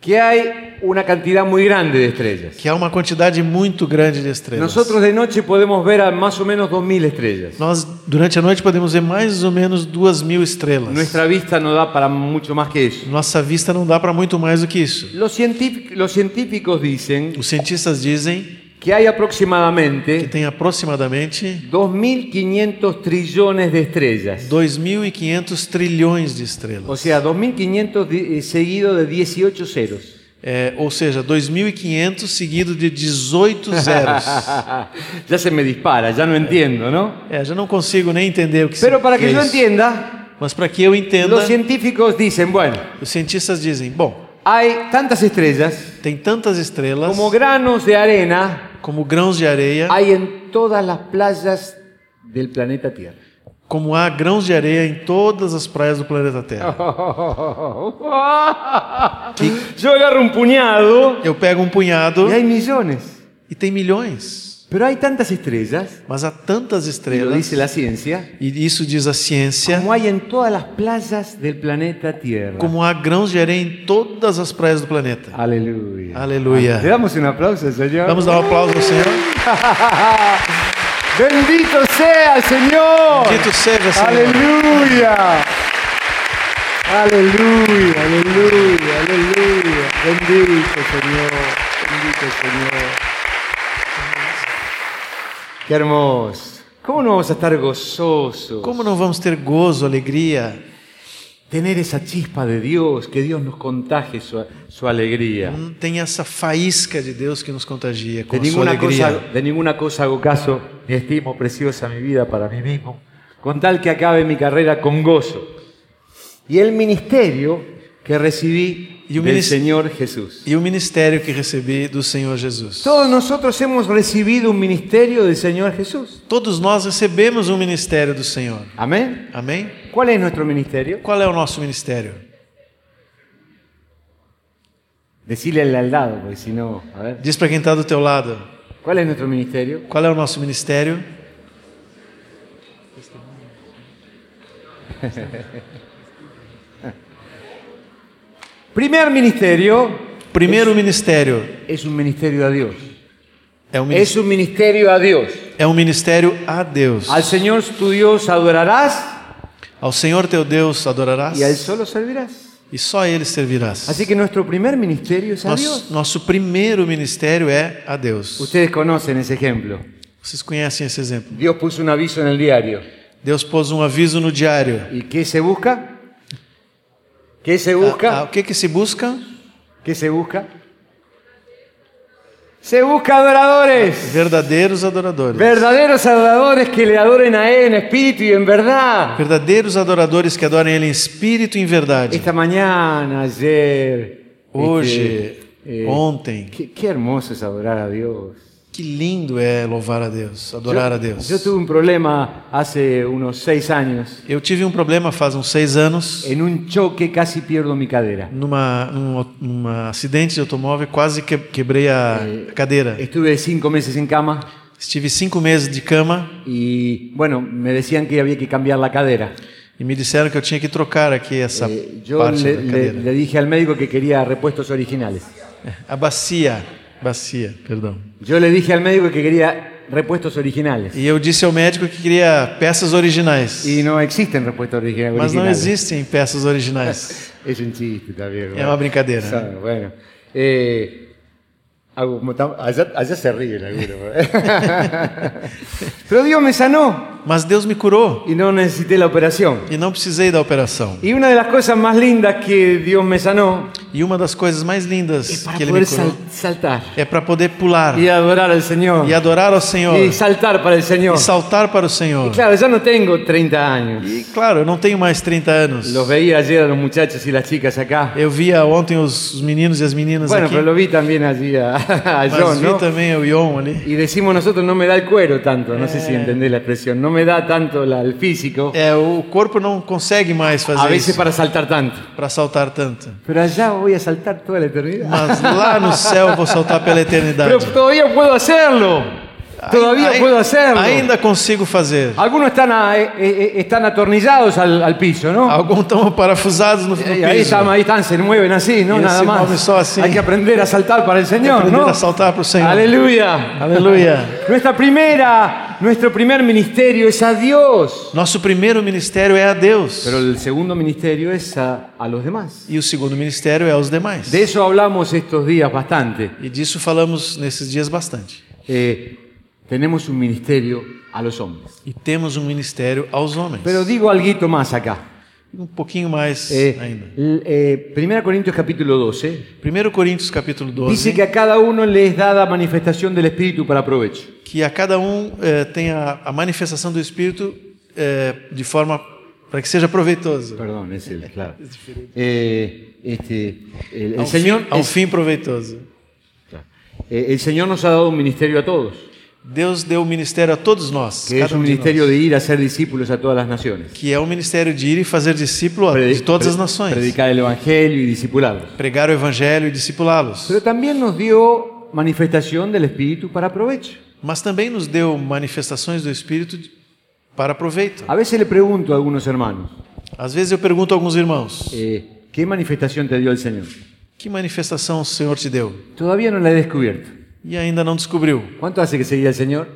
S1: que hay una cantidad muy grande de estrellas.
S2: que há uma quantidade muito grande de estrelas.
S1: Nosotros de noche podemos ver a más o menos 2.000 estrellas.
S2: Nós, durante a noite, podemos ver mais ou menos duas mil estrelas.
S1: Nuestra vista no da para mucho más que eso.
S2: Nossa vista não dá para muito mais do que isso.
S1: Los, científic- los científicos dicen
S2: Os cientistas dizem
S1: que hay
S2: que
S1: aproximadamente
S2: tem aproximadamente
S1: 2.500 trillones de estrellas.
S2: 2.500 trilhões
S1: O
S2: de estrelas.
S1: sea, 2.500 di- eh, seguido de 18 ceros.
S2: É, ou seja, 2.500 seguido de 18
S1: (laughs) Pues,
S2: zeros.
S1: ya se me dispara, ya no entiendo, ¿no?
S2: É, já não consigo nem entender o que
S1: Pero para
S2: é
S1: que yo
S2: isso.
S1: entienda,
S2: Mas para que eu entenda,
S1: los científicos dicen, bueno,
S2: os cientistas dizem: bom,
S1: hay tantas estrellas
S2: tem tantas estrelas
S1: como granos de arena
S2: como grãos de areia,
S1: Hay en todas las playas del planeta (laughs) Tierra.
S2: como há grãos de areia em todas as praias do planeta
S1: Ah.
S2: Terra.
S1: Yo agarro un puñado
S2: Eu pego um punhado
S1: y hay millones.
S2: e tem milhões,
S1: Pero hay tantas estrellas,
S2: mas há tantas
S1: y lo
S2: estrelas,
S1: dice la ciencia,
S2: e isso diz a ciência,
S1: como é? hay en todas las playas del planeta Tierra.
S2: como há grãos de areia em todas as praias do planeta.
S1: Aleluya.
S2: Aleluia.
S1: Le damos un aplauso, Señor.
S2: Vamos dar um aplauso ao Senhor.
S1: Bendito sea el Señor.
S2: Bendito seja, Senhor.
S1: Aleluya. Aleluya, aleluya, aleluya. Bendito Señor, bendito Señor. Qué hermoso. ¿Cómo no vamos a estar gozosos?
S2: Como não vamos ter gozo, alegria?
S1: Tener esa chispa de Dios, que Dios nos contagie su, su alegría.
S2: Hum, Tem essa faísca de Deus que nos contagia com
S1: De
S2: a sua
S1: ninguna, cosa,
S2: alegria.
S1: de ninguna cosa hago caso, ni estimo preciosa mi vida para mí mismo, con tal que acabe mi carrera con gozo. Y el ministerio que recibí
S2: Y un
S1: del
S2: minis-
S1: Señor Jesús.
S2: E o ministério que recebi do Senhor Jesus.
S1: Todos nosotros hemos recibido un ministerio del Señor Jesús.
S2: Todos nós recebemos um ministério do Senhor.
S1: Amén.
S2: Amém?
S1: ¿Cuál es nuestro ministerio?
S2: Qual é o nosso ministério?
S1: Decirle al lado, porque si no, a ver.
S2: Diz para quem está do teu lado.
S1: ¿Cuál es nuestro ministerio?
S2: Qual é o nosso ministério?
S1: Primer ministerio
S2: Primeiro ministério
S1: es un ministerio a Dios.
S2: é um
S1: Es
S2: ministério,
S1: un ministerio a Dios.
S2: é um ministério a Deus.
S1: Al Señor tu Dios adorarás.
S2: Ao Senhor teu Deus adorarás
S1: y a Él solo servirás.
S2: e só a Ele servirás.
S1: Así que nuestro primer ministerio es a Dios.
S2: Nosso, nosso primeiro ministério é a Deus.
S1: Ustedes conocen esse ejemplo.
S2: Vocês conhecem esse exemplo?
S1: Dios puso un aviso en el diario.
S2: Deus pôs um aviso no diário.
S1: ¿Y qué se busca? ¿Qué se
S2: Ah, ah,
S1: busca?
S2: o que que se busca?
S1: ¿Qué se busca? Se busca adoradores.
S2: Verdadeiros adoradores.
S1: Verdaderos adoradores que le adoren a Él en espíritu y en verdad.
S2: Verdadeiros adoradores que adorem Ele em espírito e em verdade.
S1: Esta mañana, ayer,
S2: Hoje,
S1: este, eh,
S2: ontem.
S1: qué, qué hermoso es adorar a Dios.
S2: Que lindo é louvar a Deus, adorar
S1: Yo-
S2: a Deus.
S1: Yo tuve un problema hace unos seis años.
S2: Eu tive um problema faz uns seis anos,
S1: En un choque casi pierdo mi cadera.
S2: numa, num, num acidente de automóvil, quase que, quebrei a cadeira.
S1: Estuve cinco meses en cama
S2: Estive cinco meses de cama
S1: y bueno, me decían que había que cambiar la cadera.
S2: e me disseram que eu tinha que trocar aqui essa
S1: Eh, yo
S2: parte
S1: le,
S2: da
S1: le-
S2: cadeira.
S1: le dije al médico que quería repuestos originales.
S2: A bacia, bacia, perdão.
S1: Yo le dije al médico que quería repuestos originales.
S2: E eu disse ao médico que queria peças originais,
S1: Y no existen repuestos origi- originales.
S2: mas não existem
S1: (laughs)
S2: peças originais.
S1: Es un chiste también.
S2: É uma brincadeira.
S1: Sabe, Bueno. Eh,
S3: Agus, como tam- allá, allá se ríen algunos.
S1: ¿eh? (laughs) Pero Dios me sanó
S2: Mas Deus me curou
S1: y no necesité la operación.
S2: e não precisei da operação.
S1: Y una de las cosas más lindas que Dios me sanó
S2: E uma das coisas mais
S1: es
S2: lindas
S1: para
S2: que ele me
S1: poder
S2: curou
S1: sal- saltar
S2: é para poder pular
S1: y adorar al Señor.
S2: e adorar ao Senhor
S1: Y saltar para el Señor.
S2: e saltar para o Senhor.
S1: Claro, yo no tengo 30 años.
S2: E claro, eu não tenho mais 30 anos.
S1: Los veía ayer a los muchachos y las chicas acá.
S2: Eu via ontem os os meninos e as meninas
S1: Bueno,
S2: aqui,
S1: pero lo vi también allí a, (laughs) a
S2: mas
S1: John,
S2: vi
S1: ¿no?
S2: também o Ion ali.
S1: Y decimos nosotros, no me da el cuero tanto, no sé si entendés la expresión, no me da tanto la- el físico,
S2: É, o corpo não consegue mais
S1: a
S2: fazer
S1: veces
S2: isso
S1: para saltar tanto.
S2: para saltar tanto.
S1: Pero allá voy a saltar toda la eternidad. (laughs)
S2: Mas lá no céu eu vou saltar pela eternidade.
S1: Pero todavía puedo hacerlo. Todavía
S2: Ai-
S1: puedo hacerlo.
S2: Ainda consigo fazer.
S1: Algunos están, a- eh, eh, están atornillados al, al piso, ¿no?
S2: Alguns estão parafusados no, no
S1: Y ahí
S2: Ah, piso.
S1: están, ahí están, se mueven así, ¿no?
S2: Y
S1: Nada
S2: así mueven,
S1: más.
S2: son así.
S1: Hay que aprender a saltar para el Señor,
S2: aprender
S1: ¿no?
S2: a saltar para o Senhor.
S1: Aleluya.
S2: Aleluia.
S1: Nuestra primera, nuestro primer ministerio es a Dios.
S2: Nosso primeiro ministério é a Deus.
S1: Pero el segundo ministerio es a, a los demás.
S2: E o segundo ministério é aos demais.
S1: De eso hablamos estos días bastante.
S2: E disso falamos nesses dias bastante.
S1: Eh, tenemos un ministerio a los hombres.
S2: E temos um ministério aos homens.
S1: Pero digo algo más acá.
S2: Um pouquinho mais ainda.
S1: Eh, l- eh, 1 Corintios capítulo 12
S2: 1 Coríntios capítulo 12.
S1: dice que a cada uno le es dada manifestación del Espíritu para provecho.
S2: que a cada um eh, tenha a manifestação do Espírito eh, de forma para que seja proveitoso,
S1: Perdón, es el, claro. Eh, este, el,
S2: a
S1: el
S2: um,
S1: Señor,
S2: fim, a um fim proveitoso.
S1: eh, el Señor nos ha dado un ministerio a todos,
S2: Deus deu ministério a todos nós,
S1: que es
S2: cada
S1: un
S2: um de
S1: ministerio
S2: nós,
S1: de ir a ser discípulos a todas las naciones.
S2: que é o ministério de ir e fazer discípulo a- de todas as
S1: Pre-
S2: nações,
S1: Predicar el Evangelio y discipularlos.
S2: pregar o evangelho e discipulá-los.
S1: Pero también nos dio manifestación del Espíritu para provecho.
S2: Mas também nos deu manifestações do Espírito de- para proveito.
S1: A veces le pregunto a algunos hermanos,
S2: Às vezes eu pergunto a alguns irmãos,
S1: eh, ¿qué manifestación te dio el Señor?
S2: que manifestação o Senhor te deu?
S1: Todavía no la he descubierto.
S2: E ainda não descobriu.
S1: ¿Cuánto hace que seguís al Señor?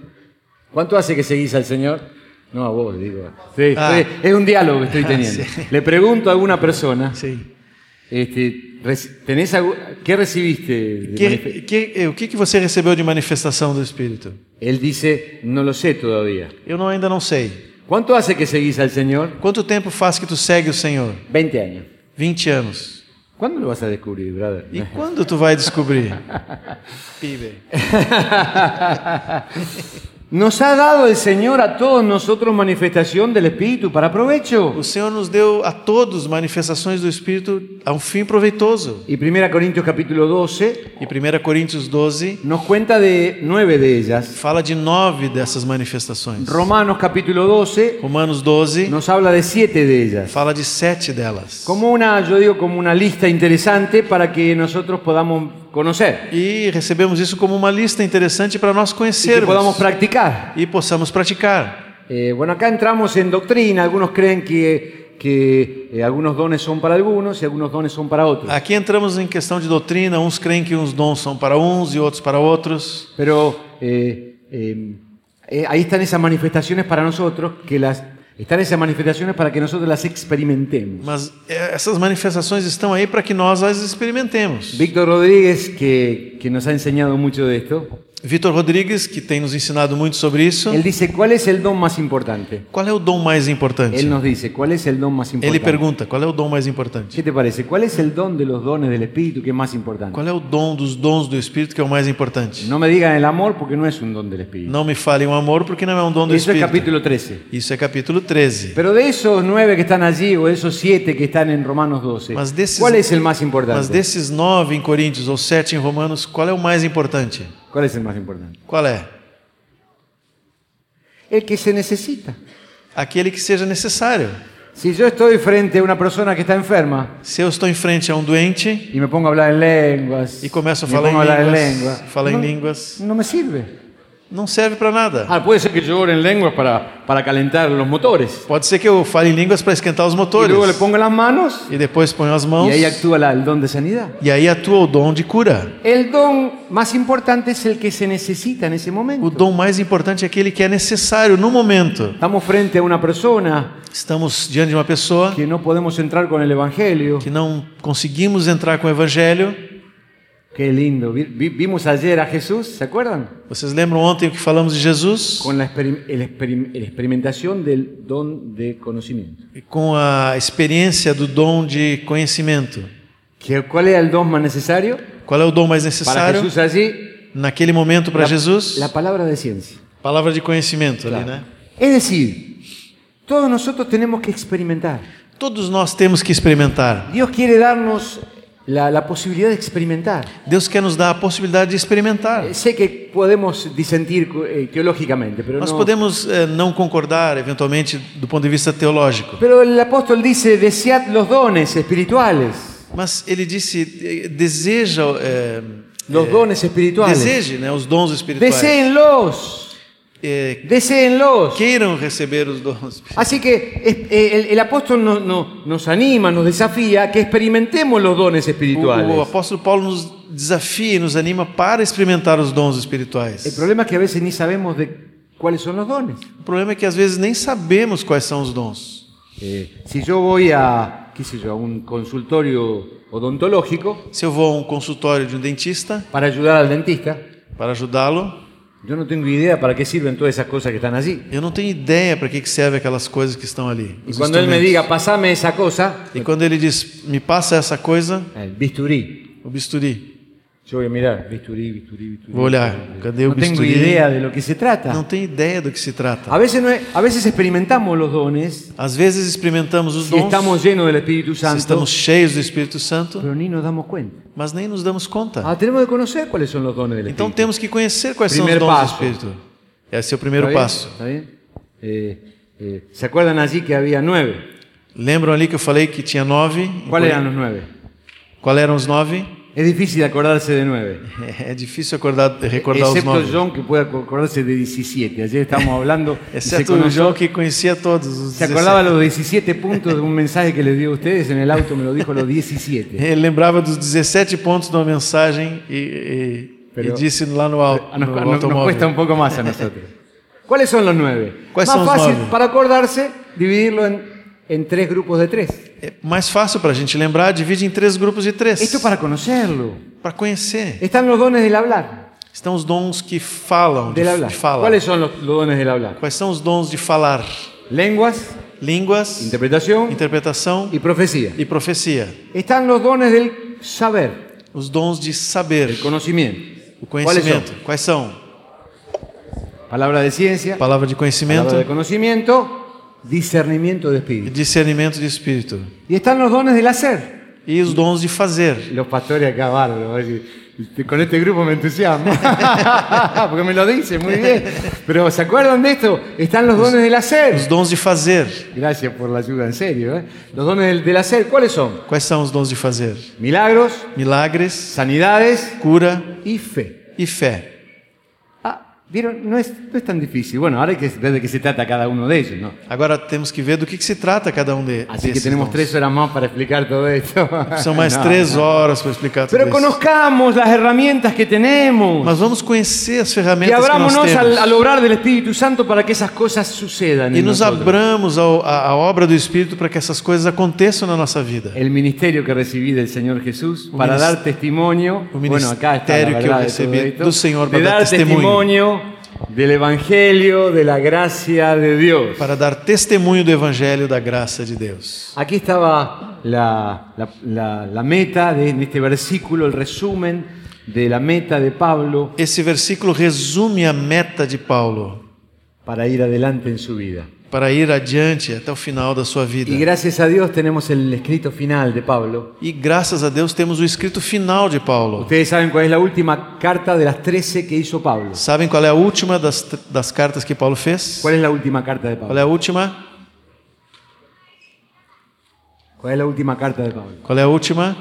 S1: ¿Cuánto hace que seguís al Señor? No, a vos, digo. Sí,
S2: Ah.
S1: estoy- es un diálogo que estoy teniendo.
S2: (laughs) sí.
S1: Le pregunto a alguna persona,
S2: Sim.
S1: este, reci- ¿tenés algu- ¿qué recibiste? de manife-
S2: Que, que, eh, o que, que você recebeu de manifestação do Espírito?
S1: Él dice, no lo sé todavía.
S2: Eu não, ainda não sei.
S1: ¿Cuánto hace que seguís al Señor?
S2: Quanto tempo faz que tu segue o Senhor?
S1: 20 años.
S2: 20 anos.
S1: ¿Cuándo lo vas a descubrir, brother?
S2: E quando tu vai descobrir? Pibe.
S1: Nos ha dado el Señor a todos nosotros manifestación del Espíritu para provecho.
S2: O Senhor nos deu a todos manifestações do Espírito a um fim proveitoso.
S1: Y 1 Corintios capítulo 12
S2: E 1 Coríntios 12
S1: nos cuenta de nueve de ellas.
S2: fala de nove dessas manifestações.
S1: Romanos capítulo 12
S2: Romanos 12
S1: nos habla de siete de ellas.
S2: fala de sete delas.
S1: Como una, yo digo, como una lista interesante para que nosotros podamos conocer
S2: E recebemos isso como uma lista interessante para nós
S1: y que podamos
S2: conhecermos
S1: practicar.
S2: e possamos praticar.
S1: Eh, bueno, acá entramos en doctrina, algunos creen que, que eh, algunos dones son para algunos y algunos dones son para otros.
S2: Aqui entramos em questão de doutrina. Uns creem que uns dons são para uns e outros para outros.
S1: Pero eh, eh, eh, ahí están esas manifestaciones para nosotros, que las, están esas manifestaciones para que nosotros las experimentemos.
S2: Mas eh, essas manifestações estão aí para que nós as experimentemos.
S1: Víctor Rodríguez, que, que nos ha enseñado mucho de esto,
S2: Vitor Rodrigues, que tem nos ensinado muito sobre isso,
S1: Él dice, ¿cuál es el don más importante?
S2: qual é o dom mais importante?
S1: Él nos dice, ¿cuál es el don más
S2: Ele
S1: é importante?
S2: pergunta: qual é o dom mais importante?
S1: ¿Qué te parece? ¿Cuál es el don de los dones del Espíritu que es más importante?
S2: Qual é o dom dos dons do Espírito que é o mais importante?
S1: No me digan el amor porque no es un don del Espíritu.
S2: Não me falem o amor, porque não é um dom do
S1: Eso es
S2: Espírito.
S1: capítulo 13.
S2: Isso é capítulo 13.
S1: Pero de esos nueve que están allí o de esos siete que están en Romanos 12,
S2: Mas desses-
S1: ¿cuál es el más
S2: Mas
S1: importante?
S2: desses nove em Coríntios ou sete em Romanos, qual é o mais importante?
S1: ¿Cuál es el más importante?
S2: Qual é?
S1: El que se necesita.
S2: Aquele que seja necessário.
S1: Si yo estoy frente a una persona que está enferma
S2: Se eu estou em frente a um doente
S1: y me pongo a hablar en lenguas,
S2: e começo a
S1: me
S2: falar
S1: pongo a hablar
S2: em
S1: en
S2: línguas,
S1: lenguas,
S2: falar em
S1: no,
S2: línguas,
S1: no me sirve.
S2: não serve para nada.
S1: Ah, puede ser que yo ore en lenguas para, para calentar los motores.
S2: Pode ser que eu fale em línguas para esquentar os
S1: Y
S2: motores
S1: luego le pongo las manos
S2: e depois ponho as
S1: y
S2: mãos
S1: ahí actúa la- el don de sanidad.
S2: e aí atua o dom de cura.
S1: El don más importante es el que se necesita en ese
S2: O
S1: momento.
S2: dom mais importante é aquele que é necessário no momento.
S1: Estamos frente a una persona
S2: Estamos diante de uma pessoa
S1: que no podemos entrar con el Evangelio
S2: que não conseguimos entrar com o evangelho
S1: Qué lindo. Vi- vi- vimos ayer a Jesús, ¿se acuerdan?
S2: Vocês lembram ontem o que falamos de Jesus?
S1: Con la, experim- el experim- la experimentación del don de conocimiento.
S2: Com a experiência do dom de conhecimento.
S1: ¿Qué- ¿Cuál era el don más necesario?
S2: Qual é o dom mais
S1: Para
S2: necessário
S1: Jesús allí,
S2: naquele momento para
S1: La-
S2: Jesus?
S1: la palabra de ciencia.
S2: Palavra de conhecimento ali,
S1: Claro.
S2: né?
S1: Es decir, todos nosotros tenemos que experimentar.
S2: Todos nós temos que experimentar.
S1: Dios quiere darnos la, la posibilidad de experimentar.
S2: Deus quer nos dar a possibilidade de experimentar.
S1: Eh, Sé que podemos disentir eh, teológicamente, pero,
S2: Nós
S1: no-
S2: podemos eh, não concordar, eventualmente, do ponto de vista teológico.
S1: pero el apóstol dice, desead los dones espirituales.
S2: Mas ele disse, eh, deseja, eh,
S1: Los dones espirituales.
S2: deseje né, os dons espirituais.
S1: Deseenlos.
S2: Eh,
S1: Deseenlos.
S2: queiram receber os dons.
S1: Así que es- eh, el, el apóstol no- no- nos anima, nos desafía a que experimentemos los dones
S2: O, o
S1: espirituales.
S2: apóstolo Paulo nos desafia e nos anima para experimentar os dons espirituais.
S1: El problema es que a veces ni sabemos de cuáles son los dones.
S2: O problema é que às vezes nem sabemos quais são os dons.
S1: Eh, si yo voy a, qué sé yo, a un consultorio odontológico
S2: Se eu vou a um consultório de um dentista
S1: para ayudar al dentista,
S2: para ajudá-lo,
S1: yo no tengo idea para qué sirven todas esas cosas que están allí.
S2: eu não tenho ideia para que, que serve aquelas coisas que estão ali.
S1: Y
S2: os
S1: cuando él me
S2: instrumentos.
S1: diga, pasame esa cosa,
S2: E quando ele diz, me passa essa coisa,
S1: el bisturí.
S2: o bisturi.
S1: Yo voy a mirar, bisturí, bisturí, bisturí.
S2: Vou olhar, cadê o
S1: No tengo
S2: bisturi?
S1: idea de lo que se
S2: Não
S1: trata.
S2: tem ideia do que se trata.
S1: A veces, no es- a veces experimentamos los dones
S2: Às vezes experimentamos os
S1: y
S2: dons,
S1: estamos llenos del Espíritu
S2: se
S1: Santo,
S2: estamos cheios do Espírito Santo,
S1: pero ni nos damos cuenta.
S2: mas nem nos damos conta.
S1: Ah, tenemos que conocer cuáles son los dones del
S2: Então
S1: Espíritu.
S2: temos que conhecer quais são os
S1: Primeiro
S2: dons do
S1: passo.
S2: Espírito. Esse é o
S1: ¿Está
S2: primeiro
S1: bien?
S2: passo.
S1: ¿Está bien? Eh, eh, ¿Se acuerdan allí que había nueve?
S2: Lembram ali que eu falei que tinha nove?
S1: ¿Cuáles eran los nueve?
S2: Qual eram os nove?
S1: Es difícil acordarse de nueve.
S2: É difícil acordar- recordar os
S1: Excepto
S2: nove.
S1: John, que puede acordarse de 17. Ayer estábamos
S2: (laughs)
S1: hablando. y se,
S2: Exceto o
S1: conoció-
S2: João que conhecia todos os
S1: é se acordaba
S2: 17.
S1: los 17 puntos de un mensaje que le dio a ustedes en el auto, me lo dijo los
S2: (laughs)
S1: 17.
S2: Ele lembrava dos 17 pontos de uma mensagem e, e- e
S1: Pero-
S2: disse lá no, au-
S1: Ah,
S2: no
S1: Nos, nos- nos cuesta
S2: automóvel.
S1: un poco más a nosotros. ¿Cuáles son los nueve?
S2: ¿Cuáles
S1: más
S2: son los
S1: fácil
S2: nueve?
S1: para acordarse, dividirlo en, en tres grupos de tres.
S2: É mais fácil para a gente lembrar, divide em três grupos de três.
S1: Esto Então, para conocerlo.
S2: Para conhecer.
S1: Están los dones del hablar.
S2: Estão os dons que falam, de,
S1: Del hablar. é
S2: de fala.
S1: ¿Cuáles son los, los dones del hablar?
S2: Quais são os dons de falar?
S1: Lenguas,
S2: Línguas,
S1: interpretación
S2: interpretação
S1: y profecía.
S2: e profecia.
S1: Están los dones del saber,
S2: Os dons de saber,
S1: el conocimiento.
S2: o conhecimento. Quais são?
S1: Palabra de ciencia,
S2: Palavra de conhecimento
S1: palabra de conocimiento, discernimiento de
S2: e
S1: espíritu.
S2: discernimento de espírito.
S1: Y están los dones del hacer.
S2: E os dons de fazer.
S1: Los pastores acá, bárbaro, oye, con este grupo me entusiasma. (laughs) Porque me lo dicen, muy bien. Pero ¿se acuerdan de esto? Están los dones del
S2: Os
S1: hacer.
S2: dons de fazer.
S1: Gracias por la ayuda, en serio. ¿eh? Los dones del, del hacer, ¿cuáles son?
S2: Quais são os dons de fazer?
S1: Milagros,
S2: Milagres,
S1: sanidades
S2: cura
S1: y fe.
S2: e fé.
S1: Ah, ¿vieron? No es, no es tan difícil. Bueno, ahora hay que ver de qué se trata cada uno de ellos, ¿no?
S2: Agora temos que ver do que, que se trata cada um de,
S1: Así Assim que
S2: desses
S1: tenemos
S2: dons.
S1: tres horas más para explicar todo esto.
S2: São
S1: (laughs)
S2: mais
S1: No.
S2: três horas para explicar tudo
S1: Pero
S2: isso.
S1: conozcamos las herramientas que tenemos
S2: Mas vamos conhecer as
S1: y
S2: ferramentas que nós
S1: abrámonos al,
S2: temos.
S1: al obrar del Espíritu Santo para que esas cosas sucedan.
S2: E
S1: en
S2: nos
S1: nosotros.
S2: abramos ao- à à obra do Espírito para que essas coisas aconteçam na nossa vida.
S1: El ministerio que recibí del Señor Jesús
S2: Un
S1: para
S2: minis-
S1: dar testimonio.
S2: un
S1: Bueno, acá está la
S2: ministerio que
S1: verdad de
S2: recibí
S1: todo esto,
S2: del Señor
S1: de
S2: para dar
S1: dar
S2: testimonio.
S1: testimonio del Evangelio, de la gracia de Dios.
S2: Para dar testemunho do Evangelho da graça de Deus.
S1: Aquí estaba la, la- la- la meta de, en este versículo, el resumen de la meta de Pablo
S2: Esse versículo resume a meta de Paulo
S1: para ir adelante en su vida.
S2: para ir adiante até o final da sua vida.
S1: Y gracias a Dios tenemos el escrito final de Pablo.
S2: E graças a Deus temos o escrito final de Paulo.
S1: Ustedes saben cuál es la última carta de las 13 que hizo Pablo.
S2: Sabem qual é a última das, das cartas que Paulo fez?
S1: ¿Cuál es la última carta de
S2: Qual é
S1: Pablo?
S2: a última?
S1: ¿Cuál es la última carta de Pablo?
S2: Qual é a última?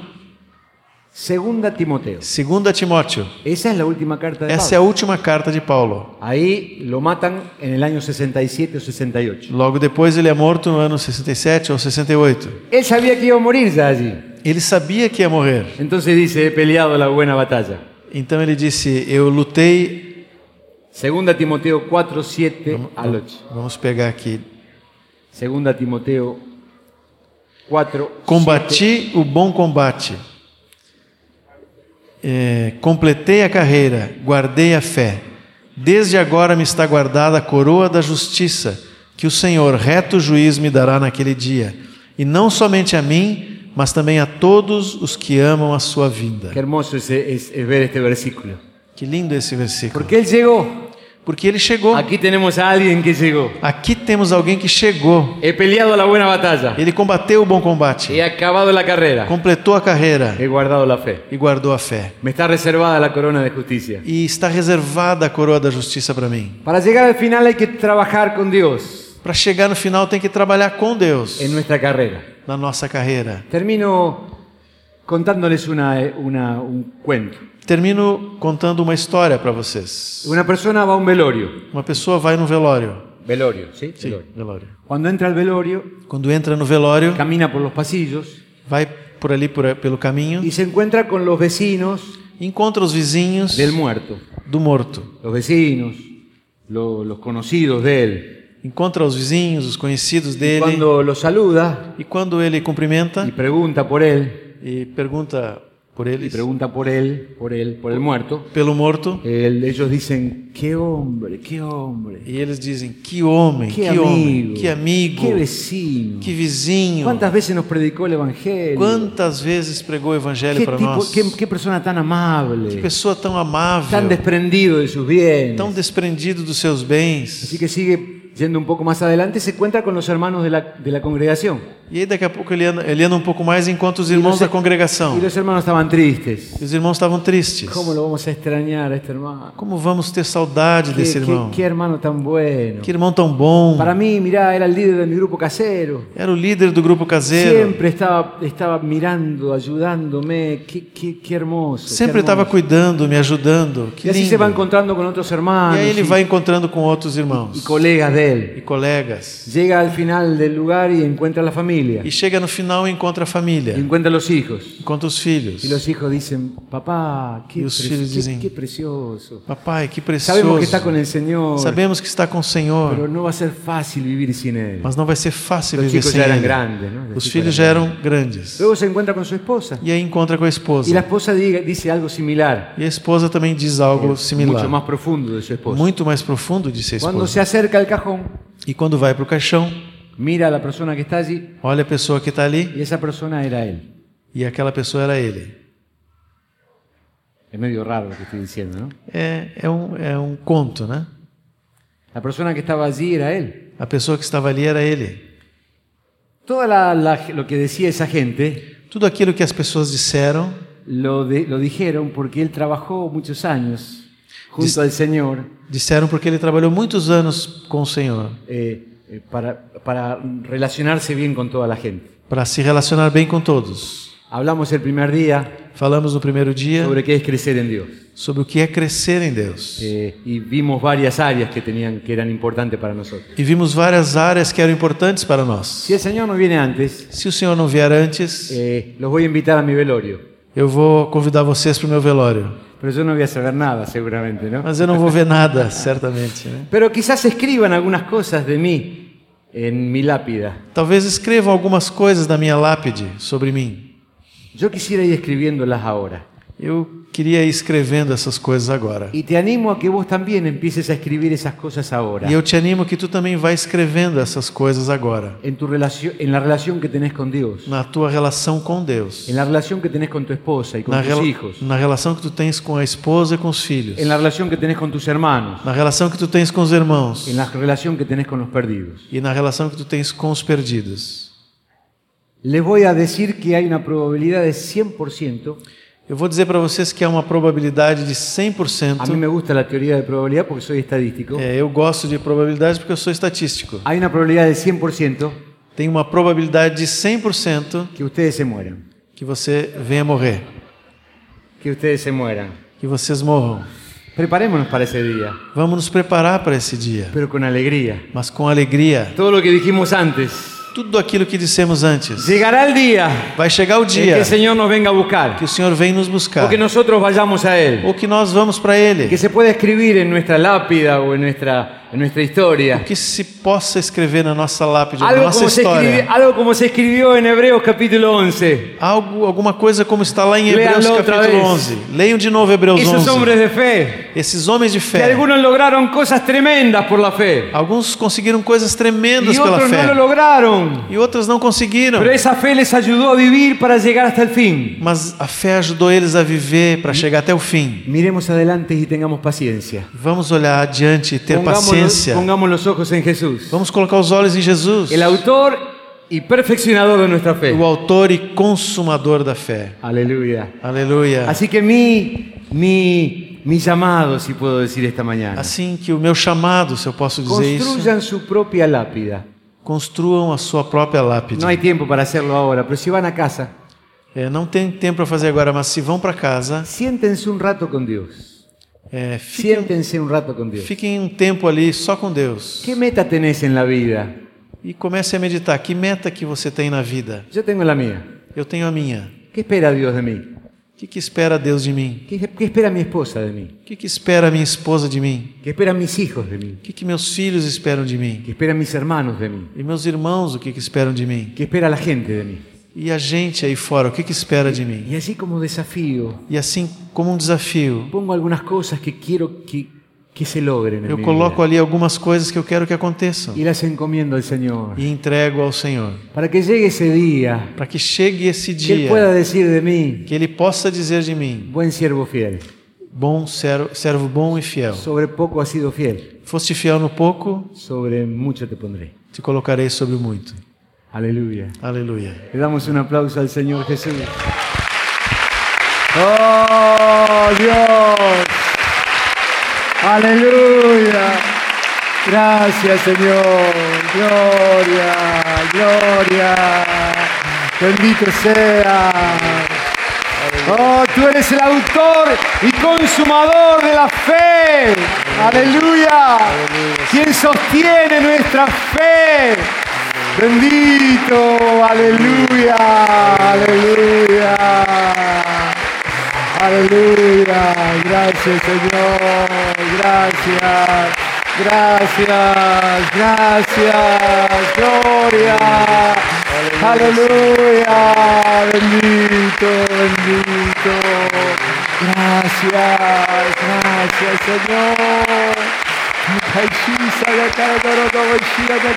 S1: Segunda Timoteo.
S2: Segunda Timóteo.
S1: Esa es la última carta de
S2: Essa é a
S1: Pablo.
S2: última carta de Paulo.
S1: Ahí lo matan en el año 67 o 68.
S2: Logo depois ele é morto no ano 67 ou 68.
S1: Él sabía que iba a morir ya allí.
S2: Ele sabia que ia morrer.
S1: Entonces dice, he peleado la buena batalla.
S2: Então ele disse: "Eu lutei".
S1: Segunda Timoteo 4, 7 al 8.
S2: Vamos pegar aqui.
S1: Segunda Timoteo 4.
S2: Combati o bom combate. É, completei a carreira, guardei a fé. Desde agora me está guardada a coroa da justiça, que o Senhor, reto juiz, me dará naquele dia. E não somente a mim, mas também a todos os que amam a sua vinda.
S1: Qué hermoso es, es- es ver este versículo.
S2: Que lindo esse versículo.
S1: Porque Él llegó.
S2: Porque ele chegou.
S1: Aquí tenemos a alguien que llegó.
S2: Aqui temos alguém que chegou.
S1: He peleado la buena batalla.
S2: Ele combateu o bom combate,
S1: He acabado la carrera.
S2: completou a carreira
S1: He guardado la fe.
S2: e guardou a fé.
S1: Me está reservada la corona de justicia.
S2: E está reservada a coroa da justiça para mim.
S1: Para llegar al final hay que trabajar con Dios
S2: Para chegar no final, tem que trabalhar com Deus
S1: en nuestra carrera.
S2: na nossa carreira.
S1: Termino contándoles una, eh, una- un cuento.
S2: Termino contando uma história para vocês.
S1: Una persona va a un velorio.
S2: Uma pessoa vai no velório.
S1: Velorio, ¿sí?
S2: Sim,
S1: Velorio.
S2: velório.
S1: Cuando entra al velorio,
S2: Quando entra no velório,
S1: camina por los pasillos
S2: vai por ali por- pelo caminho,
S1: y se encuentra con los vecinos
S2: encontra os vizinhos
S1: del muerto.
S2: do morto.
S1: Los vecinos, lo- los conocidos de él.
S2: Encontra os vizinhos, os conhecidos dele.
S1: Cuando lo saluda
S2: E quando ele cumprimenta
S1: y pregunta por él,
S2: e pergunta por
S1: y
S2: eles,
S1: pregunta por él, por él, por el muerto,
S2: pelo morto,
S1: él- ellos dicen, qué hombre, qué hombre,
S2: e eles dizem: Que homem,
S1: qué
S2: que,
S1: amigo,
S2: homem, que é amigo,
S1: qué vecino,
S2: que vizinho.
S1: cuántas veces nos predicó el Evangelio,
S2: Quantas vezes pregou o evangelho
S1: qué,
S2: para
S1: tipo-
S2: nós?
S1: qué- qué persona tan amable,
S2: Pessoa tão amável,
S1: tan desprendido de sus bienes.
S2: tão desprendido dos seus bens.
S1: Así que sigue yendo un poco más adelante, se encuentra con los hermanos de la, de la congregação.
S2: E aí daqui a pouco ele anda, ele anda um pouco mais enquanto os irmãos da congregação.
S1: Y los hermanos estaban tristes.
S2: Os irmãos estavam tristes.
S1: ¿Cómo lo vamos a extrañar a este hermano?
S2: Como vamos ter saudade
S1: Qué,
S2: desse
S1: qué-
S2: irmão?
S1: qué hermano tan bueno.
S2: Que irmão tão bom.
S1: Para mí, mirá, era el líder de mi grupo casero.
S2: Era o líder do grupo caseiro.
S1: Siempre estaba, estaba mirando, ayudándome. Qué, qué- qué hermoso. qué
S2: Sempre estava
S1: hermoso.
S2: cuidando, me ajudando. Que
S1: Y así se va
S2: lindo.
S1: assim encontrando assim. con otros
S2: E
S1: hermanos
S2: aí ele
S1: y-
S2: vai encontrando com outros irmãos
S1: y colegas de él.
S2: e colegas.
S1: Llega al final del lugar y encuentra a la familia.
S2: E chega no final e encontra a
S1: Y
S2: família,
S1: encuentra a los hijos.
S2: encontra os filhos.
S1: Y los hijos dicen, papá, qué,
S2: Y los
S1: pre-
S2: hijos
S1: qué-
S2: dicen,
S1: qué precioso.
S2: Papai, que
S1: Sabemos que tá
S2: precioso.
S1: está con el Señor,
S2: Sabemos que está com o
S1: pero
S2: Senhor,
S1: no va a ser fácil vivir sin él.
S2: mas não vai ser fácil
S1: Os
S2: viver
S1: chicos
S2: sem
S1: já eram
S2: ele.
S1: grandes, né? Os
S2: Os
S1: chicos
S2: filhos já eram grandes.
S1: Luego se encuentra con su esposa.
S2: E aí encontra com a
S1: Y la
S2: esposa.
S1: esposa diga- dice algo similar,
S2: E a esposa também diz algo similar,
S1: mucho más profundo de su esposa.
S2: muito mais profundo, disse a
S1: Cuando
S2: esposa.
S1: se acerca al cajón,
S2: E quando vai para o caixão,
S1: mira a la persona que está allí
S2: olha a pessoa que está ali
S1: y esa persona era él.
S2: e aquela pessoa era ele.
S1: Es medio raro lo que estoy diciendo, ¿no?
S2: É, é, um, é um conto, né?
S1: La persona que estaba allí era él.
S2: A pessoa que estava ali era ele.
S1: Todo lo que decía esa gente
S2: Tudo aquilo que as pessoas disseram,
S1: lo, de- lo dijeron porque él trabajó muchos años junto al Señor
S2: disseram porque ele trabalhou muitos anos com o Senhor
S1: eh, eh, para, para relacionarse bien con toda la gente.
S2: para se relacionar bem com todos.
S1: Hablamos el primer día
S2: Falamos no primeiro dia
S1: sobre qué es crecer en Dios.
S2: sobre o que é crescer em Deus.
S1: Eh, y vimos varias áreas que tenían que eran importantes para nosotros.
S2: E vimos várias áreas que eram importantes para nós.
S1: Si el Señor no viene antes,
S2: Se o senhor não vier antes,
S1: eh, los voy a invitar a mi velorio.
S2: eu vou convidar vocês para o meu velório.
S1: Pero yo no voy a saber nada, seguramente, ¿no?
S2: Mas eu não vou ver nada, (laughs) certamente. Né?
S1: Pero quizás escriban algunas cosas de mí en mi lápida.
S2: Talvez escrevam algumas coisas da minha lápide sobre mim.
S1: Yo quisiera ir escribiéndolas ahora.
S2: Eu queria ir escrevendo essas coisas agora.
S1: Y te animo a que vos también empieces a escribir esas cosas ahora.
S2: E eu te animo que tu também vá escrevendo essas coisas agora,
S1: En, tu relación, en la relación que tenés con Dios,
S2: na tua relação com Deus,
S1: en la relación que tenés con tu esposa y con
S2: na,
S1: tus
S2: rela-
S1: hijos,
S2: na relação que tu tens com a esposa e com os filhos,
S1: en la relación que tenés con tus hermanos,
S2: na relação que tu tens com os irmãos
S1: en la relación que tenés con los perdidos.
S2: e na relação que tu tens com os perdidos.
S1: Les voy a decir que hay una probabilidad de 100%.
S2: Eu vou dizer para vocês que há uma probabilidade de
S1: A mí
S2: 100%.
S1: me gusta la teoría de probabilidad porque soy estadístico.
S2: É, eu gosto de probabilidades porque eu sou estatístico.
S1: Hay una probabilidad de 100%
S2: Tem uma probabilidade de 100%
S1: que ustedes se mueran.
S2: que você venha morrer,
S1: Que ustedes se mueran.
S2: que vocês morram.
S1: Preparémonos para ese día,
S2: Vamos nos preparar para esse dia,
S1: pero con alegría.
S2: mas com alegria.
S1: Todo lo que dijimos antes.
S2: Tudo aquilo que dissemos antes.
S1: Llegará el día
S2: Vai chegar o
S1: en que
S2: dia
S1: el Señor nos venga a buscar.
S2: que o Senhor vem nos
S1: O
S2: buscar,
S1: que nosotros vayamos a Él.
S2: ou que nós vamos para Ele,
S1: Que se pueda escribir en nuestra lápida o en nuestra en nuestra historia.
S2: que se possa escrever na nossa lápide, na
S1: Algo
S2: nossa
S1: como, se escribi-
S2: história.
S1: algo como se escribió en Hebreos capítulo 11.
S2: Algo, alguma coisa como está lá em
S1: Leia
S2: Hebreus
S1: lá outra
S2: capítulo
S1: vez. é
S2: 11. Leiam de novo Hebreus
S1: Esos
S2: 11.
S1: hombres de fe,
S2: Esses homens de
S1: que
S2: fé,
S1: algunos lograron cosas tremendas por la fe
S2: alguns conseguiram coisas tremendas
S1: y
S2: pela
S1: otros
S2: fé
S1: no lo lograram.
S2: e outras não conseguiram.
S1: Pero esa fe les ayudó a vivir para llegar hasta el fin.
S2: Mas a fé ajudou eles a viver para chegar até o fim.
S1: Miremos adelante y tengamos paciencia.
S2: Vamos olhar adiante e ter
S1: Pongamos los-
S2: paciência.
S1: pongamos é los ojos en Jesús,
S2: Vamos colocar os olhos em Jesus,
S1: el autor y perfeccionador de nuestra fe.
S2: o autor e consumador da fé.
S1: Aleluya.
S2: Aleluia.
S1: Así que mi, mi, mi llamado, si puedo decir esta mañana,
S2: Assim que o meu chamado, se eu posso dizer isso,
S1: construyan su propia lápida.
S2: construam a sua própria lápide.
S1: No hay tiempo para hacerlo ahora, pero si van a casa,
S2: É, não tem tempo para fazer agora, mas se vão para casa,
S1: siéntense un rato con Dios.
S2: é, fiquem,
S1: Siéntense un rato con Dios.
S2: fiquem um tempo ali só com Deus
S1: ¿Qué meta tenés en la vida?
S2: e comece a meditar. Que meta que você tem na vida?
S1: Yo tengo la mía.
S2: Eu tenho a minha.
S1: ¿Qué espera Dios de mí?
S2: O que, que espera Deus de mim?
S1: ¿Qué, qué espera mi esposa de mí?
S2: O que, que espera minha esposa de mim?
S1: ¿Qué esperan mis hijos de mí?
S2: O que, que meus filhos esperam de mim?
S1: ¿Qué esperan mis hermanos de mí?
S2: E meus irmãos, o que, que esperam de mim?
S1: ¿Qué espera la gente de mí?
S2: E a gente aí fora, o que, que espera de mim?
S1: Y así como desafío,
S2: E assim, como um desafio,
S1: pongo algunas cosas que quiero que, que se logren. En
S2: eu
S1: mi
S2: coloco ali algumas coisas que eu quero que aconteçam
S1: vida. Y las encomiendo al Señor.
S2: e entrego ao Senhor.
S1: Para que llegue ese día,
S2: Para que chegue esse
S1: que Él pueda
S2: dia
S1: decir de mí,
S2: que ele possa dizer de mim:
S1: buen siervo fiel,
S2: Bom servo, servo bom e fiel.
S1: sobre poco has sido fiel,
S2: Foste fiel no pouco,
S1: sobre mucho te pondré.
S2: te colocarei sobre o muito.
S1: Aleluya.
S2: Aleluia.
S1: Le damos un aplauso al Señor Jesús. ¡Oh, Dios! ¡Aleluya! Gracias, Señor. Gloria, gloria. Bendito sea. Oh, tú eres el autor y consumador de la fe. Aleluya. Quien sostiene nuestra fe. Bendito. Aleluya. Aleluya. Aleluya. Gracias, Señor. Gracias. Gracias. Gracias. Gloria. Aleluya. Bendito, bendito. Gracias. Gracias, Señor. Caixista da cara da roda, da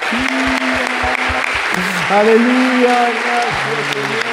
S1: Aleluia, graças a Deus.